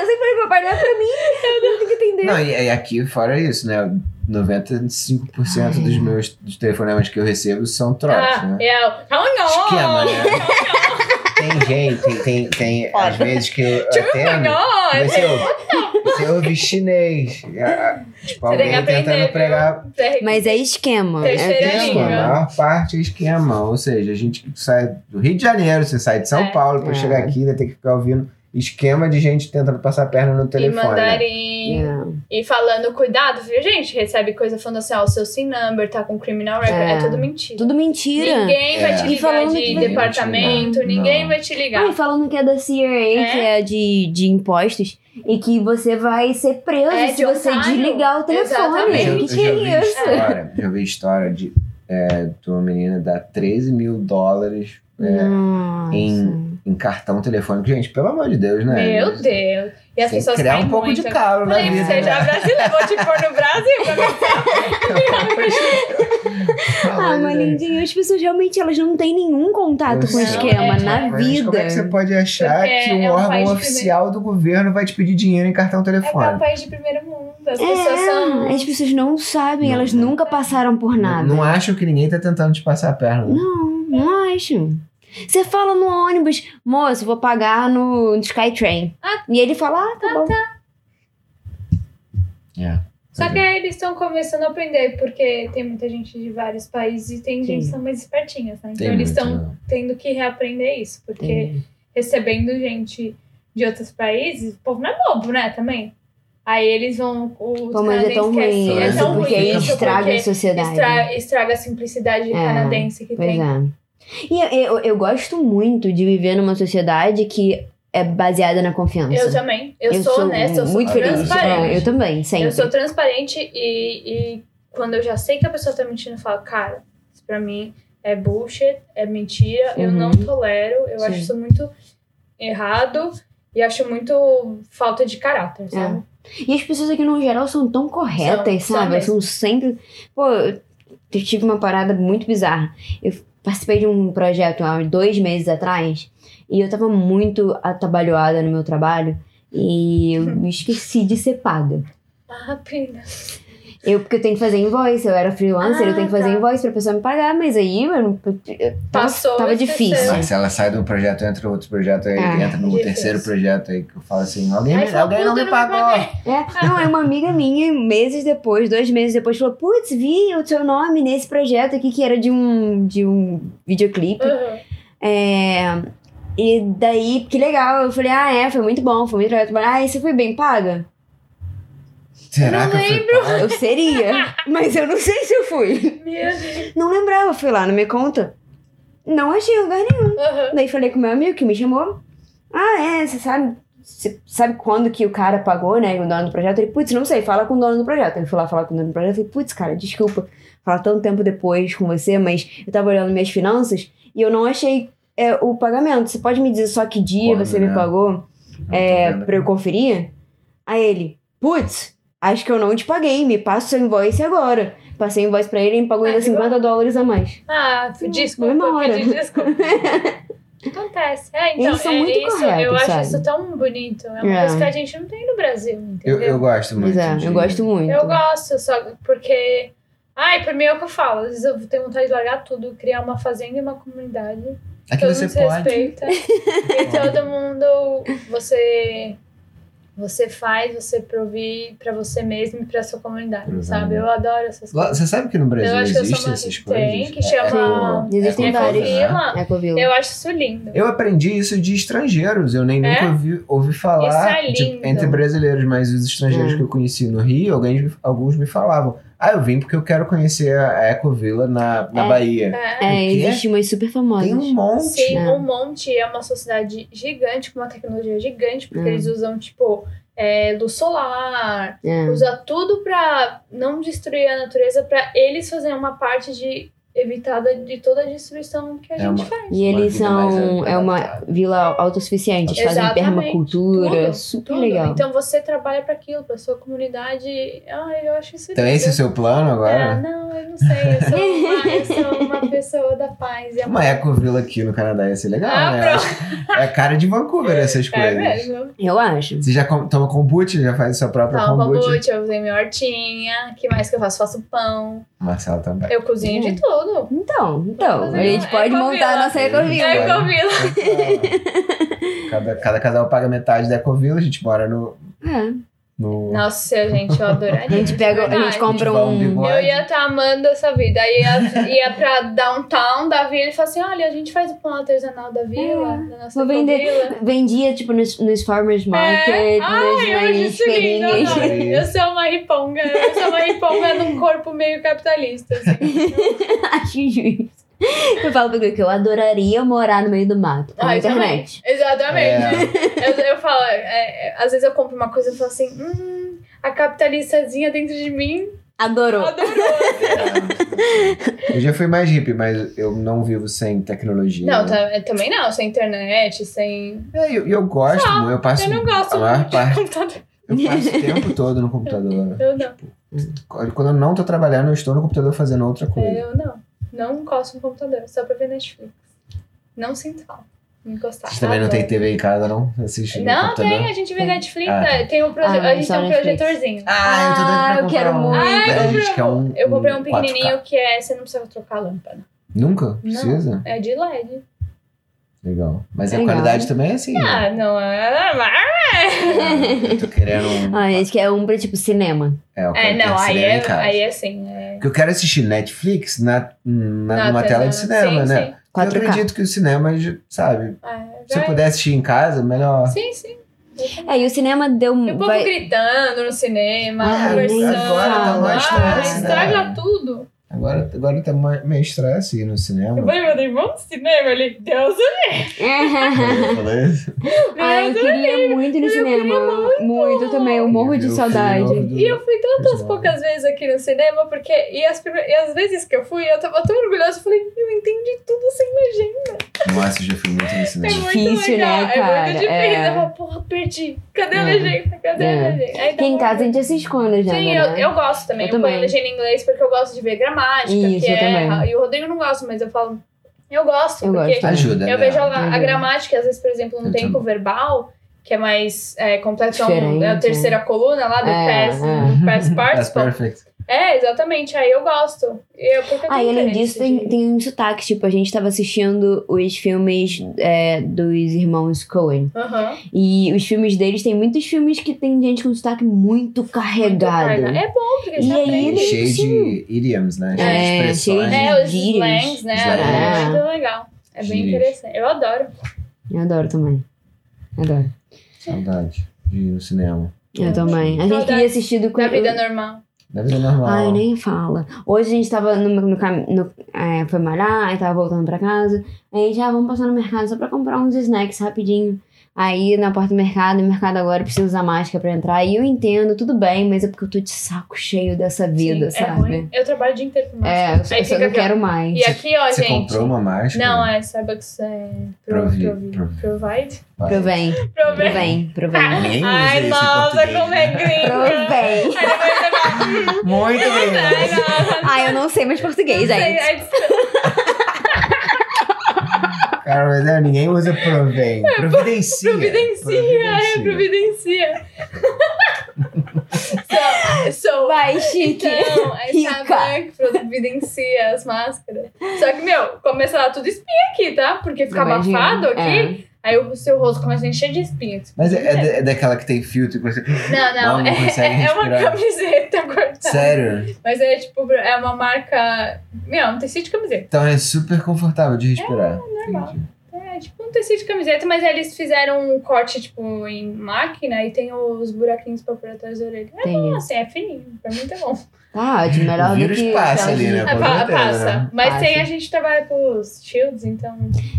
Speaker 1: sempre falei pro papai, não é pra mim. Eu não tenho que entender.
Speaker 3: Não, e, e aqui fora isso, né? 95% dos
Speaker 1: Ai.
Speaker 3: meus dos telefonemas que eu recebo são trotes,
Speaker 2: Ah,
Speaker 3: né?
Speaker 2: eu, oh não!
Speaker 3: Esquema, né? Tem gente, tem, tem, tem às vezes que eu
Speaker 2: (laughs) Oh
Speaker 3: atendo.
Speaker 2: não!
Speaker 3: Vai ser eu. Você ouve chinês. Ah, Tipo,
Speaker 2: Você tem
Speaker 3: alguém
Speaker 2: que aprender,
Speaker 3: tentando
Speaker 2: viu?
Speaker 3: pregar.
Speaker 1: Mas é esquema.
Speaker 2: Terceira
Speaker 1: é
Speaker 3: Esquema, a
Speaker 2: língua.
Speaker 3: maior parte é esquema. Ou seja, a gente sai do Rio de Janeiro, você sai de São
Speaker 2: É.
Speaker 3: Paulo pra
Speaker 1: É.
Speaker 3: chegar aqui, vai ter que ficar ouvindo esquema de gente tentando passar a perna no
Speaker 2: E
Speaker 3: telefone.
Speaker 2: mandarim.
Speaker 1: É.
Speaker 2: E falando, cuidado, viu, gente? Recebe coisa falando assim, ó, o seu SIN number tá com criminal record. É,
Speaker 1: É.
Speaker 2: tudo mentira.
Speaker 1: Tudo mentira.
Speaker 2: Ninguém vai
Speaker 3: É.
Speaker 2: te
Speaker 1: E
Speaker 2: ligar
Speaker 1: falando
Speaker 2: de
Speaker 1: que-
Speaker 2: departamento,
Speaker 3: Não.
Speaker 2: ninguém
Speaker 3: Não.
Speaker 2: vai te ligar.
Speaker 1: Ah, e falando que é da CRA, que é de, de impostos, e que você vai ser preso
Speaker 2: É, de
Speaker 1: se você
Speaker 2: otário.
Speaker 1: desligar o telefone.
Speaker 2: Exatamente.
Speaker 1: O
Speaker 3: Eu
Speaker 1: que,
Speaker 3: já-
Speaker 1: que
Speaker 3: eu já
Speaker 1: é
Speaker 3: ouvi
Speaker 1: isso?
Speaker 3: História, já ouvi história de, é, de uma menina dar 13 mil dólares é,
Speaker 1: Nossa.
Speaker 3: Em- em cartão telefônico. Gente, pelo amor de Deus, né?
Speaker 2: Meu Deus. E
Speaker 3: Tem
Speaker 2: as
Speaker 3: que
Speaker 2: pessoas
Speaker 3: criar
Speaker 2: caem
Speaker 3: um pouco
Speaker 2: muito.
Speaker 3: de calo na
Speaker 2: Falei,
Speaker 3: vida. (laughs)
Speaker 2: você já
Speaker 3: né?
Speaker 2: é
Speaker 3: É
Speaker 2: brasileiro, vou te pôr no Brasil.
Speaker 3: (laughs)
Speaker 2: pra ver
Speaker 3: Pelo amor
Speaker 1: Ah,
Speaker 3: de
Speaker 1: mas
Speaker 3: Deus.
Speaker 1: lindinho, as pessoas realmente elas não têm nenhum contato
Speaker 3: Eu
Speaker 1: com o
Speaker 3: sei.
Speaker 1: esquema
Speaker 2: Não, é.
Speaker 1: na
Speaker 3: Mas
Speaker 1: vida.
Speaker 3: Como é que você pode achar
Speaker 2: Porque
Speaker 3: que um
Speaker 2: é um
Speaker 3: órgão
Speaker 2: país que
Speaker 3: oficial do governo vai te pedir dinheiro em cartão
Speaker 2: É que é um
Speaker 3: telefone?
Speaker 2: país de primeiro mundo. As
Speaker 1: É,
Speaker 2: pessoas são.
Speaker 1: as pessoas não sabem,
Speaker 3: Não,
Speaker 1: elas
Speaker 3: não.
Speaker 1: nunca passaram por
Speaker 3: Não,
Speaker 1: nada.
Speaker 3: não acham que ninguém tá tentando te passar a perna.
Speaker 1: Não, não acho. Você fala no ônibus, moço, vou pagar no Skytrain.
Speaker 2: Ah.
Speaker 1: e ele fala, ah, tá bom.
Speaker 3: É.
Speaker 2: Só que aí eles estão começando a aprender, porque tem muita gente de vários países e tem gente que são mais espertinhas, né? Então
Speaker 3: Tem
Speaker 2: eles
Speaker 3: muito,
Speaker 2: estão
Speaker 3: não.
Speaker 2: tendo que reaprender isso, porque recebendo gente de outros países, o povo não é bobo, né? Também. Aí eles vão. O
Speaker 1: Pô, mas é tão ruim
Speaker 2: esquece,
Speaker 3: é
Speaker 1: isso,
Speaker 3: tão
Speaker 1: porque
Speaker 3: ruim
Speaker 1: aí
Speaker 3: isso,
Speaker 1: estraga a
Speaker 2: porque
Speaker 1: sociedade.
Speaker 2: estra- estraga a simplicidade
Speaker 1: É,
Speaker 2: canadense que
Speaker 1: Pois
Speaker 2: tem.
Speaker 1: é. E eu, eu, eu gosto muito de viver numa sociedade que é baseada na confiança.
Speaker 2: Eu também. Eu, sou, honesta, eu sou
Speaker 1: muito feliz.
Speaker 2: transparente.
Speaker 1: É, eu também, sempre.
Speaker 2: Eu sou transparente e, e quando eu já sei que a pessoa tá mentindo, eu falo, cara, isso pra mim é bullshit, é mentira, eu
Speaker 1: Uhum.
Speaker 2: não tolero, eu
Speaker 1: Sim.
Speaker 2: acho isso muito errado e acho muito falta de caráter,
Speaker 1: É.
Speaker 2: sabe?
Speaker 1: E as pessoas aqui no geral são tão corretas,
Speaker 2: São, são
Speaker 1: sabe?
Speaker 2: mesmo.
Speaker 1: São sempre. Pô, eu tive uma parada muito bizarra. Eu participei de um projeto há dois meses atrás e eu tava muito atabalhoada no meu trabalho e
Speaker 2: Uhum.
Speaker 1: eu me esqueci de ser paga.
Speaker 2: Ah, pena.
Speaker 1: Eu, porque eu tenho que fazer invoice, eu era freelancer,
Speaker 2: Ah,
Speaker 1: eu tenho que fazer
Speaker 2: tá.
Speaker 1: invoice pra pessoa me pagar, mas aí eu não. eu tava-
Speaker 2: Passou,
Speaker 1: Tava
Speaker 2: esqueceu.
Speaker 1: difícil.
Speaker 3: Mas se ela sai de um projeto, entra em outro projeto, aí
Speaker 1: É.
Speaker 3: entra no
Speaker 2: Difícil.
Speaker 3: terceiro projeto aí que eu falo assim, alguém,
Speaker 2: Aí
Speaker 3: me-
Speaker 2: fala,
Speaker 3: alguém não
Speaker 2: puta,
Speaker 3: me
Speaker 2: eu não me
Speaker 3: pagou.
Speaker 1: É, não, é uma amiga minha, meses depois, dois meses depois, falou: Putz, vi o seu nome nesse projeto aqui que era de um, de um videoclipe.
Speaker 2: Uhum.
Speaker 1: É, e daí, que legal. Eu falei, ah, é, foi muito bom, foi muito legal trabalhar. Ah, e você foi bem paga?
Speaker 3: Será
Speaker 2: Não
Speaker 3: que eu fui
Speaker 2: lembro.
Speaker 3: pago?
Speaker 1: Eu seria, (laughs) mas eu não sei se eu fui.
Speaker 2: Meu Deus.
Speaker 1: Não lembrava, fui lá na minha conta. Não achei em lugar nenhum.
Speaker 2: Uhum.
Speaker 1: Daí falei com meu amigo que me chamou. Ah, é, você sabe. Você sabe quando que o cara pagou, né? O dono do projeto? Ele, putz, não sei, fala com o dono do projeto. Ele foi lá falar com o dono do projeto. Eu falei, putz, cara, desculpa falar tanto tempo depois com você, mas eu tava olhando minhas finanças e eu não achei é, o pagamento. Você pode me dizer só que dia
Speaker 3: Quando,
Speaker 1: você
Speaker 3: né?
Speaker 1: me pagou?
Speaker 3: Eu tô
Speaker 1: é,
Speaker 3: vendo.
Speaker 1: pra eu conferir? Aí ele, putz, acho que eu não te paguei, me passa o seu invoice agora. Passei o invoice pra ele e me pagou
Speaker 2: Ah,
Speaker 1: ainda
Speaker 2: que bom.
Speaker 1: 50 dólares a mais.
Speaker 2: Ah,
Speaker 1: Sim,
Speaker 2: desculpa,
Speaker 1: mesma hora.
Speaker 2: pedi desculpa. Acontece. É, então,
Speaker 1: Eles são
Speaker 2: é
Speaker 1: muito
Speaker 2: isso, eu
Speaker 1: corretos,
Speaker 2: acho
Speaker 1: sabe?
Speaker 2: isso tão bonito. É uma
Speaker 1: É.
Speaker 2: coisa que a gente não tem no Brasil,
Speaker 3: Eu,
Speaker 2: entendeu?
Speaker 3: eu gosto muito.
Speaker 1: Mas é,
Speaker 3: de-
Speaker 1: eu gosto muito.
Speaker 2: Eu gosto, só porque. Ai, por mim é o que eu falo. Às vezes eu tenho vontade de largar tudo, criar uma fazenda e uma comunidade.
Speaker 3: Aqui
Speaker 2: todo
Speaker 3: É você
Speaker 2: mundo se
Speaker 3: pode.
Speaker 2: respeita. e todo mundo. Você. Você faz, você provir pra você mesmo e pra sua comunidade,
Speaker 3: Provar,
Speaker 2: sabe?
Speaker 3: né?
Speaker 2: Eu adoro essas
Speaker 3: Lá-
Speaker 2: coisas.
Speaker 3: Você sabe que no Brasil
Speaker 2: Eu acho que eu sou
Speaker 3: existem
Speaker 2: uma-
Speaker 3: essas
Speaker 2: tem,
Speaker 3: coisas?
Speaker 2: que chama-
Speaker 3: É- é-
Speaker 1: Existem É.
Speaker 3: é-
Speaker 1: vários.
Speaker 3: né?
Speaker 2: Ecovila.
Speaker 1: Ecovila.
Speaker 2: Eu acho isso lindo.
Speaker 3: Eu aprendi isso de estrangeiros, eu nem
Speaker 2: É?
Speaker 3: nunca ouvi, ouvi falar
Speaker 2: Isso é
Speaker 3: de-
Speaker 2: lindo.
Speaker 3: entre brasileiros, mas os estrangeiros
Speaker 1: É.
Speaker 3: que eu conheci no Rio, alguém, alguns me falavam. Ah, eu vim porque eu quero conhecer a a Ecovilla na, na
Speaker 1: É.
Speaker 3: Bahia.
Speaker 2: É.
Speaker 1: É,
Speaker 3: O quê?
Speaker 1: existe umas super famosas.
Speaker 3: Tem um monte.
Speaker 2: Sim,
Speaker 1: É.
Speaker 2: um monte. É uma sociedade gigante, com uma tecnologia gigante, porque
Speaker 1: É.
Speaker 2: eles usam, tipo, é, luz solar,
Speaker 1: É.
Speaker 2: usa tudo pra não destruir a natureza, pra eles fazerem uma parte de evitada de toda a destruição que a
Speaker 3: É
Speaker 2: gente
Speaker 3: uma-
Speaker 2: faz.
Speaker 1: E
Speaker 3: Uma
Speaker 1: eles
Speaker 3: vida mais
Speaker 1: são. É uma
Speaker 3: adaptada.
Speaker 1: vila autossuficiente. Eles fazem
Speaker 2: Exatamente.
Speaker 1: permacultura.
Speaker 2: Tudo,
Speaker 1: super
Speaker 2: Tudo.
Speaker 1: legal.
Speaker 2: Então você trabalha pra aquilo, pra sua comunidade. Ai, eu acho isso
Speaker 3: Então
Speaker 2: lindo.
Speaker 3: esse é o seu plano
Speaker 2: Ah,
Speaker 3: agora?
Speaker 2: não, eu não sei. Eu sou uma, eu sou uma pessoa da paz.
Speaker 3: (laughs)
Speaker 2: É
Speaker 3: Uma Ecovilla aqui no Canadá ia ser legal,
Speaker 2: Ah,
Speaker 3: né? Eu
Speaker 2: pronto.
Speaker 3: acho que É cara de Vancouver essas
Speaker 2: (laughs) É
Speaker 3: coisas.
Speaker 2: mesmo.
Speaker 1: Eu acho.
Speaker 3: Você já com- toma kombucha, já faz sua
Speaker 1: Tá
Speaker 3: própria
Speaker 2: Então,
Speaker 3: kombucha.
Speaker 2: kombucha, eu usei minha hortinha. que mais que eu faço? Faço pão.
Speaker 3: Marcelo também.
Speaker 2: Eu cozinho
Speaker 1: Hum.
Speaker 2: de tudo.
Speaker 1: Então, então.
Speaker 2: fazer
Speaker 1: A gente
Speaker 2: uma
Speaker 1: pode
Speaker 2: ecovila.
Speaker 1: montar a nossa
Speaker 3: É,
Speaker 1: ecovila.
Speaker 2: É comida.
Speaker 3: cada, cada casal paga metade da Ecovilla, a gente mora no,
Speaker 1: É.
Speaker 3: No...
Speaker 2: Nossa, gente, eu adoraria.
Speaker 1: A gente pega, a gente compra
Speaker 3: Vai um
Speaker 1: um.
Speaker 3: bigode.
Speaker 2: Eu ia estar amando essa vida. Aí ia, ia pra downtown da vila e falar assim: olha, a gente faz o pão artesanal da vila, da nossa
Speaker 1: É, Vou vender.
Speaker 2: vila.
Speaker 1: Vendia, tipo, nos, nos farmers market,
Speaker 2: É.
Speaker 1: nas,
Speaker 2: Ai, hoje
Speaker 1: nas
Speaker 2: se lindo.
Speaker 1: feirinhas.
Speaker 3: adoro.
Speaker 2: Eu sou uma riponga. Eu sou uma riponga num corpo meio capitalista. Assim.
Speaker 1: (laughs) Acho injusto. Eu falo pra Gui que eu adoraria morar no meio do mato, com a
Speaker 2: Ai,
Speaker 1: internet.
Speaker 2: Exatamente. Eu, eu falo, é, é, às vezes eu compro uma coisa e falo assim: hum, a capitalistazinha dentro de mim
Speaker 1: Adorou.
Speaker 2: adorou.
Speaker 3: É. Eu já fui mais hippie, mas eu não vivo sem tecnologia.
Speaker 2: Não,
Speaker 3: né?
Speaker 2: tá- também não, sem internet, sem.
Speaker 3: É, E eu, eu gosto, eu passo
Speaker 2: Eu não gosto
Speaker 3: a maior
Speaker 2: muito de
Speaker 3: parte,
Speaker 2: computador.
Speaker 3: eu passo o tempo todo no computador.
Speaker 2: Eu não.
Speaker 3: Quando eu não tô trabalhando, eu estou no computador fazendo outra coisa.
Speaker 2: Eu não. Não encosto no computador, só pra ver Netflix. Não sinto falta. Não encostar.
Speaker 3: Vocês também não
Speaker 2: Adoro.
Speaker 3: tem TV em casa, não? Assiste no
Speaker 2: Não,
Speaker 3: computador?
Speaker 2: tem, a gente vê
Speaker 1: Tem.
Speaker 2: Netflix,
Speaker 3: Ah.
Speaker 2: é, tem o proje-
Speaker 1: Ah,
Speaker 2: a gente
Speaker 1: só
Speaker 2: tem um
Speaker 1: Netflix.
Speaker 2: projetorzinho.
Speaker 3: Ah, eu tô doido
Speaker 1: Ah,
Speaker 3: pra
Speaker 1: eu
Speaker 3: comprar
Speaker 1: quero
Speaker 3: um.
Speaker 1: muito.
Speaker 2: Ah, eu
Speaker 3: a gente quer um,
Speaker 2: Eu comprei um
Speaker 3: 4K.
Speaker 2: pequenininho que é, você não precisa trocar a lâmpada.
Speaker 3: Nunca?
Speaker 2: Não.
Speaker 3: Precisa?
Speaker 2: É de LED.
Speaker 3: Legal. Mas a
Speaker 1: Legal.
Speaker 3: qualidade também é assim. né?
Speaker 2: Ah, é não é.
Speaker 3: Ah, eu tô querendo um.
Speaker 1: Ai, a gente quer um pra, tipo, cinema.
Speaker 3: É, eu
Speaker 2: É,
Speaker 3: quero ter
Speaker 2: não, aí
Speaker 3: cinema em
Speaker 2: é,
Speaker 3: casa.
Speaker 2: aí é assim. É...
Speaker 3: Porque eu quero assistir Netflix na, na- né? numa
Speaker 2: na-
Speaker 3: tela
Speaker 2: na-
Speaker 3: de cinema,
Speaker 2: sim,
Speaker 3: né?
Speaker 2: Sim.
Speaker 3: Eu
Speaker 1: 4K.
Speaker 3: acredito que o cinema, sabe,
Speaker 2: É,
Speaker 3: se eu
Speaker 2: vai-
Speaker 3: puder assistir em casa, melhor.
Speaker 2: Sim, sim.
Speaker 1: É, e o cinema deu.
Speaker 2: E o
Speaker 1: (laughs)
Speaker 2: povo
Speaker 1: Vai...
Speaker 2: gritando no cinema,
Speaker 1: Ah,
Speaker 2: conversando.
Speaker 1: agora tá
Speaker 2: ah,
Speaker 1: mais estresse, né?
Speaker 2: estraga tudo.
Speaker 3: Agora, agora tá ma- meio estresse ir no
Speaker 2: Eu
Speaker 3: cinema.
Speaker 2: falei, meu irmão do cinema, ele, Deus
Speaker 1: É.
Speaker 3: Eu falei isso.
Speaker 1: Ai, eu queria muito ir no cinema. Muito. eu também. Eu morro de
Speaker 3: Eu fui
Speaker 1: saudade.
Speaker 3: logo do-
Speaker 2: E eu fui tantas
Speaker 3: Pois é.
Speaker 2: poucas vezes aqui no cinema, porque. E as, prime- e as vezes que eu fui, eu tava tão orgulhosa, eu falei, eu entendi tudo sem legenda.
Speaker 3: Nossa, eu já fui muito no
Speaker 2: É
Speaker 3: cinema.
Speaker 2: muito
Speaker 1: Difícil,
Speaker 2: legal,
Speaker 1: né,
Speaker 2: é
Speaker 1: cara?
Speaker 2: muito difícil.
Speaker 1: É.
Speaker 2: Eu falei, porra, perdi. Cadê
Speaker 1: É.
Speaker 2: a legenda? Cadê
Speaker 1: É.
Speaker 2: a legenda? Aí
Speaker 1: Porque em
Speaker 2: tava-
Speaker 1: casa a gente se esconde já,
Speaker 2: Sim,
Speaker 1: né?
Speaker 2: eu, eu gosto também.
Speaker 1: Eu
Speaker 2: Eu,
Speaker 1: também.
Speaker 2: ponho legenda em inglês porque eu gosto de ver gramática,
Speaker 1: Isso,
Speaker 2: que
Speaker 1: eu
Speaker 2: erra.
Speaker 1: também.
Speaker 2: E o Rodrigo não gosta, mas eu falo, eu gosto,
Speaker 1: Eu
Speaker 2: porque
Speaker 1: gosto. Uhum.
Speaker 3: Ajuda. né?
Speaker 2: eu vejo a, a
Speaker 1: Entendi.
Speaker 2: gramática, às vezes, por exemplo, no
Speaker 3: Eu
Speaker 2: tempo verbal, que é mais é, complexo, é um-
Speaker 1: Diferente, né?
Speaker 2: é a terceira coluna lá do
Speaker 1: É,
Speaker 2: past,
Speaker 1: é.
Speaker 3: (laughs)
Speaker 2: past
Speaker 3: That's
Speaker 2: participle.
Speaker 3: perfect.
Speaker 2: É, exatamente. Aí eu gosto. Eu, porque eu
Speaker 1: Ah, e
Speaker 2: tenho
Speaker 1: além
Speaker 2: interesse
Speaker 1: disso, tem,
Speaker 2: de-
Speaker 1: tem um sotaque. Tipo, a gente tava assistindo os filmes é, dos irmãos Coen.
Speaker 2: Aham.
Speaker 1: E os filmes deles, tem muitos filmes que tem gente com sotaque muito carregado.
Speaker 2: É bom, porque
Speaker 1: E
Speaker 2: você
Speaker 1: aí
Speaker 2: aprende.
Speaker 1: ele-
Speaker 3: né? Cheio
Speaker 1: Sim.
Speaker 3: de idioms, né? Cheio
Speaker 1: É,
Speaker 3: de expressões.
Speaker 1: cheio
Speaker 2: É, os
Speaker 1: Gírias.
Speaker 2: slangs, né?
Speaker 3: Slangs.
Speaker 2: É muito legal. É bem
Speaker 3: Gírias.
Speaker 2: interessante. Eu adoro.
Speaker 1: Eu adoro também. Adoro.
Speaker 3: Saudade de ir no cinema.
Speaker 1: Eu também. A gente
Speaker 2: Saudades
Speaker 1: queria assistir do
Speaker 2: Na vida
Speaker 1: eu-
Speaker 2: normal.
Speaker 3: Da vida normal.
Speaker 1: Ai, nem fala. Hoje a gente tava no, no caminho. É, foi malhar, aí tava voltando pra casa. Aí já vamos passar no mercado só pra comprar uns snacks rapidinho. Aí na porta do mercado, o mercado agora precisa usar máscara pra entrar. E eu entendo, tudo bem, mas é porque eu tô de saco cheio dessa vida,
Speaker 2: Sim, é
Speaker 1: sabe?
Speaker 2: ruim. Eu trabalho o dia inteiro com
Speaker 1: É,
Speaker 2: máscara.
Speaker 1: eu, só-
Speaker 2: Aí
Speaker 1: eu só
Speaker 2: fica
Speaker 1: não
Speaker 2: aqui, ó.
Speaker 1: quero mais.
Speaker 2: E aqui, ó,
Speaker 3: Você
Speaker 2: gente.
Speaker 3: comprou um uma máscara?
Speaker 2: Não, é Starbucks é pro,
Speaker 3: Provi-
Speaker 2: provi-
Speaker 3: provi-
Speaker 2: provide.
Speaker 1: Provém,
Speaker 2: Provide.
Speaker 1: provém, provém.
Speaker 3: Ninguém usa
Speaker 2: Ai,
Speaker 3: isso em
Speaker 2: nossa,
Speaker 3: português,
Speaker 2: como
Speaker 3: né?
Speaker 2: é gringa.
Speaker 1: Provém.
Speaker 2: Aí depois você fala,
Speaker 3: Muito
Speaker 2: ai,
Speaker 3: bem.
Speaker 2: nossa,
Speaker 1: Ai, eu não sei mais português,
Speaker 2: não sei,
Speaker 1: gente.
Speaker 2: aí você-
Speaker 3: Cara, mas é, ninguém usa
Speaker 2: (laughs)
Speaker 3: provém. Providencia.
Speaker 2: Providencia, é, providencia.
Speaker 3: (laughs)
Speaker 2: so, so,
Speaker 1: Vai, chique.
Speaker 2: Então, a
Speaker 1: Rica.
Speaker 2: Starbucks providencia as máscaras. Só que, meu, começa a dar tudo espinha aqui, tá? Porque fica
Speaker 1: Imagina,
Speaker 2: abafado
Speaker 1: é.
Speaker 2: aqui, aí o seu rosto começa a encher de espinha.
Speaker 3: Mas é, é da- é daquela que tem filtro. que você-
Speaker 2: Não, não,
Speaker 3: Não, não
Speaker 2: é,
Speaker 3: consegue
Speaker 2: é uma
Speaker 3: respirar.
Speaker 2: camiseta cortada.
Speaker 3: Sério?
Speaker 2: Mas é tipo, é uma marca. Meu, um tecido de camiseta.
Speaker 3: Então é super confortável de respirar.
Speaker 2: normal.
Speaker 3: Entendi.
Speaker 2: É tipo um tecido de camiseta, mas eles fizeram um corte, tipo, em máquina e tem os buraquinhos pra pôr atrás da orelha. É
Speaker 1: Tem
Speaker 2: bom,
Speaker 1: isso.
Speaker 2: assim, é fininho. Pra mim tá bom.
Speaker 1: Tá ótimo, melhor
Speaker 3: O
Speaker 1: do
Speaker 3: vírus
Speaker 1: que.
Speaker 3: passa ali, né?
Speaker 2: É,
Speaker 3: com
Speaker 2: pa-
Speaker 3: certeza,
Speaker 2: passa.
Speaker 3: né?
Speaker 2: Mas
Speaker 1: Passa.
Speaker 2: tem, a gente trabalha pros shields, então.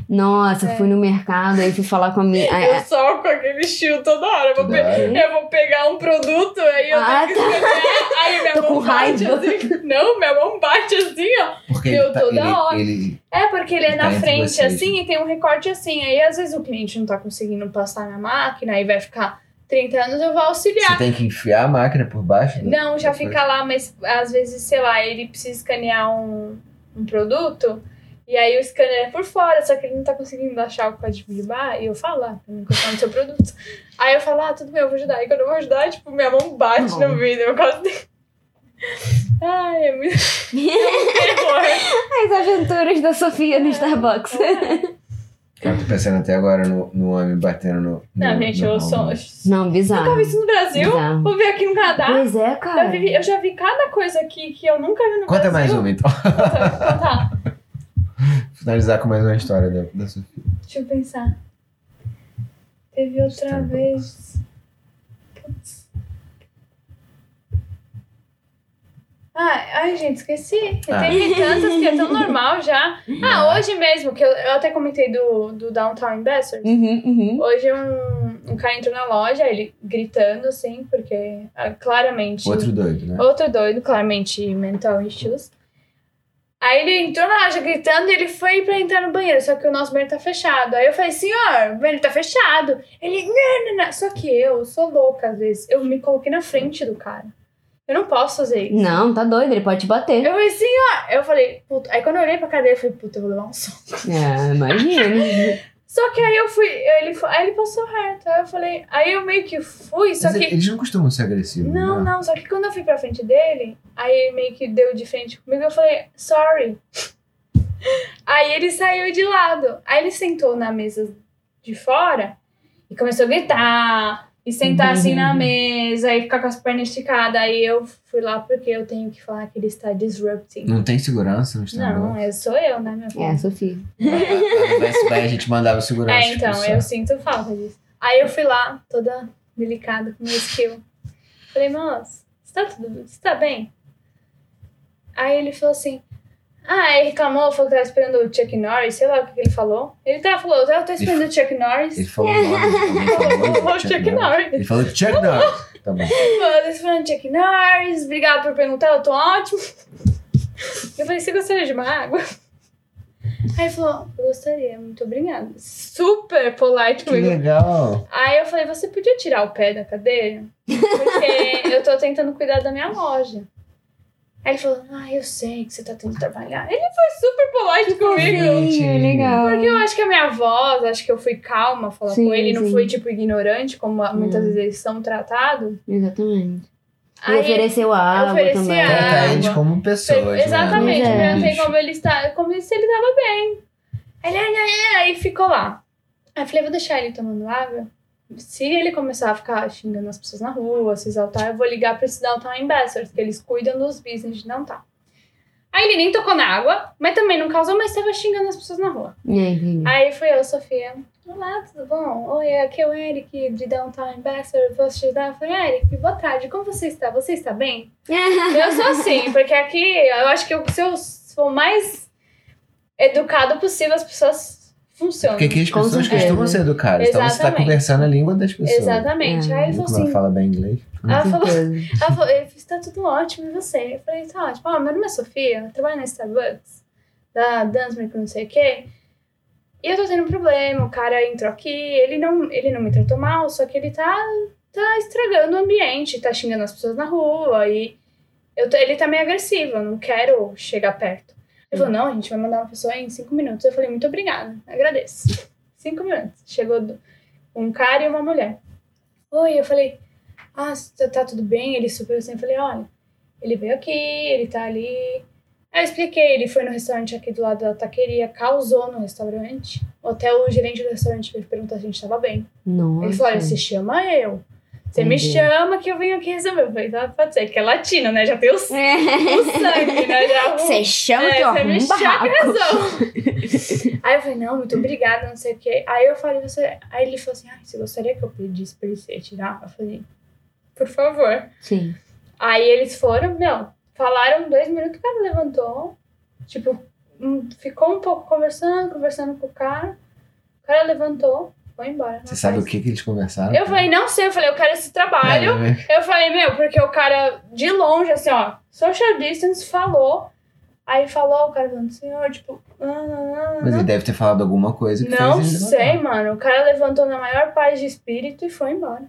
Speaker 1: Nossa, fui
Speaker 2: É.
Speaker 1: no mercado aí fui falar com a minha. a-
Speaker 2: Eu solco aquele shield toda hora. Eu vou,
Speaker 3: Toda
Speaker 2: pe-
Speaker 3: hora.
Speaker 2: eu vou pegar um produto, aí eu
Speaker 1: Ah,
Speaker 2: tenho que escrever. Aí minha
Speaker 1: Tô com
Speaker 2: mão bate
Speaker 1: raiva.
Speaker 2: assim. Não, minha mão bate assim, ó.
Speaker 3: Porque
Speaker 2: Eu
Speaker 3: ele tá,
Speaker 2: toda
Speaker 3: ele,
Speaker 2: hora.
Speaker 3: ele-
Speaker 2: É, porque ele é
Speaker 3: Ele tá
Speaker 2: na
Speaker 3: entre
Speaker 2: frente
Speaker 3: vocês.
Speaker 2: assim e tem um recorte assim. Aí às vezes o cliente não tá conseguindo passar na máquina, aí vai ficar 30 anos, eu vou
Speaker 3: você
Speaker 2: auxiliar.
Speaker 3: tem que enfiar a máquina por baixo? né?
Speaker 2: Não, já
Speaker 3: Depois.
Speaker 2: fica lá, mas às vezes, sei lá, ele precisa escanear um, um produto. E aí o scanner é por fora, só que ele não tá conseguindo achar o código de barra. E eu falo, ah, pra não encostar no seu produto. Aí eu falo, ah, tudo bem, eu vou ajudar. Aí quando eu vou ajudar, tipo, minha mão bate
Speaker 1: Não.
Speaker 2: no vidro. Eu quase... (laughs) Ai, é muito
Speaker 1: (laughs)
Speaker 2: terror. É.
Speaker 1: As aventuras da Sofia no Starbucks.
Speaker 3: Eu tô pensando até agora no, no homem batendo no.
Speaker 2: Não,
Speaker 3: no-
Speaker 2: gente,
Speaker 3: no
Speaker 2: eu
Speaker 3: homem.
Speaker 2: sou.
Speaker 1: Não,
Speaker 2: Nunca
Speaker 1: bizarro.
Speaker 2: vi isso no Brasil.
Speaker 1: Bizarro.
Speaker 2: Vou ver aqui no Canadá.
Speaker 1: Pois é,
Speaker 2: Eu,
Speaker 1: cara.
Speaker 2: vivi- eu já vi cada coisa aqui que eu nunca vi no
Speaker 3: Conta mais
Speaker 2: Brasil.
Speaker 3: uma, então.
Speaker 2: Conta, conta.
Speaker 3: Finalizar com mais uma história da, da Sofia.
Speaker 2: Deixa eu pensar. Teve outra
Speaker 3: Estranho.
Speaker 2: vez. Putz. Ah, ai, gente, esqueci.
Speaker 3: Ah.
Speaker 2: Teve tantas que é tão normal já. Ah, hoje mesmo, que eu, eu até comentei do, do Downtown Investors.
Speaker 1: Uhum, uhum.
Speaker 2: Hoje um, um cara entrou na loja, ele gritando assim, porque ah, claramente.
Speaker 3: Outro doido, né?
Speaker 2: Outro doido, claramente mental issues. Aí ele entrou na loja gritando e ele foi pra entrar no banheiro, só que o nosso banheiro tá fechado. Aí eu falei, senhor, o banheiro tá fechado. Ele, não, não, não. Só que eu sou louca às vezes. Eu me coloquei na frente do cara. Eu não posso fazer isso.
Speaker 1: Não, tá doido, ele pode te bater.
Speaker 2: Eu falei, senhor. Eu falei, puta. Aí quando eu olhei pra cadeira, eu falei, puta, eu vou levar um som.
Speaker 1: É, imagina.
Speaker 2: Só que aí eu fui, ele, foi- aí ele passou reto. Aí eu falei, aí eu meio que fui, só
Speaker 3: Mas
Speaker 2: que.
Speaker 3: Eles não costumam ser agressivos.
Speaker 2: Não,
Speaker 3: né?
Speaker 2: não, só que quando eu fui pra frente dele, aí ele meio que deu de frente comigo, eu falei, sorry. (laughs) Aí ele saiu de lado. Aí ele sentou na mesa de fora e começou a gritar, e sentar assim na mesa, e ficar com as pernas esticadas. Aí eu fui lá porque eu tenho que falar que ele está disrupting.
Speaker 3: Não tem segurança no (laughs)
Speaker 2: Não,
Speaker 3: Instagram.
Speaker 2: eu sou eu, né, meu filho?
Speaker 1: É,
Speaker 2: (laughs)
Speaker 1: Sofia.
Speaker 3: No Best Buy a gente mandava o segurança. tipo, assim,
Speaker 2: É, então,
Speaker 3: expulsar.
Speaker 2: eu sinto falta disso. Aí eu fui lá, toda delicada com meu skill. Falei, moço, você tá tudo você tá bem? Aí ele falou assim. Ah, ele reclamou, falou que tava esperando o Chuck Norris, sei lá o que, que ele falou. Ele tá, falou, eu tô esperando o Chuck
Speaker 3: Ele
Speaker 2: Norris.
Speaker 3: falou o nome. alguém falou o nome
Speaker 2: (laughs)
Speaker 3: do
Speaker 2: Falou o Chuck Norris.
Speaker 3: Ele falou Chuck Norris.
Speaker 2: (laughs)
Speaker 3: Tá bom.
Speaker 2: Eu tô esperando o Chuck Norris, obrigado por perguntar, eu tô ótimo. (laughs) Eu falei, você gostaria de uma água? Aí ele falou, eu gostaria, muito obrigada. Super polite
Speaker 3: Que
Speaker 2: comigo.
Speaker 3: legal.
Speaker 2: Aí eu falei, você podia tirar o pé da cadeira?
Speaker 1: (laughs)
Speaker 2: Porque eu tô tentando cuidar da minha loja. Aí ele falou, ah, eu sei que você tá tentando trabalhar. Ele foi super polite comigo.
Speaker 3: Gente.
Speaker 1: Sim, legal.
Speaker 2: Porque eu acho que a minha voz, acho que eu fui calma falar
Speaker 1: Sim,
Speaker 2: com ele, não
Speaker 1: sim.
Speaker 2: fui, tipo, ignorante, como muitas
Speaker 1: Hum.
Speaker 2: vezes eles são tratados.
Speaker 1: Exatamente. E
Speaker 2: Aí
Speaker 1: ofereceu água
Speaker 2: ofereci
Speaker 1: também.
Speaker 2: água.
Speaker 3: Trata a gente
Speaker 2: água.
Speaker 3: como pessoas. né?
Speaker 2: Exatamente,
Speaker 1: Pois é.
Speaker 2: perguntei como ele está, como se ele estava bem. Ele "Ah, ah, ah", aí ficou lá. Aí eu falei, vou deixar ele tomando água. Se ele começar a ficar xingando as pessoas na rua, se exaltar, eu vou ligar para esse Downtown Ambassadors, que eles cuidam dos business de downtown. Aí ele nem tocou na água, mas também não causou, mas estava xingando as pessoas na rua.
Speaker 1: É,
Speaker 2: (laughs)
Speaker 1: entendi.
Speaker 2: Aí fui eu, Sofia. Olá, tudo bom? Oi, aqui é o Eric de Downtown Ambassador, posso te ajudar? Eu falei, Eric, boa tarde, como você está? Você está bem? Eu sou assim, porque aqui eu acho que eu- se eu for mais educado possível, as pessoas funcionam.
Speaker 3: Porque aqui as
Speaker 1: Com
Speaker 3: pessoas
Speaker 1: certeza.
Speaker 3: costumam ser educadas. Então você tá
Speaker 2: Exatamente.
Speaker 3: conversando a língua das pessoas.
Speaker 2: Exatamente.
Speaker 1: É.
Speaker 2: Aí ele
Speaker 3: Como
Speaker 2: falou
Speaker 3: ela
Speaker 2: assim:
Speaker 3: fala bem inglês.
Speaker 1: Com
Speaker 2: ela falou,
Speaker 1: certeza.
Speaker 2: ela falou, ele disse, tá tudo ótimo, e você? Eu falei, tá ótimo. Ah, meu nome é Sofia, eu trabalho na Starbucks, da Dunsmere, não sei o quê. E eu tô tendo um problema, o cara entrou aqui, ele não, ele não me tratou mal, só que ele tá, tá estragando o ambiente, tá xingando as pessoas na rua, e eu tô- ele tá meio agressivo, eu não quero chegar perto. Ele falou, não, a gente vai mandar uma pessoa em cinco minutos. Eu falei, muito obrigada, agradeço. Cinco minutos. Chegou do- um cara e uma mulher. Oi, eu falei, ah, tá, tá tudo bem, ele super assim, eu falei, olha, ele veio aqui, ele tá ali. Aí eu expliquei, ele foi no restaurante aqui do lado da taqueria, causou no restaurante. Até o gerente do restaurante veio perguntar se a gente tava bem.
Speaker 1: Nossa.
Speaker 2: Ele falou, olha, você chama eu. Você me
Speaker 1: Entendi.
Speaker 2: chama que eu venho aqui resolver. Eu falei, tá, pode ser, que é latino, né? Já tem o, s-
Speaker 1: É. (laughs)
Speaker 2: o sangue, né? Já o-
Speaker 1: Você chama que eu
Speaker 2: você
Speaker 1: arrumo
Speaker 2: me
Speaker 1: um
Speaker 2: chama
Speaker 1: barraco.
Speaker 2: que eu resolvo. Aí eu falei, não, muito obrigada, não sei o quê. Aí eu falei, você. Aí ele falou assim, ah, você gostaria que eu pedisse pra ele se tirar? Eu falei, por favor.
Speaker 1: (laughs) Sim.
Speaker 2: Aí eles foram, meu, falaram dois minutos, o cara levantou. Tipo, hum, ficou um pouco conversando, conversando com o cara. O cara levantou, foi embora.
Speaker 3: Você sabe o que, que eles conversaram?
Speaker 2: Eu falei, não sei, eu falei, eu quero esse trabalho.
Speaker 3: É, né?
Speaker 2: Eu falei, meu, porque o cara de longe, assim, ó, social distance, falou. Aí falou, o cara falando, senhor, tipo, ah, ah, ah,
Speaker 3: Mas ele deve ter falado alguma coisa que
Speaker 2: não
Speaker 3: fez ele
Speaker 2: sei,
Speaker 3: levantar.
Speaker 2: mano. O cara levantou na maior paz de espírito e foi embora.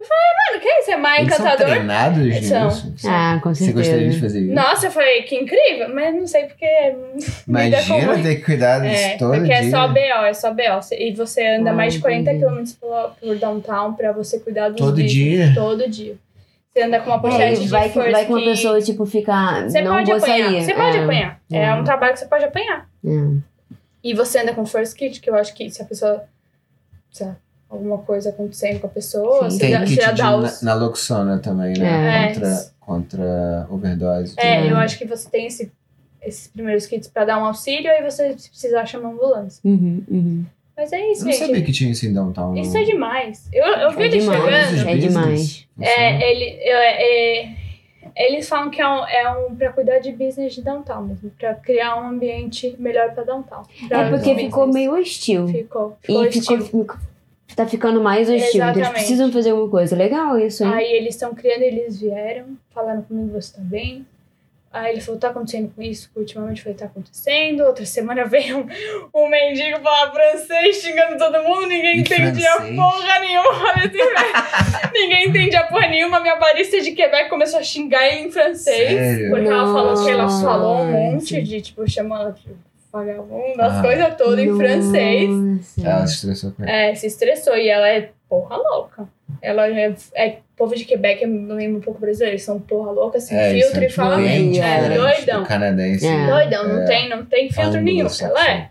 Speaker 2: Eu falei, mano, que isso? É mais
Speaker 3: Eles são
Speaker 2: encantador?
Speaker 3: treinados
Speaker 2: Eles são.
Speaker 3: nisso?
Speaker 1: Ah, com
Speaker 3: Você gostaria de
Speaker 1: certeza.
Speaker 3: fazer isso?
Speaker 2: Nossa, eu falei, que incrível, mas não sei porque. Vida
Speaker 3: Imagina
Speaker 2: comum.
Speaker 3: ter que cuidar disso
Speaker 2: É,
Speaker 3: todo
Speaker 2: porque
Speaker 3: dia.
Speaker 2: é só BO, é só BO. Cê- E você anda
Speaker 1: Ah,
Speaker 2: mais de 40
Speaker 1: entendi.
Speaker 2: km por, por downtown pra você cuidar dos
Speaker 3: Todo
Speaker 2: bichos.
Speaker 3: dia?
Speaker 2: Todo dia. Você anda com uma
Speaker 1: É,
Speaker 2: pochete
Speaker 1: e
Speaker 2: de
Speaker 1: vai que,
Speaker 2: força
Speaker 1: vai que uma
Speaker 2: que-
Speaker 1: pessoa, tipo, fica.
Speaker 2: Você
Speaker 1: não
Speaker 2: pode
Speaker 1: gostaria.
Speaker 2: apanhar. Você pode
Speaker 1: é.
Speaker 2: apanhar. É.
Speaker 1: É.
Speaker 2: um trabalho que você pode apanhar.
Speaker 1: É.
Speaker 2: E você anda com first kit, que eu acho que se a pessoa. sei lá, alguma coisa acontecendo com a pessoa, você já,
Speaker 3: Tem
Speaker 2: você
Speaker 3: kit
Speaker 2: já
Speaker 3: de
Speaker 2: dá os.
Speaker 3: na- naloxona também, né?
Speaker 2: É.
Speaker 3: Contra, contra overdose.
Speaker 2: É,
Speaker 1: né?
Speaker 2: eu acho que você tem esse- esses primeiros kits pra dar um auxílio, aí você, se precisar, chama a ambulância.
Speaker 1: Uhum, uhum.
Speaker 2: Mas é isso,
Speaker 3: Eu não
Speaker 2: gente.
Speaker 3: sabia que tinha isso em downtown.
Speaker 2: Isso é demais. Eu, eu vi
Speaker 1: É
Speaker 2: ele
Speaker 1: demais,
Speaker 2: chegando.
Speaker 1: É demais.
Speaker 2: É, ele, eu- é, eles falam que é um, é um pra cuidar de business de downtown mesmo, pra criar um ambiente melhor pra downtown. pra
Speaker 1: É porque
Speaker 2: business.
Speaker 1: ficou meio hostil.
Speaker 2: Ficou, ficou
Speaker 1: E ficou,
Speaker 2: hostil.
Speaker 1: fico- tá ficando mais hostil. Então eles
Speaker 2: Exatamente.
Speaker 1: precisam fazer alguma coisa. Legal isso, hein?
Speaker 2: Aí eles estão criando, eles vieram, falaram comigo, você tá bem? Aí ele falou, tá acontecendo com isso, que ultimamente foi, tá acontecendo. Outra semana (laughs) veio um, um mendigo falar francês, xingando todo mundo, ninguém
Speaker 3: Em
Speaker 2: entendia
Speaker 3: francês?
Speaker 2: porra nenhuma. (laughs) Eu disse, ninguém entendia porra nenhuma. Minha barista de Quebec começou a xingar ele em francês.
Speaker 3: Sério?
Speaker 2: Porque ela falou que ela
Speaker 1: Nossa.
Speaker 2: falou um monte de, tipo, chamando ela de vagabunda, as
Speaker 3: Ah.
Speaker 2: coisas todas em francês.
Speaker 1: Nossa.
Speaker 3: Ela Ah, se estressou com ele.
Speaker 2: É, se estressou e ela é porra louca. Ela é, é povo de Quebec, eu me lembro um pouco brasileiro, eles são porra louca, sem
Speaker 3: É,
Speaker 2: filtro e fala
Speaker 1: bem
Speaker 2: muito. É,
Speaker 1: diferente
Speaker 2: doidão.
Speaker 3: canadense.
Speaker 1: É.
Speaker 2: Doidão, não
Speaker 3: tipo É.
Speaker 2: tem, não tem filtro nenhum. Ela é.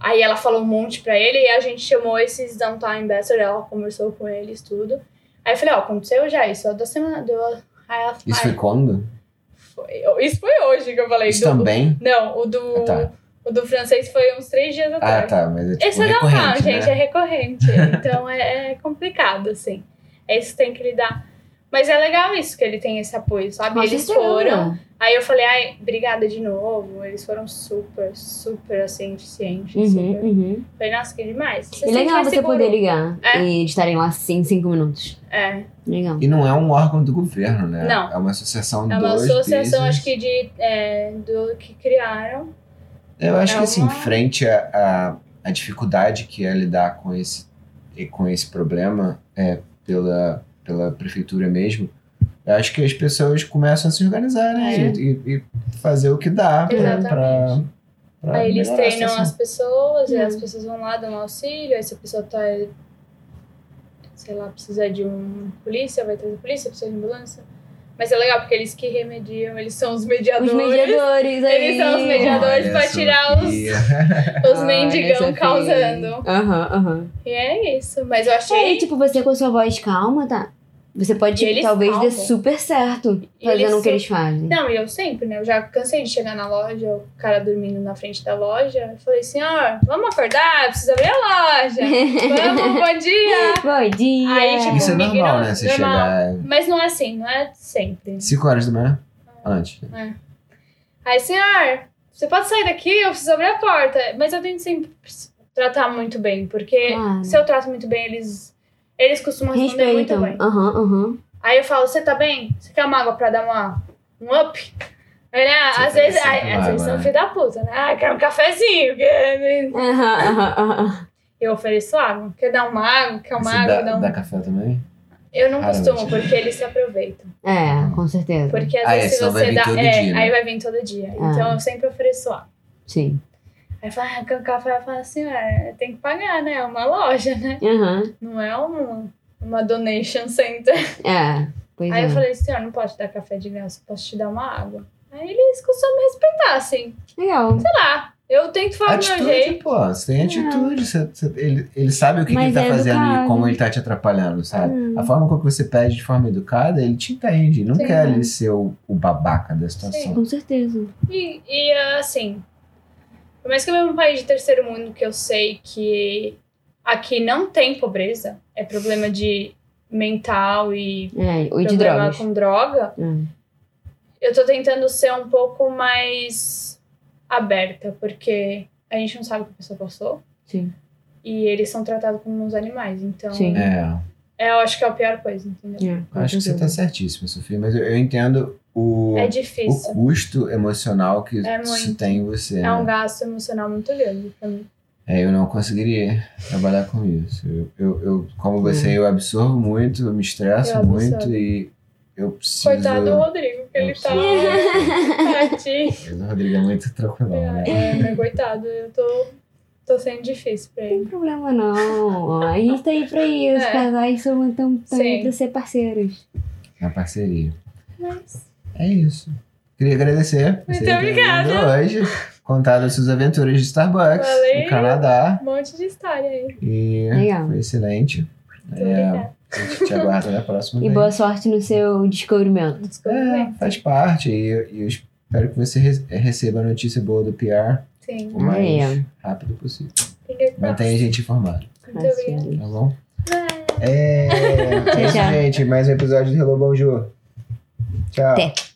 Speaker 2: Aí ela falou um monte pra ele e a gente chamou esses downtown ambassador, ela conversou com eles, tudo. Aí eu falei, ó, aconteceu já isso, ó, da semana. Do... Aí ela
Speaker 3: Isso
Speaker 2: ai,
Speaker 3: foi quando?
Speaker 2: foi- isso foi hoje que eu falei.
Speaker 3: Isso
Speaker 2: do-
Speaker 3: também?
Speaker 2: Não, o do.
Speaker 3: Ah, tá.
Speaker 2: O do francês foi uns três dias atrás.
Speaker 3: Ah, tá, mas é tipo
Speaker 2: Esse é normal,
Speaker 3: recorrente,
Speaker 2: gente,
Speaker 3: né?
Speaker 2: é recorrente. Então é, é complicado, assim. É isso que tem que lidar. Mas é legal isso que ele tem esse apoio, sabe?
Speaker 1: Nossa,
Speaker 2: Eles
Speaker 1: isso é legal.
Speaker 2: foram. Aí eu falei, ai, obrigada de novo. Eles foram super, super assim, eficientes.
Speaker 1: Uhum,
Speaker 2: Super.
Speaker 1: uhum.
Speaker 2: Falei, nossa, que demais. Você
Speaker 1: E
Speaker 2: sente
Speaker 1: legal
Speaker 2: mais
Speaker 1: você
Speaker 2: seguro.
Speaker 1: poder ligar
Speaker 2: É.
Speaker 1: e eles estarem lá assim, cinco minutos.
Speaker 2: É.
Speaker 1: Legal.
Speaker 3: E não é um órgão do governo, né?
Speaker 2: Não.
Speaker 3: É uma associação
Speaker 2: É uma
Speaker 3: dos
Speaker 2: associação,
Speaker 3: business.
Speaker 2: acho que de. é, do que criaram.
Speaker 3: Eu acho
Speaker 2: é
Speaker 3: que assim,
Speaker 2: uma-
Speaker 3: frente à a, dificuldade que é lidar com esse, e com esse problema é, pela, pela prefeitura mesmo, eu acho que as pessoas começam a se organizar, né?
Speaker 1: É.
Speaker 3: E, e- e fazer o que dá pra,
Speaker 2: Exatamente.
Speaker 3: pra, pra
Speaker 2: Aí eles
Speaker 3: melhorar a
Speaker 2: treinam
Speaker 3: situação.
Speaker 2: as pessoas, e
Speaker 1: Hum.
Speaker 2: as pessoas vão lá, dão auxílio, aí se a pessoa tá, sei lá, precisa de um polícia, vai trazer polícia, precisa de um ambulância. Mas é legal, porque eles que remediam, eles são os mediadores,
Speaker 1: Os mediadores aí.
Speaker 2: Eles são os mediadores
Speaker 3: Olha,
Speaker 2: pra tirar os-
Speaker 3: Sofia.
Speaker 2: (laughs) os
Speaker 3: Ah,
Speaker 1: Olha,
Speaker 2: mendigão
Speaker 1: Sofia.
Speaker 2: causando.
Speaker 1: Aham, aham.
Speaker 2: E é isso, mas eu
Speaker 1: É, e
Speaker 2: achei...
Speaker 1: tipo, você com sua voz calma, tá? Você pode,
Speaker 2: E eles
Speaker 1: talvez, dê
Speaker 2: salvam.
Speaker 1: super certo
Speaker 2: E
Speaker 1: fazendo
Speaker 2: eles
Speaker 1: o tipo, um que eles
Speaker 2: (laughs)
Speaker 1: fazem.
Speaker 2: Não, e eu sempre, né? Eu já cansei de chegar na loja, o cara dormindo na frente da loja. Eu falei, senhor, vamos acordar, precisa abrir a loja.
Speaker 1: (laughs)
Speaker 2: Vamos, bom dia.
Speaker 1: Bom dia!
Speaker 2: Aí, tipo,
Speaker 3: Isso é
Speaker 2: Comigo
Speaker 3: normal,
Speaker 2: não-
Speaker 3: né? Você
Speaker 2: normal.
Speaker 3: chegar
Speaker 2: Mas não é assim, não é sempre.
Speaker 3: 5 horas da manhã? Antes.
Speaker 2: Aí, senhor, você pode sair daqui, eu preciso abrir a porta. Mas eu tento sempre tratar muito bem, porque
Speaker 1: Claro.
Speaker 2: se eu trato muito bem, eles, eles
Speaker 3: é
Speaker 2: costumam responder
Speaker 1: Respeitam.
Speaker 2: muito bem.
Speaker 1: Aham, aham.
Speaker 2: Aí eu falo, você tá bem? Você quer uma água pra dar uma, um up? Ele, ah,
Speaker 3: Você
Speaker 2: às vezes,
Speaker 3: tá sempre
Speaker 2: ah, às
Speaker 3: lá,
Speaker 2: vezes são
Speaker 3: né?
Speaker 2: filho da puta, né? Ah, quero um cafezinho. (laughs) que-
Speaker 1: Aham, aham, aham.
Speaker 2: Eu ofereço água. Quer dar uma água? Quer uma
Speaker 3: Você
Speaker 2: água?
Speaker 3: dá,
Speaker 2: Dá um-
Speaker 3: dá café também?
Speaker 2: Eu não
Speaker 3: Raramente.
Speaker 2: costumo, porque eles se aproveitam.
Speaker 1: É, com certeza.
Speaker 2: Porque às
Speaker 3: Ah, é,
Speaker 2: vezes se
Speaker 3: senão vai
Speaker 2: você
Speaker 3: vir
Speaker 2: dá.
Speaker 3: todo
Speaker 2: é,
Speaker 3: dia, né?
Speaker 2: aí vai vir todo dia.
Speaker 1: Ah.
Speaker 2: Então eu sempre ofereço água.
Speaker 1: Sim.
Speaker 2: Aí fala, ah, o café fala assim, é, tem que pagar, né? É uma loja, né?
Speaker 1: Aham.
Speaker 2: Não é um, uma donation center.
Speaker 1: É, pois
Speaker 2: Aí
Speaker 1: é.
Speaker 2: eu falei, senhor, não posso te dar café de graça, posso te dar uma água. Aí eles costumam respeitar, assim.
Speaker 1: Legal.
Speaker 2: Sei lá, eu tento falar do meu
Speaker 3: Atitude,
Speaker 2: jeito.
Speaker 3: pô. Você
Speaker 2: É.
Speaker 3: tem atitude. você- você- ele, ele sabe o que, que
Speaker 1: Mas
Speaker 3: ele tá
Speaker 1: é
Speaker 3: fazendo e
Speaker 1: educado.
Speaker 3: como ele tá te atrapalhando, sabe?
Speaker 1: Hum.
Speaker 3: A forma como você pede de forma educada, ele te entende. Ele não
Speaker 2: Sim.
Speaker 3: quer ele ser o, o babaca da situação.
Speaker 1: Com certeza.
Speaker 2: E, e assim, por mais que eu venha de um país de terceiro mundo que eu sei que aqui não tem pobreza, é problema de mental e
Speaker 1: É, ou de
Speaker 2: problema
Speaker 1: drogas.
Speaker 2: com droga,
Speaker 1: Hum.
Speaker 2: eu tô tentando ser um pouco mais aberta, porque a gente não sabe o que a pessoa passou
Speaker 1: Sim.
Speaker 2: e eles são tratados como uns animais. Então,
Speaker 1: Sim.
Speaker 3: É,
Speaker 2: é, eu acho que é a pior coisa, entendeu?
Speaker 1: É, com
Speaker 3: eu acho que você
Speaker 1: certeza. (laughs)
Speaker 3: tá certíssima, Sofia. Mas eu, eu entendo o,
Speaker 2: É
Speaker 3: o
Speaker 2: difícil.
Speaker 3: custo emocional que
Speaker 2: É
Speaker 3: isso
Speaker 2: muito.
Speaker 3: tem em você.
Speaker 2: É um
Speaker 3: né?
Speaker 2: gasto emocional muito grande pra mim.
Speaker 3: É, eu não conseguiria trabalhar com isso. Eu, eu, eu- como você, eu absorvo muito, eu me estresso
Speaker 2: Hum. Eu absorvo.
Speaker 3: muito e eu preciso.
Speaker 2: Coitado do Rodrigo, que ele tá. Tadinho.
Speaker 3: O Rodrigo é muito tranquilão, né?
Speaker 2: É, mas coitado, eu tô, tô sendo difícil pra
Speaker 1: Não
Speaker 2: ele.
Speaker 1: tem problema, não. A gente tá aí pra isso.
Speaker 2: É.
Speaker 1: Casais são tão, também
Speaker 2: Sim.
Speaker 1: pra ser parceiros.
Speaker 3: Na parceria.
Speaker 2: Mas
Speaker 3: É isso. Queria agradecer.
Speaker 2: Muito
Speaker 3: você ter
Speaker 2: obrigada.
Speaker 3: vindo Hoje. contado as suas aventuras de Starbucks
Speaker 2: Valeu.
Speaker 3: no Canadá.
Speaker 2: Um monte de história aí.
Speaker 3: E
Speaker 1: Legal.
Speaker 3: foi excelente.
Speaker 2: Muito
Speaker 3: É,
Speaker 2: obrigada.
Speaker 3: a gente te aguarda na próxima.
Speaker 1: (laughs) E
Speaker 3: vez.
Speaker 1: boa sorte no seu descobrimento.
Speaker 3: É,
Speaker 2: Descobrimento.
Speaker 3: faz parte. E eu, e eu espero que você re- receba a notícia boa do PR
Speaker 2: Sim.
Speaker 3: o mais
Speaker 1: Aí,
Speaker 3: rápido possível.
Speaker 2: Obrigada.
Speaker 3: Mantenha a gente informado,
Speaker 2: Muito obrigada.
Speaker 3: tá bom? É, é isso,
Speaker 1: Tchau.
Speaker 3: gente. Mais um episódio do Hello Bonjour. Tchau.
Speaker 1: Até.